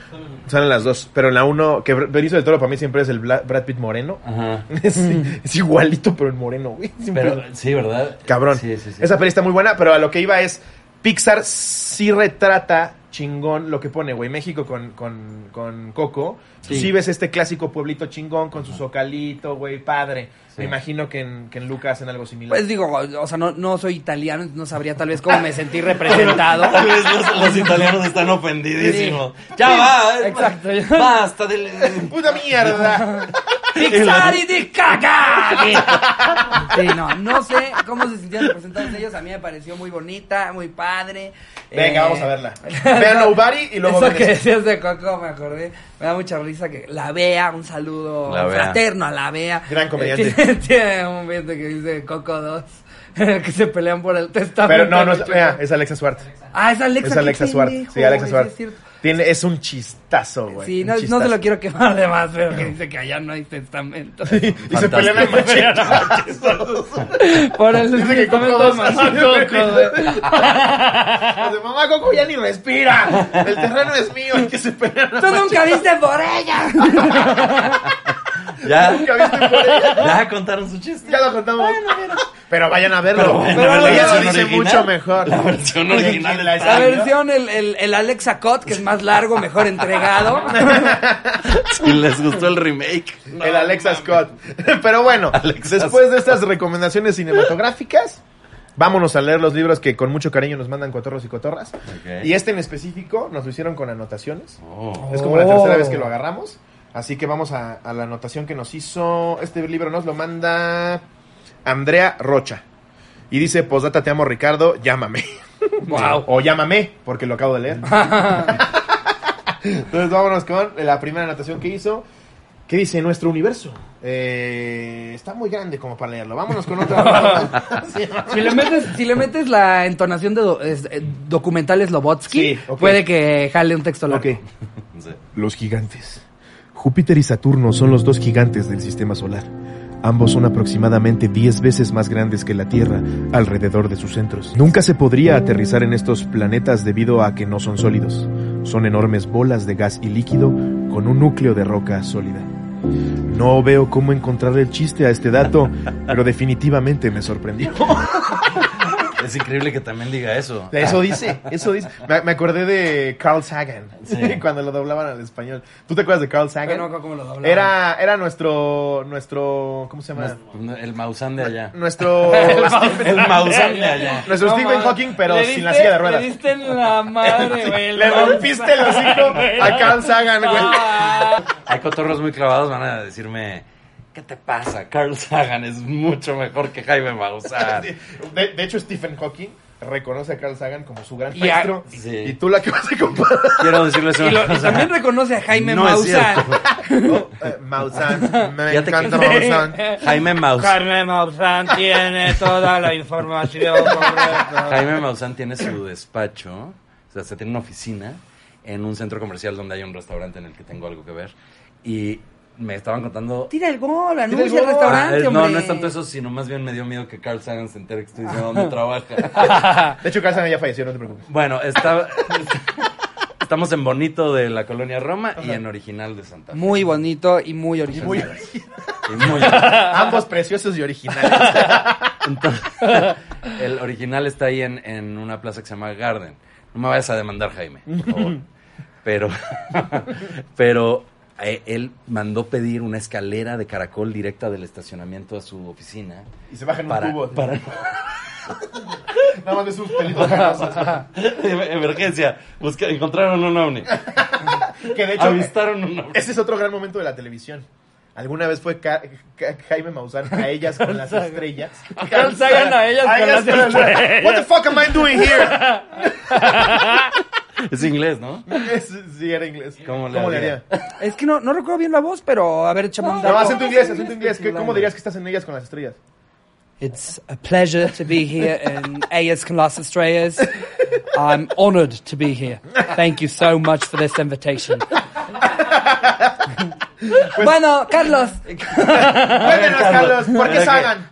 [SPEAKER 2] Salen las dos. Pero la 1, que Br- Benicio del Toro para mí siempre es el Bla- Brad Pitt moreno.
[SPEAKER 3] Ajá.
[SPEAKER 2] Es, es igualito, pero en moreno, güey. Siempre-
[SPEAKER 3] Pero sí, ¿verdad?
[SPEAKER 2] Cabrón.
[SPEAKER 3] Sí, sí, sí.
[SPEAKER 2] Esa peli está muy buena, pero a lo que iba es. Pixar sí retrata chingón lo que pone, güey. México con, con, con Coco. Sí.
[SPEAKER 3] Sí.
[SPEAKER 2] ves este clásico pueblito chingón con su zocalito, güey, padre.
[SPEAKER 3] Sí.
[SPEAKER 2] Me imagino que en, que en Luca hacen algo similar.
[SPEAKER 4] Pues digo, o sea, no, no soy italiano, no sabría tal vez cómo me sentí representado.
[SPEAKER 3] Tal vez Los, los italianos están ofendidísimos. Ya va,
[SPEAKER 4] Exacto.
[SPEAKER 3] exacto. Basta del.
[SPEAKER 2] ¡Puta mierda!
[SPEAKER 4] ¡Pixar y de caca! Sí, no, no sé cómo se sentían representados ellos. A mí me pareció muy bonita, muy padre. Eh,
[SPEAKER 2] Venga, vamos a verla. Vean Nobody y luego
[SPEAKER 4] Eso
[SPEAKER 2] ven
[SPEAKER 4] que
[SPEAKER 2] esto.
[SPEAKER 4] decías de Coco, me acordé. Me da mucha risa que la vea, un saludo
[SPEAKER 3] La Bea.
[SPEAKER 4] fraterno a la vea.
[SPEAKER 2] Gran comediante.
[SPEAKER 4] Tiene, tiene un momento que dice Coco 2, que se pelean por el testamento.
[SPEAKER 2] Pero no, no es,
[SPEAKER 4] Coco.
[SPEAKER 2] vea, es Alexa Suárez.
[SPEAKER 4] Ah, es Alexa.
[SPEAKER 2] Es
[SPEAKER 4] qué
[SPEAKER 2] Alexa Suárez.
[SPEAKER 4] pendejo,
[SPEAKER 2] Sí, Alexa
[SPEAKER 4] sí,
[SPEAKER 2] Suárez.
[SPEAKER 4] es cierto.
[SPEAKER 2] Tiene, es un chistazo, güey.
[SPEAKER 4] Sí,
[SPEAKER 2] un
[SPEAKER 4] no, no
[SPEAKER 2] chistazo.
[SPEAKER 4] se lo quiero quemar de más, pero que dice que allá no hay testamento.
[SPEAKER 2] Y se pelean en machetazos.
[SPEAKER 4] Por el
[SPEAKER 2] Dice que Coco
[SPEAKER 4] testamento
[SPEAKER 2] dos
[SPEAKER 4] más
[SPEAKER 2] años.
[SPEAKER 4] Coco, güey.
[SPEAKER 2] Los de mamá Coco ya ni respira. El terreno es mío y que se pelean.
[SPEAKER 4] Tú nunca viste por ella.
[SPEAKER 3] Ya,
[SPEAKER 2] Nunca viste por ella.
[SPEAKER 3] ya contaron su chiste.
[SPEAKER 2] Ya lo contamos. Pero vayan a verlo.
[SPEAKER 3] Pero vayan a ver la
[SPEAKER 2] ella lo
[SPEAKER 3] versión
[SPEAKER 2] dice
[SPEAKER 3] original.
[SPEAKER 2] mucho mejor.
[SPEAKER 3] La versión original.
[SPEAKER 2] La
[SPEAKER 4] La
[SPEAKER 2] ¿Salió?
[SPEAKER 4] versión, el, el, el Alexa Cut, que es más largo, mejor entregado.
[SPEAKER 3] Si les gustó el remake.
[SPEAKER 2] el Alexa Scott. Pero bueno,
[SPEAKER 3] Alexa
[SPEAKER 2] después de estas recomendaciones cinematográficas, vámonos a leer los libros que con mucho cariño nos mandan cotorros y cotorras.
[SPEAKER 3] Ok.
[SPEAKER 2] Y este en específico nos lo hicieron con anotaciones.
[SPEAKER 3] Oh,
[SPEAKER 2] Es como la
[SPEAKER 4] Oh.
[SPEAKER 2] tercera vez que lo agarramos. Así que vamos a, a la anotación que nos hizo. Este libro nos lo manda Andrea Rocha. Y dice, posdata, te amo Ricardo, llámame.
[SPEAKER 4] Wow.
[SPEAKER 2] O llámame, porque lo acabo de leer. Entonces vámonos con la primera anotación que hizo. que dice? Nuestro universo. Eh, está muy grande como para leerlo. Vámonos con otra anotación.
[SPEAKER 4] Si le metes, si le metes la entonación de do- es- eh, documentales Lobotsky,
[SPEAKER 2] Sí, ok.
[SPEAKER 4] puede que jale un texto largo.
[SPEAKER 2] Ok.
[SPEAKER 3] sí.
[SPEAKER 2] Los gigantes. Júpiter y Saturno son los dos gigantes del sistema solar. Ambos son aproximadamente 10 veces más grandes que la Tierra alrededor de sus centros. Nunca se podría aterrizar en estos planetas debido a que no son sólidos. Son enormes bolas de gas y líquido con un núcleo de roca sólida. No veo cómo encontrarle el chiste a este dato, pero definitivamente me sorprendió.
[SPEAKER 3] Es increíble que también diga eso.
[SPEAKER 2] Eso dice, eso dice. Me, me acordé de Carl Sagan
[SPEAKER 3] Sí.
[SPEAKER 2] cuando lo doblaban al español. ¿Tú te acuerdas de Carl Sagan?
[SPEAKER 4] Pero no me acuerdo cómo lo doblaban.
[SPEAKER 2] Era, era nuestro, nuestro, ¿cómo se llama?
[SPEAKER 3] Pues, El Mausán de allá.
[SPEAKER 2] Nuestro,
[SPEAKER 3] El Mausán de allá.
[SPEAKER 2] nuestro
[SPEAKER 4] No
[SPEAKER 2] Stephen
[SPEAKER 4] mames.
[SPEAKER 2] Hawking, pero
[SPEAKER 4] Le
[SPEAKER 2] sin la
[SPEAKER 4] diste-
[SPEAKER 2] silla de ruedas.
[SPEAKER 4] Le diste en la madre, güey.
[SPEAKER 2] Le rompiste el hocico a Carl Sagan, güey.
[SPEAKER 3] Hay cotorros muy clavados, van a decirme. ¿Qué te pasa? Carl Sagan es mucho mejor que Jaime Maussan.
[SPEAKER 2] De, de hecho, Stephen Hawking reconoce a Carl Sagan como su gran
[SPEAKER 4] Y a-
[SPEAKER 2] maestro.
[SPEAKER 3] Sí.
[SPEAKER 2] Y tú la acabas de comparar.
[SPEAKER 3] Quiero decirles
[SPEAKER 4] Y,
[SPEAKER 3] una
[SPEAKER 4] lo- y
[SPEAKER 3] cosa.
[SPEAKER 4] también reconoce a Jaime
[SPEAKER 3] No es
[SPEAKER 4] Maussan.
[SPEAKER 3] cierto.
[SPEAKER 2] Oh, eh, Maussan, me
[SPEAKER 3] Fíjate que-
[SPEAKER 2] encanta Maussan.
[SPEAKER 3] Jaime Maussan.
[SPEAKER 5] Carmen Maussan tiene toda la información correcta.
[SPEAKER 3] Jaime Maussan tiene su despacho, o sea, se tiene una oficina en un centro comercial donde hay un restaurante en el que tengo algo que ver. Y me estaban contando.
[SPEAKER 4] Tira el gol, anuncia el
[SPEAKER 2] gol.
[SPEAKER 3] Ah,
[SPEAKER 4] restaurante,
[SPEAKER 3] es-
[SPEAKER 4] hombre.
[SPEAKER 3] no, no es tanto eso, sino más bien me dio miedo que Carl Sagan se entere que estoy diciendo dónde trabaja.
[SPEAKER 2] De hecho, Carl Sagan ya falleció, no te preocupes.
[SPEAKER 3] bueno, estaba- estamos en Bonito de la colonia Roma y en Original de Santa Fe.
[SPEAKER 4] Muy bonito y muy original.
[SPEAKER 2] Muy-
[SPEAKER 3] Es muy-
[SPEAKER 2] Ambos preciosos y originales.
[SPEAKER 3] Entonces, el original está ahí en, en una plaza que se llama Garden. No me vayas a demandar, Jaime, por favor. Pero, pero eh, él mandó pedir una escalera de caracol directa del estacionamiento a su oficina.
[SPEAKER 2] Y se bajan
[SPEAKER 3] Para,
[SPEAKER 2] un cubo.
[SPEAKER 3] para
[SPEAKER 2] Nada más de sus pelitos penosos.
[SPEAKER 3] emergencia, busca- encontraron un ovni,
[SPEAKER 2] Que de hecho,
[SPEAKER 3] avistaron un ovni.
[SPEAKER 2] ese es otro gran momento de la televisión. Alguna vez fue Ca- Ca- Jaime Maussan a ellas con las estrellas.
[SPEAKER 5] Carl Sagan a ellas con las estrellas.
[SPEAKER 2] What the fuck am I doing here?
[SPEAKER 3] Es inglés, ¿no?
[SPEAKER 2] Es- sí, era inglés.
[SPEAKER 3] ¿Cómo le haría?
[SPEAKER 4] Es que no, no recuerdo bien la voz, pero a ver, échame un
[SPEAKER 2] No,
[SPEAKER 4] dato.
[SPEAKER 2] acento inglés, acento inglés. ¿Qué- ¿Cómo dirías que estás en ellas con las estrellas?
[SPEAKER 4] It's a pleasure to be here in AS Las Estrellas. I'm honored to be here. Thank you so much for this invitation. bueno, Carlos.
[SPEAKER 2] Cuéntenos, Carlos, ¿por qué Sagan?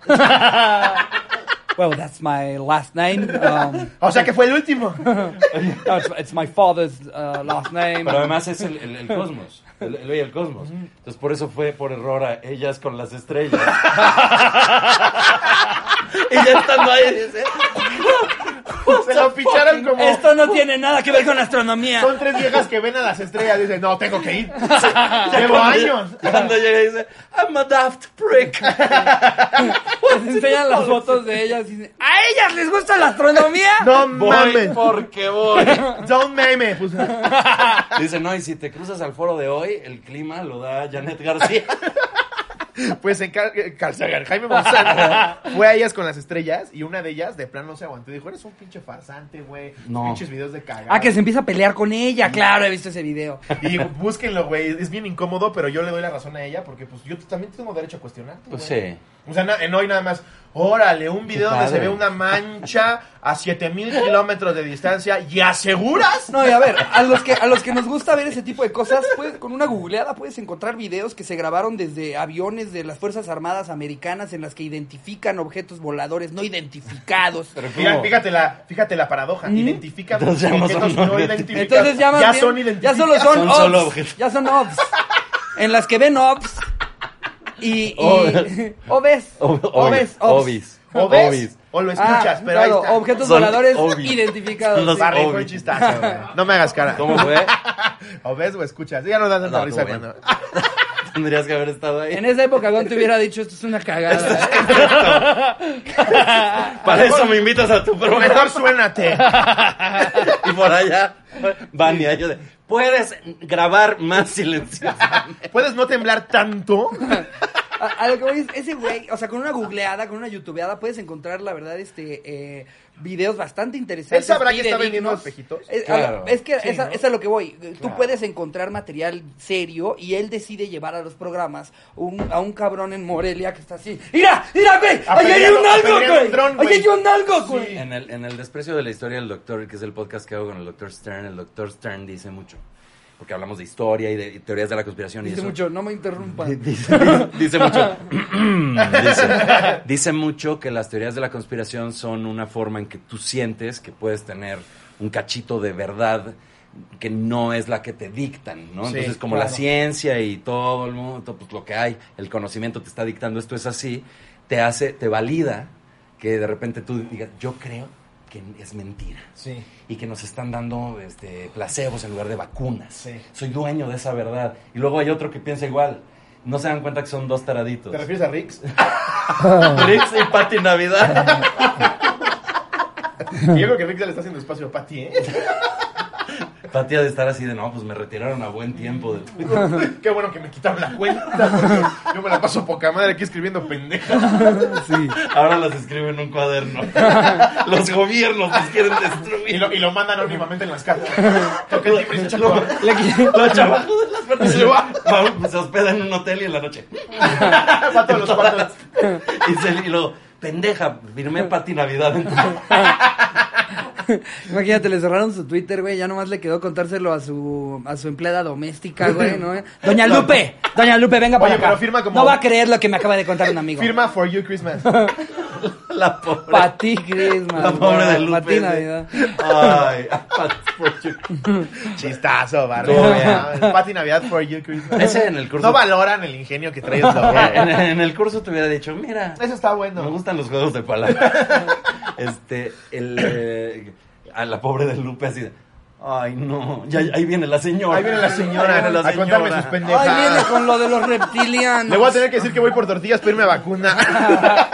[SPEAKER 4] Well, that's my last name. Um,
[SPEAKER 2] O sea que fue el último.
[SPEAKER 4] no, it's, it's my father's uh, last name.
[SPEAKER 3] Pero además es el, el- el cosmos, el, el, el cosmos. Entonces por eso fue por error a ellas con las estrellas. y ya estando ahí dice,
[SPEAKER 2] Se lo picharon como.
[SPEAKER 4] Esto no tiene nada que ver con astronomía.
[SPEAKER 2] Son tres viejas que ven a las estrellas y dicen, no, tengo que ir. Llevo años.
[SPEAKER 3] Cuando llega y dice, I'm a daft prick.
[SPEAKER 4] Les enseñan las fotos de ellas y dicen, ¿a ellas les gusta la astronomía?
[SPEAKER 2] No
[SPEAKER 3] Voy
[SPEAKER 2] mames.
[SPEAKER 3] porque voy.
[SPEAKER 2] Don't meme. Pues,
[SPEAKER 3] Dice, no, y si te cruzas al foro de hoy, el clima lo da Janet García.
[SPEAKER 2] pues en Car- Carl Sagan, Jaime Maussan fue a ellas con las estrellas y una de ellas de plan no se aguantó. Dijo, eres un pinche farsante, güey.
[SPEAKER 3] No.
[SPEAKER 2] Pinches videos de cagada.
[SPEAKER 4] Ah, que se empieza a pelear con ella, claro, he visto ese video.
[SPEAKER 2] Y búsquenlo, güey. Es bien incómodo, pero yo le doy la razón a ella porque pues yo también tengo derecho a cuestionarte.
[SPEAKER 3] Pues
[SPEAKER 2] güey.
[SPEAKER 3] sí.
[SPEAKER 2] O sea, na- en hoy nada más, órale, un video donde se
[SPEAKER 3] padre.
[SPEAKER 2] ve una mancha a 7000 kilómetros de distancia y aseguras.
[SPEAKER 4] No, y a ver, a los que a los que nos gusta ver ese tipo de cosas, puedes- con una googleada puedes encontrar videos que se grabaron desde aviones de las Fuerzas Armadas Americanas en las que identifican objetos voladores no identificados.
[SPEAKER 2] Fíjate, fíjate la, fíjate la paradoja.
[SPEAKER 4] ¿Mm?
[SPEAKER 2] Identifica
[SPEAKER 3] Entonces ya no son
[SPEAKER 2] objetos no,
[SPEAKER 3] no
[SPEAKER 2] identificados.
[SPEAKER 4] Entonces ya, más
[SPEAKER 2] ya
[SPEAKER 4] bien-
[SPEAKER 2] son
[SPEAKER 4] ya
[SPEAKER 2] identificados.
[SPEAKER 4] solo son,
[SPEAKER 3] Son
[SPEAKER 4] ops,
[SPEAKER 3] solo objetos.
[SPEAKER 4] ya son ops. En las que ven ops y, y
[SPEAKER 3] Obes.
[SPEAKER 4] obes,
[SPEAKER 3] Ob-
[SPEAKER 4] obes, ops.
[SPEAKER 3] Obis.
[SPEAKER 2] O ves o
[SPEAKER 4] Ah,
[SPEAKER 2] lo escuchas, pero
[SPEAKER 4] claro,
[SPEAKER 2] ahí está.
[SPEAKER 4] objetos
[SPEAKER 3] Son
[SPEAKER 4] voladores
[SPEAKER 3] obis.
[SPEAKER 4] identificados.
[SPEAKER 3] Los
[SPEAKER 4] sí.
[SPEAKER 2] Barry, fue un
[SPEAKER 3] Obvio.
[SPEAKER 2] chistazo, güey. No me hagas cara.
[SPEAKER 3] ¿Cómo fue?
[SPEAKER 2] O ves o escuchas. Ya no das tanta
[SPEAKER 3] No,
[SPEAKER 2] risa
[SPEAKER 3] estuvo
[SPEAKER 2] cuando. Ah,
[SPEAKER 3] Tendrías que haber estado ahí.
[SPEAKER 4] En esa época Gon te hubiera dicho esto es una cagada. ¿eh?".
[SPEAKER 3] Para eso me invitas a tu programa.
[SPEAKER 2] Mejor suénate.
[SPEAKER 3] Y por allá, Vania, yo de, puedes grabar más silencioso.
[SPEAKER 2] ¿Puedes no temblar tanto?
[SPEAKER 4] A, a lo que voy es, ese güey, o sea, con una googleada, con una youtubeada, puedes encontrar, la verdad, este, eh, videos bastante interesantes.
[SPEAKER 2] Él sabrá que está
[SPEAKER 4] fidedignos.
[SPEAKER 2] vendiendo espejitos.
[SPEAKER 4] Es, a-
[SPEAKER 3] Claro.
[SPEAKER 4] es que esa-
[SPEAKER 2] ¿no?
[SPEAKER 4] es a lo que voy. Tú puedes encontrar material serio y él decide llevar a los programas un- a un cabrón en Morelia que está así. ¡Mira! ¡Mira, güey!
[SPEAKER 2] A
[SPEAKER 4] ¡Ahí hay
[SPEAKER 2] pelear-
[SPEAKER 4] un
[SPEAKER 2] a
[SPEAKER 4] algo,
[SPEAKER 2] pelear
[SPEAKER 4] güey!
[SPEAKER 2] un dron,
[SPEAKER 4] ¡Ahí hay
[SPEAKER 2] güey!
[SPEAKER 4] un algo, güey!
[SPEAKER 3] En el, en el desprecio de la historia del doctor, que es el podcast que hago con el doctor Stern, el doctor Stern dice mucho. Porque hablamos de historia y de y teorías de la conspiración. y
[SPEAKER 4] Dice
[SPEAKER 3] eso.
[SPEAKER 4] mucho, no me interrumpan.
[SPEAKER 3] Dice, dice- dice mucho. dice, dice mucho que las teorías de la conspiración son una forma en que tú sientes que puedes tener un cachito de verdad que no es la que te dictan, ¿no?
[SPEAKER 2] Sí,
[SPEAKER 3] Entonces, como la
[SPEAKER 2] claro.
[SPEAKER 3] ciencia y todo el mundo, todo, pues, lo que hay, el conocimiento te está dictando esto es así, te hace, te valida que de repente tú digas, yo creo que es mentira
[SPEAKER 2] Sí.
[SPEAKER 3] y que nos están dando este, placebos en lugar de vacunas.
[SPEAKER 2] Sí.
[SPEAKER 3] Soy dueño de esa verdad. Y luego hay otro que piensa igual. No se dan cuenta que son dos taraditos.
[SPEAKER 2] ¿Te refieres a Rix?
[SPEAKER 3] Rix y Pati Navidad.
[SPEAKER 2] Yo creo que Rix ya le está haciendo espacio a Patty, ¿eh?
[SPEAKER 3] Pati ha de estar así de, no, pues me retiraron a buen tiempo. de Twitter".
[SPEAKER 2] Qué bueno que me quitaron la cuenta. porque Yo me la paso poca madre aquí escribiendo pendejas.
[SPEAKER 3] Ahora las escriben en un cuaderno. Los gobiernos los quieren destruir.
[SPEAKER 2] Y lo, y lo manda anónimamente en las cartas. Toca el timbre y se echa todo.
[SPEAKER 3] Los chamacos de las Patis se van. Vamos, pues, se hospedan en un hotel y en la noche.
[SPEAKER 2] Va a todos los cuartos.
[SPEAKER 3] Y, se, y luego, pendeja, firmé Pati Navidad. en tu-
[SPEAKER 4] Imagínate, le cerraron su Twitter, güey. Ya nomás le quedó contárselo a su, a su empleada doméstica, güey, ¿no? Doña Lupe, doña Lupe, venga
[SPEAKER 2] Oye,
[SPEAKER 4] para acá.
[SPEAKER 2] pero firma como-
[SPEAKER 4] No va a creer lo que me acaba de contar un amigo.
[SPEAKER 2] Firma for you Christmas.
[SPEAKER 3] La pobre.
[SPEAKER 4] Pa' ti, Christmas.
[SPEAKER 3] La pobre de Lupe.
[SPEAKER 4] Pa' ti,
[SPEAKER 3] sí.
[SPEAKER 4] Navidad.
[SPEAKER 3] Ay, ah, Pat for you.
[SPEAKER 2] Chistazo, barrio.
[SPEAKER 3] Todo bien.
[SPEAKER 2] Pati Navidad for you, Christmas.
[SPEAKER 3] Ese en el curso.
[SPEAKER 2] No valoran el ingenio que traes, la
[SPEAKER 3] en,
[SPEAKER 2] verdad.
[SPEAKER 3] en el curso te hubiera dicho, mira,
[SPEAKER 2] Eso está
[SPEAKER 3] me
[SPEAKER 2] bueno.
[SPEAKER 3] gustan los juegos de palabras. este, el, eh, a la pobre de Lupe así de, ay, no, ya, ahí viene la señora.
[SPEAKER 2] Ahí viene la señora
[SPEAKER 3] Ahí viene la
[SPEAKER 2] a contarme
[SPEAKER 3] señora.
[SPEAKER 2] sus pendejas.
[SPEAKER 4] Ay, viene con lo de los reptilianos.
[SPEAKER 2] Le voy a tener que decir que voy por tortillas, pedirme vacuna.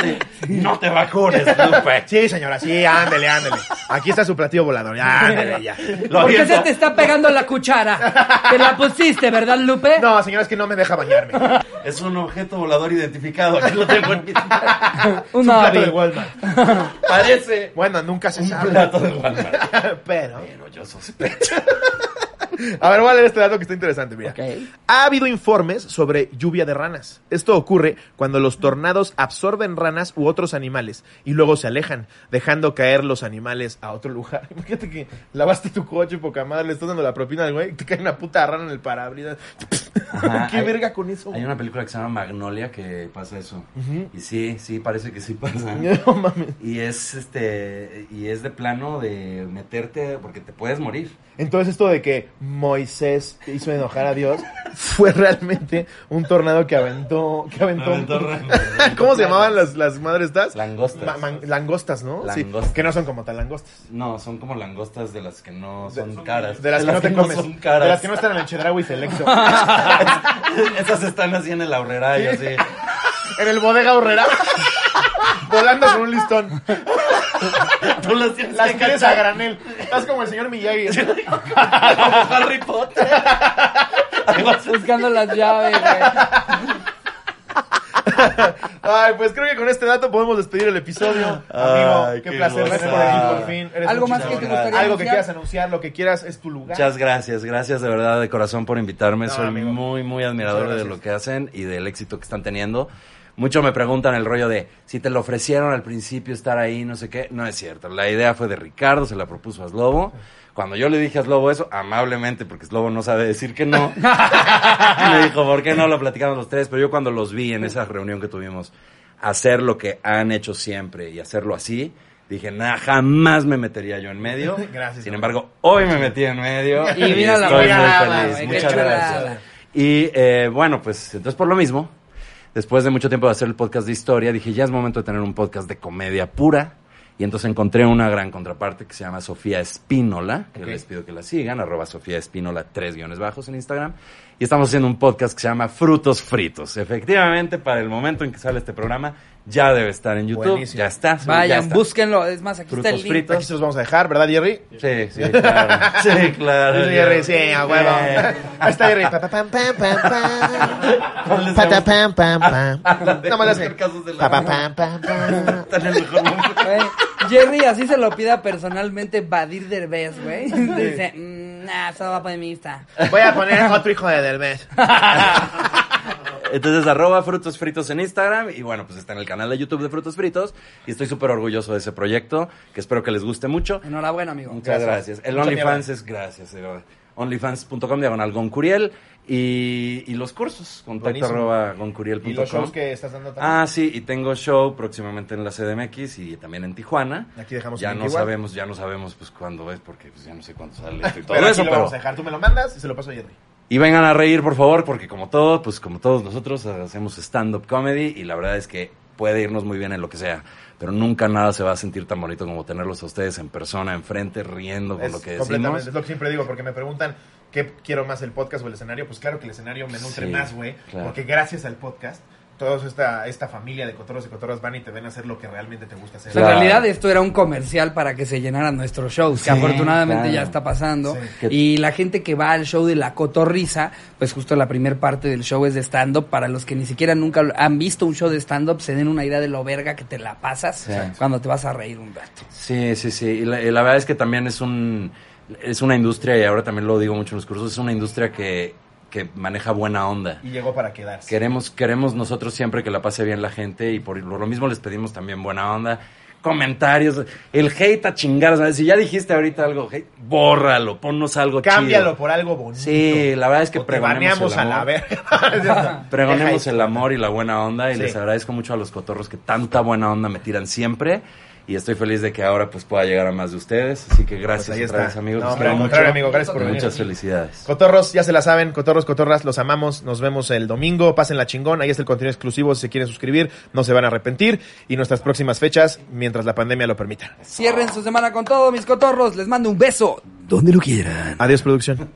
[SPEAKER 3] Sí, No te vacunes, Lupe.
[SPEAKER 2] Sí, señora, sí, ándele, ándele. Aquí está su platillo volador, ya, ándele, ya.
[SPEAKER 3] Lo
[SPEAKER 4] ¿Por qué se
[SPEAKER 3] aviento.
[SPEAKER 4] te está pegando la cuchara? Te la pusiste, ¿verdad, Lupe?
[SPEAKER 2] No, señora, es que no me deja bañarme. Un
[SPEAKER 3] Es un objeto volador identificado. Aquí lo tengo en mi...
[SPEAKER 4] Un
[SPEAKER 2] plato de
[SPEAKER 4] ave.
[SPEAKER 2] Walmart.
[SPEAKER 3] Parece
[SPEAKER 2] Bueno, nunca se
[SPEAKER 3] un
[SPEAKER 2] sabe.
[SPEAKER 3] plato de Walmart.
[SPEAKER 2] Pero.
[SPEAKER 3] Pero yo sospecho.
[SPEAKER 2] A ver, voy a leer este dato que está interesante, mira.
[SPEAKER 4] Ok.
[SPEAKER 2] Ha habido informes sobre lluvia de ranas. Esto ocurre cuando los tornados absorben ranas u otros animales y luego se alejan, dejando caer los animales a otro lugar. Imagínate que lavaste tu coche, poca madre, le estás dando la propina al güey y te cae una puta rana en el parabrisas.
[SPEAKER 3] Ajá,
[SPEAKER 2] ¿Qué
[SPEAKER 3] hay-
[SPEAKER 2] verga con eso?
[SPEAKER 3] Hay una película que se llama Magnolia que pasa eso. Y sí, sí, parece que sí pasa.
[SPEAKER 2] No mames.
[SPEAKER 3] Y es este y es de plano de meterte porque te puedes morir.
[SPEAKER 2] Entonces esto de que Moisés hizo enojar a Dios fue realmente un tornado que aventó... Que aventó,
[SPEAKER 3] Aventó ranas.
[SPEAKER 2] ¿Cómo se llamaban las, las madres estas?
[SPEAKER 3] Langostas.
[SPEAKER 2] Ma- man- langostas, ¿no? Sí,
[SPEAKER 3] Langostas.
[SPEAKER 2] que no son como tal langostas.
[SPEAKER 3] No, son como langostas de las que no son caras.
[SPEAKER 2] De las que no te comes.
[SPEAKER 3] son caras.
[SPEAKER 2] De las que no están en el Chedraui Selecto.
[SPEAKER 3] Esas están así en el aurrera y así.
[SPEAKER 2] en el Bodega Horrera. volando con un listón.
[SPEAKER 3] Tú las tienes
[SPEAKER 2] Las
[SPEAKER 3] que
[SPEAKER 2] quieres a
[SPEAKER 3] cachar
[SPEAKER 2] granel. Estás como el señor Miyagi.
[SPEAKER 3] como Harry Potter. Algo así.
[SPEAKER 4] Buscando las llaves, güey.
[SPEAKER 2] Ay, pues creo que con este dato podemos despedir el episodio. Amigo,
[SPEAKER 3] Ay,
[SPEAKER 2] qué,
[SPEAKER 3] qué
[SPEAKER 2] placer. Gracias por
[SPEAKER 3] gozada.
[SPEAKER 2] venir por fin. Eres
[SPEAKER 4] Algo
[SPEAKER 2] un
[SPEAKER 4] más
[SPEAKER 2] chingón.
[SPEAKER 4] que te gustaría
[SPEAKER 2] Algo que
[SPEAKER 4] anunciar?
[SPEAKER 2] quieras anunciar, lo que quieras es tu lugar.
[SPEAKER 3] Muchas gracias, gracias de verdad de corazón por invitarme. Soy
[SPEAKER 2] amigo.
[SPEAKER 3] muy, muy
[SPEAKER 2] Muchas
[SPEAKER 3] admirador de
[SPEAKER 2] gracias.
[SPEAKER 3] lo que hacen y del éxito que están teniendo. Muchos me preguntan el rollo de si te lo ofrecieron al principio estar ahí, no sé qué. No es cierto. La idea fue de Ricardo, se la propuso a Slobo. Cuando yo le dije a Slobo eso, amablemente, porque Slobo no sabe decir que no, me dijo, ¿por qué no lo platicamos los tres? Pero yo cuando los vi en esa reunión que tuvimos, hacer lo que han hecho siempre y hacerlo así, dije, nada, jamás me metería yo en medio.
[SPEAKER 2] Gracias,
[SPEAKER 3] Sin
[SPEAKER 2] amigo.
[SPEAKER 3] embargo, hoy me metí en medio
[SPEAKER 4] Y mira la
[SPEAKER 3] Estoy muy
[SPEAKER 4] chulada,
[SPEAKER 3] feliz.
[SPEAKER 4] güey, qué
[SPEAKER 3] Muchas
[SPEAKER 4] chulada.
[SPEAKER 3] gracias. Y eh, bueno, pues entonces por lo mismo, después de mucho tiempo de hacer el podcast de historia, dije, ya es momento de tener un podcast de comedia pura. Y entonces encontré una gran contraparte que se llama Sofía Espínola, que
[SPEAKER 2] Ok.
[SPEAKER 3] les pido que la sigan, arroba Sofía Espínola, tres guiones bajos en Instagram. Y estamos haciendo un podcast que se llama Frutos Fritos. Efectivamente, para el momento en que sale este programa, ya debe estar en YouTube.
[SPEAKER 2] Buenísimo.
[SPEAKER 3] Ya está. sí, ya
[SPEAKER 4] Vayan,
[SPEAKER 3] está.
[SPEAKER 4] búsquenlo. Es más, aquí está
[SPEAKER 3] Frutos
[SPEAKER 4] el link.
[SPEAKER 3] fritos.
[SPEAKER 2] Aquí se los vamos a dejar, ¿verdad, Jerry?
[SPEAKER 3] Sí, sí, claro. Sí, claro.
[SPEAKER 2] Sí, Jerry, sí, a huevo.
[SPEAKER 3] Eh,
[SPEAKER 2] Ahí está Jerry. Pa, pa, pam, pam, pam,
[SPEAKER 3] No
[SPEAKER 2] pam.
[SPEAKER 3] les
[SPEAKER 2] Pa, ta, pam, pam, pam.
[SPEAKER 3] Ah,
[SPEAKER 2] No me lo hace. Pa, pa, pam, pam, pam.
[SPEAKER 3] Está en el mejor momento.
[SPEAKER 4] Güey, Jerry así se lo pida personalmente Badir Derbez, güey. Dice, mm, nah, eso va para mi Insta.
[SPEAKER 2] Voy a poner otro hijo de Derbez.
[SPEAKER 3] Entonces, arroba Frutos Fritos en Instagram. Y bueno, pues está en el canal de YouTube de Frutos Fritos. Y estoy súper orgulloso de ese proyecto, que espero que les guste mucho.
[SPEAKER 4] Enhorabuena, amigo.
[SPEAKER 3] Muchas gracias. El
[SPEAKER 2] Mucha
[SPEAKER 3] OnlyFans
[SPEAKER 2] mierda.
[SPEAKER 3] es gracias, eh, de verdad. OnlyFans.com diagonal Goncuriel. Y, y los cursos, contacto
[SPEAKER 2] Buenísimo.
[SPEAKER 3] arroba goncuriel.com.
[SPEAKER 2] Y los shows que estás dando también.
[SPEAKER 3] Ah, sí, y tengo show próximamente en la CDMX y también en Tijuana.
[SPEAKER 2] Aquí dejamos
[SPEAKER 3] ya
[SPEAKER 2] el link
[SPEAKER 3] no
[SPEAKER 2] igual.
[SPEAKER 3] sabemos, ya no sabemos pues cuándo es, porque pues, ya no sé cuándo sale esto y todo
[SPEAKER 2] Pero aquí
[SPEAKER 3] eso,
[SPEAKER 2] lo
[SPEAKER 3] pero...
[SPEAKER 2] vamos a dejar. Tú me lo mandas y se lo paso a Jerry.
[SPEAKER 3] Y vengan a reír, por favor, porque como todos, pues como todos nosotros hacemos stand-up comedy y la verdad es que puede irnos muy bien en lo que sea, pero nunca nada se va a sentir tan bonito como tenerlos a ustedes en persona, enfrente, riendo con
[SPEAKER 2] Es
[SPEAKER 3] lo que
[SPEAKER 2] completamente,
[SPEAKER 3] decimos.
[SPEAKER 2] es lo que siempre digo, porque me preguntan qué quiero más, el podcast o el escenario. Pues claro que el escenario me nutre
[SPEAKER 3] Sí,
[SPEAKER 2] más, güey.
[SPEAKER 3] claro.
[SPEAKER 2] Porque gracias al podcast, toda esta, esta familia de cotorros y cotorras van y te ven a hacer lo que realmente te gusta hacer.
[SPEAKER 4] O sea, en
[SPEAKER 3] Claro.
[SPEAKER 4] realidad esto era un comercial para que se llenaran nuestros shows, que
[SPEAKER 3] Sí,
[SPEAKER 4] afortunadamente
[SPEAKER 3] claro.
[SPEAKER 4] ya está pasando.
[SPEAKER 3] Sí.
[SPEAKER 4] Y la gente que va al show de La Cotorrisa, pues justo la primera parte del show es de stand-up. Para los que ni siquiera nunca lo- han visto un show de stand-up, se den una idea de lo verga que te la pasas
[SPEAKER 3] Sí.
[SPEAKER 4] cuando te vas a reír un rato.
[SPEAKER 3] Sí, sí, sí. Y la, y la verdad es que también es un es una industria, y ahora también lo digo mucho en los cursos, es una industria que, que maneja buena onda.
[SPEAKER 2] Y llegó para quedarse.
[SPEAKER 3] Queremos, queremos nosotros siempre que la pase bien la gente y por lo mismo les pedimos también buena onda. comentarios. El hate a chingar. o sea, Si ya dijiste ahorita algo hate, bórralo, ponnos algo
[SPEAKER 2] Cámbialo
[SPEAKER 3] chido.
[SPEAKER 2] por algo bonito.
[SPEAKER 3] Sí, la verdad es que
[SPEAKER 2] O te
[SPEAKER 3] pregonemos
[SPEAKER 2] baneamos
[SPEAKER 3] el
[SPEAKER 2] a la
[SPEAKER 3] amor.
[SPEAKER 2] verga.
[SPEAKER 3] Pregonemos
[SPEAKER 2] Deja
[SPEAKER 3] el amor y la buena onda y
[SPEAKER 2] Sí.
[SPEAKER 3] les agradezco mucho a los cotorros que tanta buena onda me tiran siempre y estoy feliz de que ahora pues pueda llegar a más de ustedes, así que gracias
[SPEAKER 2] Pues ahí
[SPEAKER 3] otra
[SPEAKER 2] está.
[SPEAKER 3] vez, amigos.
[SPEAKER 2] No,
[SPEAKER 3] Los
[SPEAKER 2] hombre,
[SPEAKER 3] quiero
[SPEAKER 2] al
[SPEAKER 3] mucho.
[SPEAKER 2] contrario, amigo, gracias por venir.
[SPEAKER 3] Muchas felicidades.
[SPEAKER 2] Cotorros, ya se la saben, cotorros, cotorras, los amamos, nos vemos el domingo, pasen la chingón, ahí está el contenido exclusivo, si se quieren suscribir, no se van a arrepentir, y nuestras próximas fechas, mientras la pandemia lo permita.
[SPEAKER 4] Cierren su semana con todo, mis cotorros. Les mando un beso. Donde lo quieran.
[SPEAKER 2] Adiós, producción.